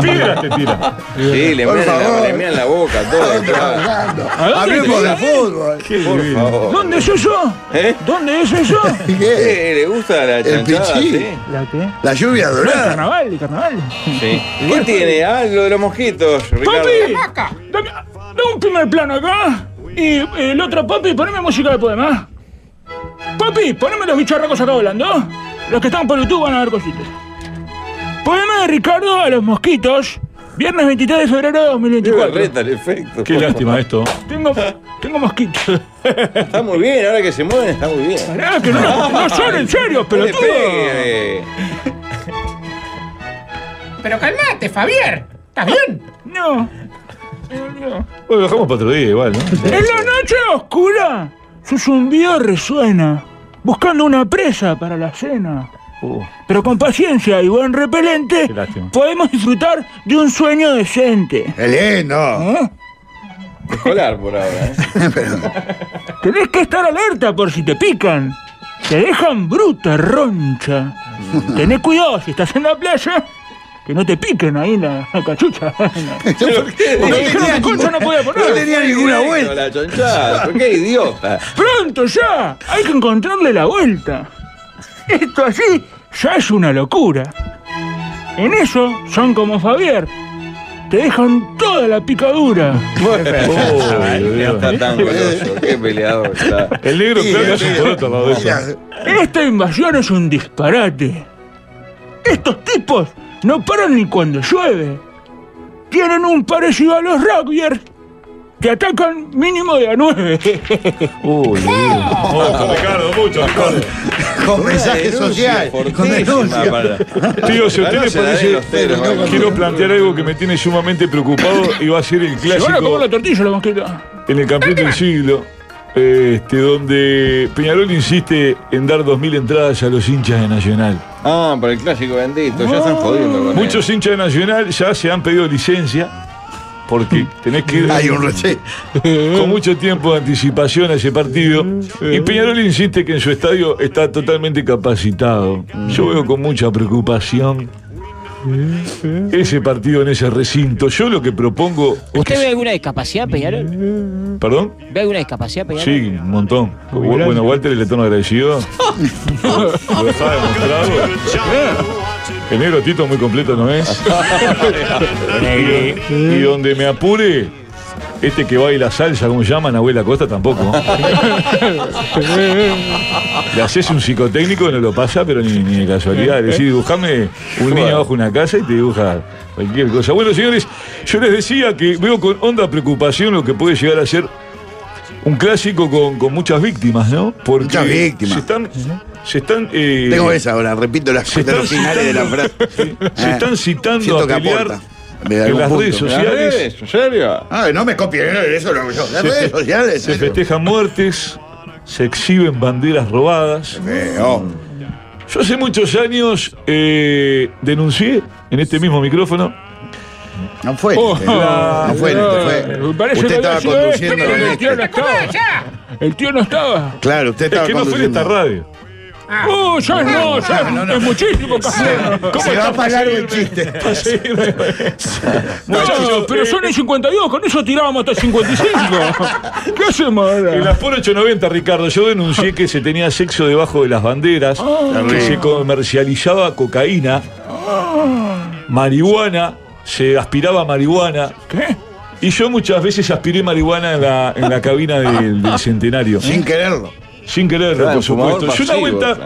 Speaker 12: Piedras te tiran.
Speaker 4: Sí, le
Speaker 12: Por
Speaker 4: mean, la,
Speaker 12: favor.
Speaker 4: le mean la boca, todo.
Speaker 2: ah,
Speaker 4: claro.
Speaker 2: Hablemos de fútbol.
Speaker 4: Por favor.
Speaker 13: ¿Dónde es eso?
Speaker 4: ¿Eh?
Speaker 13: ¿Dónde es eso?
Speaker 4: ¿Qué? ¿Le gusta la chanchada?
Speaker 13: pichí.
Speaker 4: Sí.
Speaker 13: ¿La qué?
Speaker 2: La lluvia
Speaker 13: No, el
Speaker 2: dorada.
Speaker 13: carnaval, el carnaval.
Speaker 4: Sí. ¿Qué tiene? Ah, lo de los mosquitos, Ricardo.
Speaker 13: ¡Papi! Dame, dame un primer plano acá. Y
Speaker 12: eh,
Speaker 13: el otro, papi, poneme música de poema. Papi, poneme los bicharracos acá volando. Los que están por YouTube van a ver cositas. Poema de Ricardo a los mosquitos. Viernes 23 de febrero de
Speaker 4: Qué
Speaker 13: 2024.
Speaker 4: berreta el efecto.
Speaker 12: Qué lástima esto.
Speaker 13: Tengo, tengo mosquitos.
Speaker 4: Está muy bien, ahora que se mueven, está muy bien.
Speaker 13: Pará, que no, no son en serio,
Speaker 4: No le
Speaker 13: pelotudo.
Speaker 4: pegue. eh,
Speaker 14: Pero calmate, Fabián. ¿Estás bien?
Speaker 13: No. No, no.
Speaker 12: Bueno, lo dejamos para otro día igual, ¿no?
Speaker 13: En la noche oscura, su zumbido resuena, buscando una presa para la cena.
Speaker 12: Uh.
Speaker 13: Pero con paciencia y buen repelente, podemos disfrutar de un sueño decente.
Speaker 2: ¡Qué lindo!
Speaker 13: ¿Eh?
Speaker 4: Escolar por ahora. ¿eh?
Speaker 13: Tenés que estar alerta por si te pican. Te dejan bruta, roncha. Tenés cuidado si estás en la playa, que no te piquen ahí en la, la cachucha. Porque me dijeron que concha no podía poner.
Speaker 4: Directo, La chonchada, pero qué idiota.
Speaker 13: ¡Pronto ya! Hay que encontrarle la vuelta. Esto así ya es una locura. En eso son como Javier. Te dejan toda la picadura. Pues
Speaker 4: Ay, no está tan goloso, qué peleador está.
Speaker 12: El negro claro es un poroto, lado de eso.
Speaker 13: Esta invasión es un disparate. Estos tipos no paran ni cuando llueve. Tienen un parecido a los rugbyers. Te atacan mínimo de a nueve.
Speaker 12: Ojo, Ricardo, mucho. Ricardo.
Speaker 2: Con mensaje social. Con denuncia.
Speaker 12: Tío, si a usted
Speaker 2: Claro,
Speaker 12: le
Speaker 2: se la den
Speaker 12: parece,
Speaker 2: los teros, ¿no?
Speaker 12: quiero plantear algo que me tiene sumamente preocupado y va a ser el
Speaker 13: Se van a
Speaker 12: clásico
Speaker 13: comer la tortilla, la banqueta.
Speaker 12: en el campeón del siglo, este, donde Peñarol insiste en dar 2.000 entradas a los hinchas de Nacional.
Speaker 4: Ah, por el clásico bendito, ya están jodiendo con él.
Speaker 12: Muchos hinchas de Nacional ya se han pedido licencia porque tenés que ir
Speaker 4: Hay un
Speaker 12: con mucho tiempo de anticipación a ese partido. Y Peñarol insiste que en su estadio está totalmente capacitado. Yo veo con mucha preocupación ese partido en ese recinto. Yo lo que propongo. es
Speaker 5: ¿Usted
Speaker 12: que-
Speaker 5: ve alguna discapacidad, Peñarol?
Speaker 12: ¿Perdón?
Speaker 5: ¿Ve alguna discapacidad, Peñarol?
Speaker 12: Sí, un montón. Bueno, Walter, el eterno agradecido. Lo está demostrado. El negro Tito muy completo no es. y, y donde me apure, este que baila salsa, como llaman, abuela Costa tampoco. Le haces un psicotécnico, no lo pasa, pero ni, ni de casualidad. Es decir, dibujame un niño bajo una casa y te dibuja cualquier cosa. Bueno, señores, yo les decía que veo con honda preocupación lo que puede llegar a ser un clásico con, con muchas víctimas, ¿no? Porque
Speaker 2: Muchas víctimas.
Speaker 12: Se están. Se están eh,
Speaker 2: Tengo esa ahora, repito las
Speaker 12: se
Speaker 2: cuatro
Speaker 12: están
Speaker 2: finales de la
Speaker 12: citando-
Speaker 2: frase.
Speaker 12: se están citando
Speaker 2: Siento
Speaker 12: a
Speaker 2: que
Speaker 12: pelear
Speaker 2: aporta. Me da
Speaker 12: en
Speaker 2: algún
Speaker 12: las
Speaker 2: punto.
Speaker 12: redes sociales.
Speaker 4: ¿En serio?
Speaker 2: Ay, no me copien, eso lo hago yo.
Speaker 12: Se
Speaker 2: Las redes
Speaker 12: fe-
Speaker 2: sociales.
Speaker 12: Se
Speaker 2: eso.
Speaker 12: festejan muertes, se exhiben banderas robadas. Yo hace muchos años eh, denuncié en este mismo micrófono.
Speaker 2: No fue.
Speaker 13: este,
Speaker 4: Ah,
Speaker 13: no fue este, fue- Usted estaba conduciendo en
Speaker 12: El
Speaker 13: este.
Speaker 12: tío no estaba. El tío no estaba.
Speaker 2: Claro, usted estaba
Speaker 12: Es que no fue en esta
Speaker 2: conduciendo.
Speaker 12: radio.
Speaker 13: Oh, ya es no, ya es- es muchísimo.
Speaker 2: Se va a pagar el
Speaker 12: chiste.
Speaker 13: Muchachos, pero son el 52, con eso tirábamos hasta 55. ¿Qué hacemos ahora?
Speaker 12: En las por 890, Ricardo, yo denuncié que se tenía sexo debajo de las banderas, que se comercializaba cocaína, marihuana, se aspiraba marihuana. ¿Qué? Y yo muchas veces aspiré marihuana en la, en la cabina del, del centenario.
Speaker 2: Sin quererlo.
Speaker 12: Sin quererlo,
Speaker 5: Claro,
Speaker 12: por supuesto.
Speaker 5: fumador
Speaker 12: Yo una
Speaker 5: pasivo,
Speaker 12: vuelta
Speaker 5: Usted,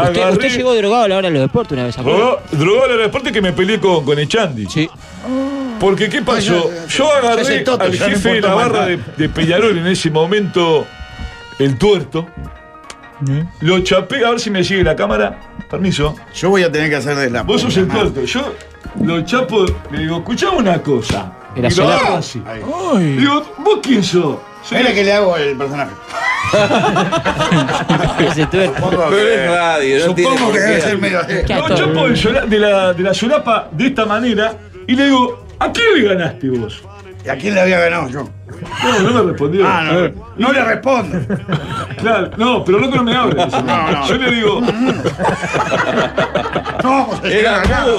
Speaker 5: usted
Speaker 12: agarré-
Speaker 5: llegó drogado a la hora de los deportes una vez, ¿se acuerda?
Speaker 12: Drogó, drogó al aeropuerto que me peleé con, con el Chandy. Porque, ¿qué pasó?
Speaker 5: Ay, ya, ya,
Speaker 12: Pues
Speaker 2: Pues
Speaker 12: Yo
Speaker 5: ya
Speaker 12: agarré
Speaker 5: se toto,
Speaker 12: al
Speaker 5: ya no
Speaker 12: jefe de
Speaker 5: importa
Speaker 12: la
Speaker 5: más
Speaker 12: barra
Speaker 5: nada.
Speaker 12: de, de Peñarol en ese momento, el tuerto. Lo chapé, a ver si me sigue la cámara. Permiso.
Speaker 2: Yo voy a tener que hacer de la.
Speaker 12: Vos sos el tuerto. Yo lo chapo, le digo, escuchame una cosa.
Speaker 2: Era
Speaker 12: Y lo
Speaker 2: solar.
Speaker 12: agarro así.
Speaker 2: Ahí.
Speaker 12: Digo, ¿vos quién sos? Soy
Speaker 2: Mira que le hago el personaje.
Speaker 12: Supongo
Speaker 4: Pero
Speaker 12: que-
Speaker 4: es radio, no tiene
Speaker 12: Supongo
Speaker 4: por
Speaker 12: que
Speaker 4: qué.
Speaker 12: debe ser medio.
Speaker 4: Qué
Speaker 12: Lo
Speaker 4: actor.
Speaker 12: chapo del sola- de la, de la solapa de esta manera y le digo, ¿a quién le ganaste vos?
Speaker 2: ¿Y a quién le había ganado yo?
Speaker 12: No, no me respondió.
Speaker 2: Ah, no.
Speaker 12: Eh,
Speaker 2: No le respondo.
Speaker 12: Claro, no, pero loco no me hable.
Speaker 2: No, no.
Speaker 12: Yo le digo.
Speaker 2: No,
Speaker 12: Era mudo.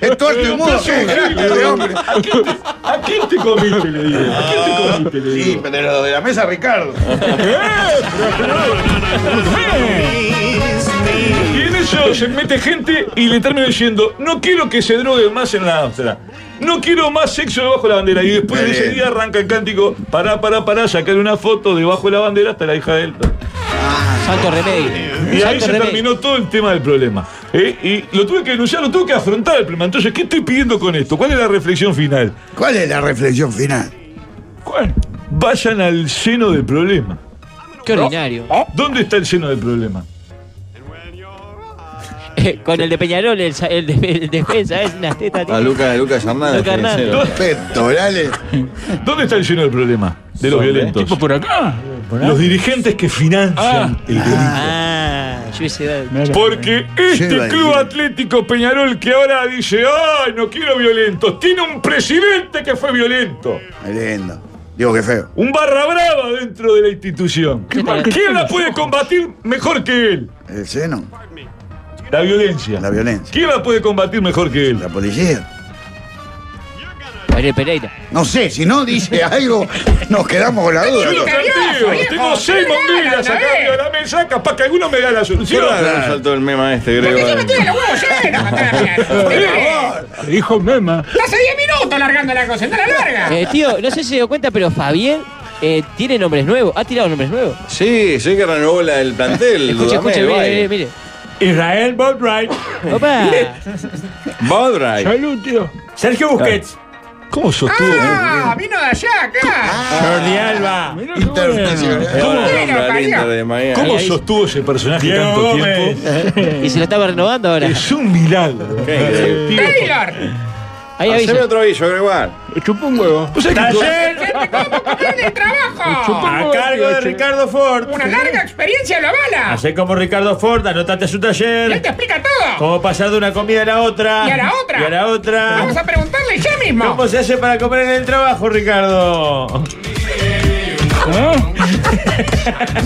Speaker 12: Es
Speaker 2: tuerto y mudo, sí, grande, hombre.
Speaker 12: ¿A quién te- a quién te comiste? Le digo. ¿A quién te comiste? Le digo. ¡Eh,
Speaker 2: Ah, Sí, pero lo de la mesa, Ricardo.
Speaker 12: Y en eso se mete gente y le termino diciendo, no quiero que se drogue más en la Amsterdam. No quiero más sexo debajo de la bandera. Y después de ese día arranca el cántico, pará, pará, pará, sacar una foto debajo de la bandera hasta la hija de él.
Speaker 5: Santo remedio.
Speaker 12: Y ahí
Speaker 5: Santo
Speaker 12: se
Speaker 5: remedio.
Speaker 12: terminó todo el tema del problema. ¿eh? Y lo tuve que denunciar, lo tuve que afrontar el problema. Entonces, ¿qué estoy pidiendo con esto? ¿Cuál es la reflexión final?
Speaker 2: ¿Cuál es la reflexión final?
Speaker 12: ¿Cuál? Vayan al seno del problema.
Speaker 5: Qué ordinario.
Speaker 12: ¿Dónde está el seno del problema?
Speaker 5: Eh, Con el de Peñarol, el, sa- el de- el defensa, es una teta. tío.
Speaker 4: A Lucas, Lucas Hernández.
Speaker 5: Lucas
Speaker 4: en serio.
Speaker 5: Hernández.
Speaker 2: Pectorales.
Speaker 12: ¿Dónde está el lleno del problema? De los
Speaker 4: ¿Dónde?
Speaker 12: violentos.
Speaker 4: ¿Tipo
Speaker 12: por acá? Ah. Los dirigentes que financian el delito.
Speaker 5: Ah, yo hubiese dado.
Speaker 12: Porque este club atlético Peñarol que ahora dice, ay, no quiero violentos, tiene un presidente que fue violento.
Speaker 2: Lindo. Digo que feo.
Speaker 12: Un barra brava dentro de la institución.
Speaker 2: Qué mal que
Speaker 12: ¿Quién
Speaker 2: tiene
Speaker 12: la
Speaker 2: los
Speaker 12: puede combatir mejor que él?
Speaker 2: El seno.
Speaker 12: La violencia.
Speaker 2: La violencia.
Speaker 12: ¿Quién la puede combatir mejor que él?
Speaker 2: La policía.
Speaker 5: Gabriel Pereira.
Speaker 2: No sé, si no dice algo, nos quedamos con la duda.
Speaker 12: Yo lo planteo, tengo seis monguillas acá arriba de la mesa, capaz que alguno me da la solución.
Speaker 4: Por ahora no saltó el meme este, Grego.
Speaker 12: Hijo mema.
Speaker 14: Hace 10 minutos alargando la cosa, está la larga.
Speaker 5: Eh, tío, no sé si se dio cuenta, pero Fabián eh, tiene nombres nuevos. ¿Ha tirado nombres nuevos?
Speaker 4: Sí, sí que renovó la- el plantel.
Speaker 5: Escuche,
Speaker 4: Dudamel,
Speaker 5: escuche, mire,
Speaker 4: vaya.
Speaker 5: mire, mire.
Speaker 15: Israel Boatwright.
Speaker 5: Opa.
Speaker 4: Baudray.
Speaker 15: Salud, tío. Sergio Busquets.
Speaker 12: ¿Cómo sostuvo?
Speaker 14: ¡Ah! ¡Vino de allá, acá!
Speaker 12: Jordi Alba. ¿Cómo
Speaker 5: Ahí-
Speaker 12: sostuvo ese personaje
Speaker 5: Diego
Speaker 12: tanto
Speaker 5: Gómez.
Speaker 12: tiempo?
Speaker 5: Y se lo estaba renovando ahora.
Speaker 12: Es un milagro.
Speaker 14: ¡Taylor!
Speaker 5: Ahí
Speaker 4: Haceme
Speaker 5: avisa.
Speaker 4: otro aviso, Gregoire.
Speaker 12: Chupó un huevo.
Speaker 15: Taller a
Speaker 14: ¡Trabajo!
Speaker 15: cargo de Ricardo Ford.
Speaker 14: ¡Una larga experiencia en la bala!
Speaker 15: Hacé como Ricardo Ford, anotate a su
Speaker 14: ¡Él te
Speaker 15: taller.
Speaker 14: explica todo!
Speaker 15: Cómo pasar de una comida a la otra.
Speaker 14: Y a la otra.
Speaker 15: Y a la otra.
Speaker 14: Vamos a preguntarle ya mismo.
Speaker 15: ¿Cómo se hace para comer en el trabajo, Ricardo?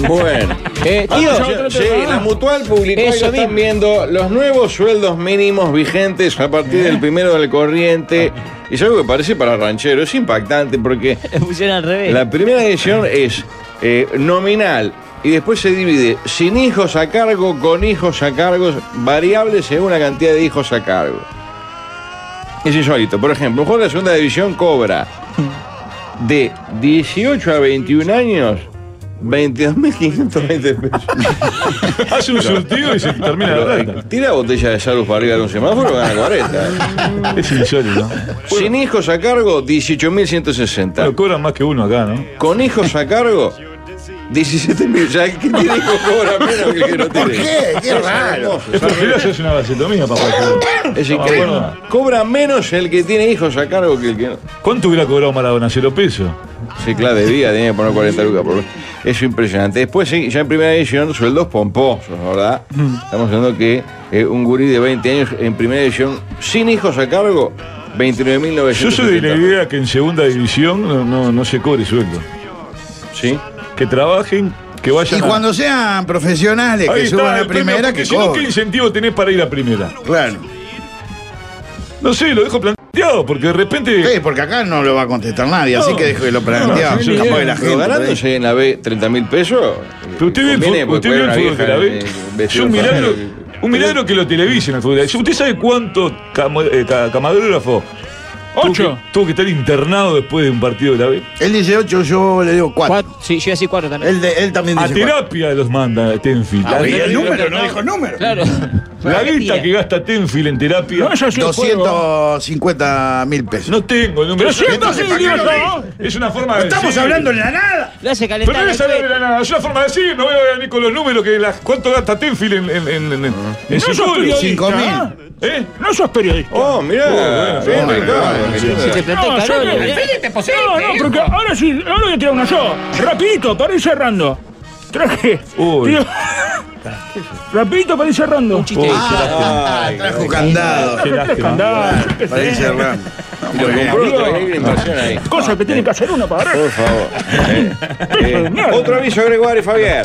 Speaker 4: Bueno.
Speaker 5: Eh, tío.
Speaker 4: Sí, la Mutual publicó
Speaker 5: Eso
Speaker 4: y lo están
Speaker 5: mismo.
Speaker 4: viendo los nuevos sueldos mínimos vigentes a partir
Speaker 5: ¿Eh?
Speaker 4: del primero del corriente. Y es algo que parece para ranchero, es impactante porque
Speaker 5: Funciona al revés.
Speaker 4: la primera edición es eh, nominal y después se divide sin hijos a cargo, con hijos a cargo, variable según la cantidad de hijos a cargo. Es insólito. Por ejemplo, un jugador de la segunda división cobra de 18 a 21 años 22.520 pesos.
Speaker 12: Hace un surtido y se termina la
Speaker 4: Pero,
Speaker 12: plata.
Speaker 4: eh, Tira botella de salud para arriba de un semáforo, gana 40.
Speaker 12: Es insólito.
Speaker 4: Sin hijos a cargo, 18.160.
Speaker 12: Pero cobran más que uno acá, ¿no?
Speaker 4: Con hijos a cargo, 17.000. Ya el que tiene hijos cobra menos que el que no tiene.
Speaker 12: ¿Por qué?
Speaker 1: Qué
Speaker 4: Es
Speaker 1: raro.
Speaker 12: Es preferible
Speaker 4: horrible.
Speaker 12: hacerse una vasectomía, papá.
Speaker 4: Es
Speaker 12: Estamos de
Speaker 4: increíble.
Speaker 12: acuerdo.
Speaker 4: Cobra menos el que tiene hijos a cargo que el que no.
Speaker 12: ¿Cuánto hubiera cobrado Maradona? ¿Cero pesos?
Speaker 4: Sí, claro, debía, tenía que poner 40 lucas. Por... Es impresionante. Después, sí, ya en primera edición, sueldos pomposos, ¿verdad?
Speaker 12: Mm.
Speaker 4: Estamos hablando que eh, un gurí de 20 años en primera edición, sin hijos a cargo, 29.900.
Speaker 12: Yo soy de la idea que en segunda división no, no, no se cobre sueldo.
Speaker 4: Sí.
Speaker 12: Que trabajen, que vayan
Speaker 2: Y
Speaker 12: a-
Speaker 2: cuando sean profesionales,
Speaker 12: Ahí
Speaker 2: que
Speaker 12: está
Speaker 2: suban a
Speaker 12: el premio,
Speaker 2: primera,
Speaker 12: porque
Speaker 2: que
Speaker 12: si no, ¿qué
Speaker 2: cobren.
Speaker 12: incentivo tenés para ir a primera?
Speaker 2: Claro.
Speaker 12: No sé, lo dejo planteado, porque de repente...
Speaker 2: Sí, porque acá no lo va a contestar nadie, así que dejo que lo planteamos.
Speaker 12: sí,
Speaker 2: Capaz que la
Speaker 4: Pero
Speaker 2: gente por ahí.
Speaker 4: ganándose en la B 30.000 pesos. eh,
Speaker 12: Pero usted ve el,
Speaker 4: conviene,
Speaker 12: fútbol,
Speaker 4: porque
Speaker 12: usted vio el
Speaker 4: puede
Speaker 12: fútbol de la
Speaker 4: haber una
Speaker 12: B.
Speaker 4: vieja en-
Speaker 12: Es
Speaker 4: vestida
Speaker 12: un
Speaker 4: de
Speaker 12: milagro,
Speaker 4: franela.
Speaker 12: un milagro que lo televisen el fútbol. de la B. ¿Usted sabe cuánto camo- eh, ca- camarógrafo tuvo que,
Speaker 13: Ocho.
Speaker 12: tuvo que estar internado después de un partido de la B?
Speaker 2: Él dice 8, yo le digo 4.
Speaker 5: Cuatro- Sí, yo iba a decir cuatro también.
Speaker 2: Él, de- él también
Speaker 12: A
Speaker 2: dice 4.
Speaker 12: terapia los manda Tenfield.
Speaker 2: Ah,
Speaker 12: La-
Speaker 2: y el número,
Speaker 5: no dijo el número. Claro.
Speaker 12: La guita que gasta Tenfield en terapia.
Speaker 13: No, yo soy
Speaker 2: 250 mil pesos.
Speaker 12: No tengo el número.
Speaker 13: Pero siento que
Speaker 12: Entonces,
Speaker 13: digo
Speaker 12: ¿para qué
Speaker 13: yo.
Speaker 12: lo dice? Es una forma de decir.
Speaker 2: en la nada.
Speaker 5: Lo hace
Speaker 12: Pero
Speaker 5: calentar.
Speaker 12: no es
Speaker 5: la
Speaker 12: hablar de
Speaker 5: cuenta.
Speaker 12: la nada, es una forma de decir, no voy a venir con los números que la- cuánto gasta Tenfield en, en, en, en, en
Speaker 13: No sos
Speaker 12: psicólogos.
Speaker 13: periodista.
Speaker 2: Cinco mil.
Speaker 13: ¿ah?
Speaker 12: ¿Eh?
Speaker 13: No sos periodista.
Speaker 4: Oh, mirá. bien, Ricardo,
Speaker 5: Se te
Speaker 4: mirá.
Speaker 5: plantó ¿eh?
Speaker 13: No, yo
Speaker 5: el cabrón.
Speaker 13: creo-
Speaker 5: mirá.
Speaker 14: ¡Fíjate, poseíste!
Speaker 13: No, no, porque ahora sí, ahora voy a tirar una yo. Rapidito, para ir cerrando. Traje.
Speaker 12: Uy.
Speaker 13: Tío- Rapidito para ir cerrando.
Speaker 5: Chiste.
Speaker 2: Ah, trajo candado.
Speaker 12: Qué lástima.
Speaker 13: Andá, yo qué sé,
Speaker 2: Para ir cerrando.
Speaker 4: Y Lo compró, trae una inversión ahí.
Speaker 13: Cosas que tiene que hacer uno para
Speaker 4: Por favor. Eh, eh, Otro aviso, Gregorio Fabián.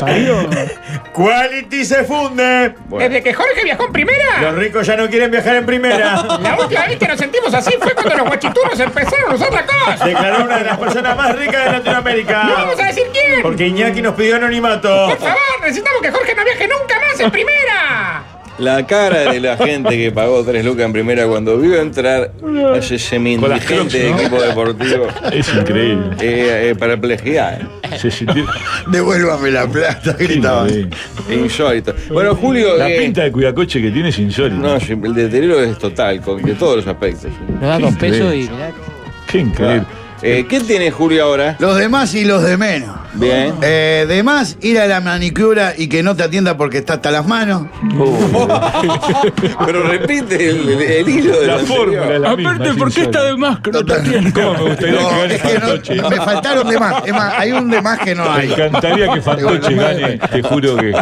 Speaker 15: Quality se funde.
Speaker 4: Bueno.
Speaker 14: Desde que Jorge viajó en primera,
Speaker 15: Los ricos ya no quieren viajar en primera.
Speaker 14: la última vez que nos sentimos así fue cuando los guachiturros empezaron a usar la cosa.
Speaker 15: Declaró una de las personas más ricas de
Speaker 14: No vamos a
Speaker 15: Latinoamérica.
Speaker 14: decir quién. Por
Speaker 15: Porque Iñaki nos pidió anonimato.
Speaker 14: favor, necesitamos que Jorge no viaje nunca más en primera.
Speaker 4: La cara de la gente que pagó tres lucas en primera cuando vio entrar a ese
Speaker 12: Con las
Speaker 4: semi-indigente de
Speaker 12: Crocs,
Speaker 4: equipo deportivo
Speaker 12: Es increíble.
Speaker 4: eh, eh, paraplejiada, eh.
Speaker 12: Se sintió-
Speaker 2: Devuélvame la plata, gritaba.
Speaker 12: Sí.
Speaker 4: Insólito. Bueno, Julio.
Speaker 12: La
Speaker 4: eh,
Speaker 12: pinta de cuidacoche que tiene es insólita.
Speaker 4: No, sí, el deterioro es total, con, de todos los aspectos.
Speaker 5: Nos da dos
Speaker 12: Sí,
Speaker 5: pesos
Speaker 12: sí.
Speaker 5: y mirá.
Speaker 12: Qué increíble.
Speaker 4: Eh, ¿Qué tiene Julio ahora?
Speaker 2: Los demás y los de menos.
Speaker 4: Bien.
Speaker 2: Eh, de más, ir a la manicura y que no te atienda porque está hasta las manos.
Speaker 4: Pero repite el, el- el hilo de
Speaker 12: La fórmula, la misma.
Speaker 13: Aparte,
Speaker 12: es
Speaker 13: ¿por qué
Speaker 12: insólita.
Speaker 13: está de más que no te atiende?
Speaker 12: ¿Cómo me gustaría
Speaker 2: No,
Speaker 12: que gane
Speaker 2: es que no-
Speaker 12: Fantoche?
Speaker 2: me faltaron de más. Es más, hay un de más que no
Speaker 12: Me
Speaker 2: hay.
Speaker 12: encantaría que Fantoche gane, te juro que.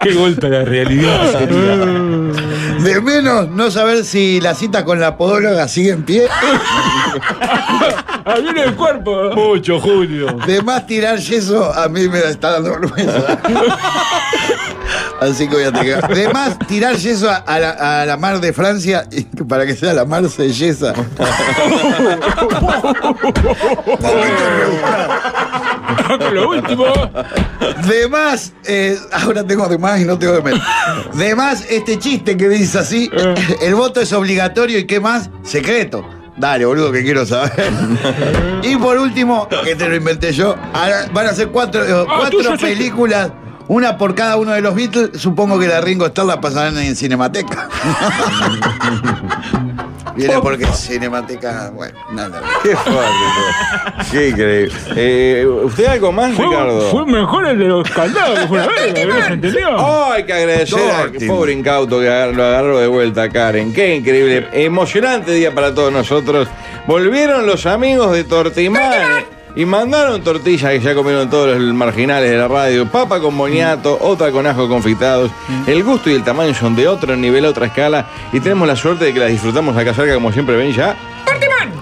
Speaker 12: Qué golpe a la realidad sería.
Speaker 2: De menos, no saber si la cita con la podóloga sigue en pie.
Speaker 13: Ahí viene el cuerpo.
Speaker 12: Mucho, Julio.
Speaker 2: De más tirar yeso, a mí me está dando vergüenza. Así que voy a tener que- De más tirar yeso a, a la, a la mar de Francia y que- para que sea la mar sellesa.
Speaker 13: Lo último.
Speaker 2: De más, eh, ahora tengo de más y no tengo de menos. De más, este chiste que dice así,
Speaker 13: Eh.
Speaker 2: el voto es obligatorio y qué más, secreto. Dale, boludo, que quiero saber. Y por último, que te lo inventé yo, ahora van a ser cuatro, eh,
Speaker 13: Ah,
Speaker 2: cuatro
Speaker 13: tuyo, sí.
Speaker 2: películas, una por cada uno de los Beatles. Supongo que la Ringo Starr la pasarán en Cinemateca. Viene porque es Cinemateca. Bueno, nada.
Speaker 4: Qué fuerte. Qué increíble. Eh, ¿Usted algo más, Ricardo?
Speaker 13: Fue mejor el de los candados que fue una vez, ¿habías entendido?
Speaker 4: Oh, hay que agradecer al pobre incauto que agar- lo agarró de vuelta, Karen. Qué increíble. Emocionante día para todos nosotros. Volvieron los amigos de Tortimán. Y mandaron tortillas que ya comieron todos los marginales de la radio. Papa con boniato, otra con ajo confitados. El gusto y el tamaño son de otro nivel, otra escala. Y tenemos la suerte de que las disfrutamos acá cerca, como siempre ven ya.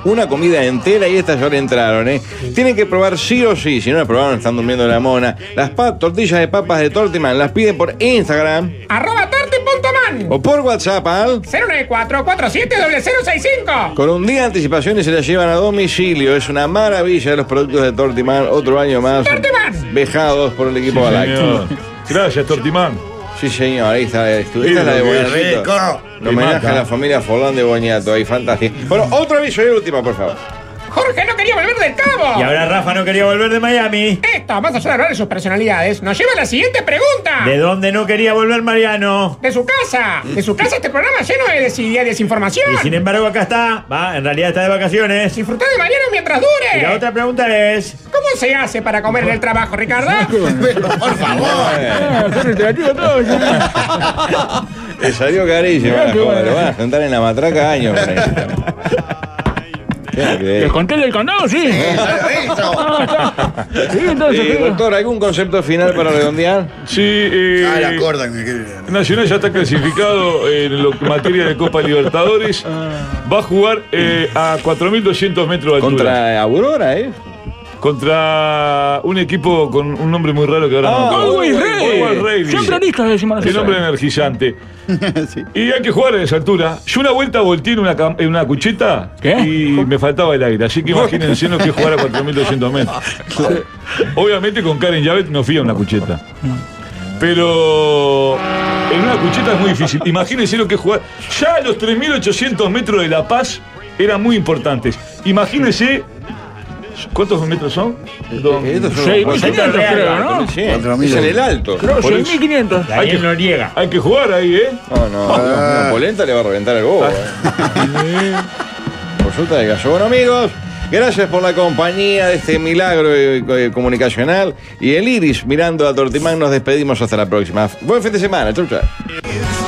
Speaker 4: Una comida entera y estas ya le entraron, ¿eh? Tienen que probar sí o sí. Si no las probaron, están durmiendo la mona. Las pa- tortillas de papas de Tortiman las piden por Instagram
Speaker 14: Arroba torti.man.
Speaker 4: o por WhatsApp al
Speaker 14: 094470065.
Speaker 4: Con un día de anticipación y se la llevan a domicilio. Es una maravilla los productos de Tortimán. Otro año más. Vejados por el equipo
Speaker 12: Sí,
Speaker 4: galáctico.
Speaker 12: señor. Gracias, Tortimán.
Speaker 4: Sí, señor. Ahí está. Esta es la de
Speaker 12: Qué
Speaker 4: Boñatito.
Speaker 12: rico.
Speaker 4: Un homenaje a la familia Folán de Boñato. Ahí, fantástico. Bueno, otro aviso y última, por favor.
Speaker 14: Jorge no quería volver del cabo.
Speaker 15: Y ahora Rafa no quería volver de Miami.
Speaker 14: Esto, más allá de hablar de sus personalidades, nos lleva a la siguiente pregunta.
Speaker 15: ¿De dónde no quería volver Mariano? Mm.
Speaker 14: De su casa. De su casa este programa lleno de desidia y desinformación.
Speaker 15: Y sin embargo acá está, va, en realidad está de vacaciones.
Speaker 14: Disfrutá de mañana mientras dure.
Speaker 15: Y la otra pregunta es...
Speaker 14: ¿Cómo se hace para comer en el trabajo, Ricardo?
Speaker 4: Por Le salió carísimo.
Speaker 13: Mirá
Speaker 4: la
Speaker 13: qué
Speaker 4: joda,
Speaker 13: bueno.
Speaker 4: Lo van a sentar en la matraca años. con esto. Qué increíble.
Speaker 13: ¿Les conté el del candado? Sí.
Speaker 4: Eh, doctor, ¿algún concepto final para redondear?
Speaker 12: Sí, eh,
Speaker 4: Ah, la
Speaker 12: Nacional ya está clasificado en lo que materia de Copa Libertadores. Va a jugar eh, a 4.200 metros de altura.
Speaker 4: Contra Aurora, ¿eh?
Speaker 12: Contra un equipo con un nombre muy raro que ahora
Speaker 13: Ah,
Speaker 12: no. me acuerdo.
Speaker 13: Always Ready.
Speaker 12: Always Ready.
Speaker 13: Siempre listos decimos
Speaker 12: Qué
Speaker 13: nosotros.
Speaker 12: nombre energizante. Y hay que jugar a esa altura. Yo una vuelta volteé en una, cam- en una cucheta y me faltaba el aire. Así que imagínense lo que es jugar a 4.200 metros. Obviamente con Karen Yavet no fui a una cucheta. Pero en una cucheta es muy difícil. Imagínense lo que es jugar. Ya los 3.800 metros de La Paz eran muy importantes. Imagínense. ¿Cuántos metros son?
Speaker 4: Eh,
Speaker 12: Don-
Speaker 4: estos son
Speaker 12: 6.500
Speaker 4: cuatrocientos
Speaker 12: creo,
Speaker 4: reales,
Speaker 12: ¿no?
Speaker 4: sí. Es en el alto.
Speaker 12: Creo
Speaker 4: Por eso-
Speaker 12: 6.500. Hay que,
Speaker 4: Daniel Noriega.
Speaker 12: hay que jugar ahí, ¿eh?
Speaker 4: No, no, la polenta le va a reventar el bobo. eh. Por suerte de gallo. Bueno, amigos, gracias por la compañía de este milagro eh, co- eh, comunicacional. Y el iris mirando a Tortimán, nos despedimos hasta la próxima. Buen fin de semana. Chau, chau.
Speaker 12: Oh.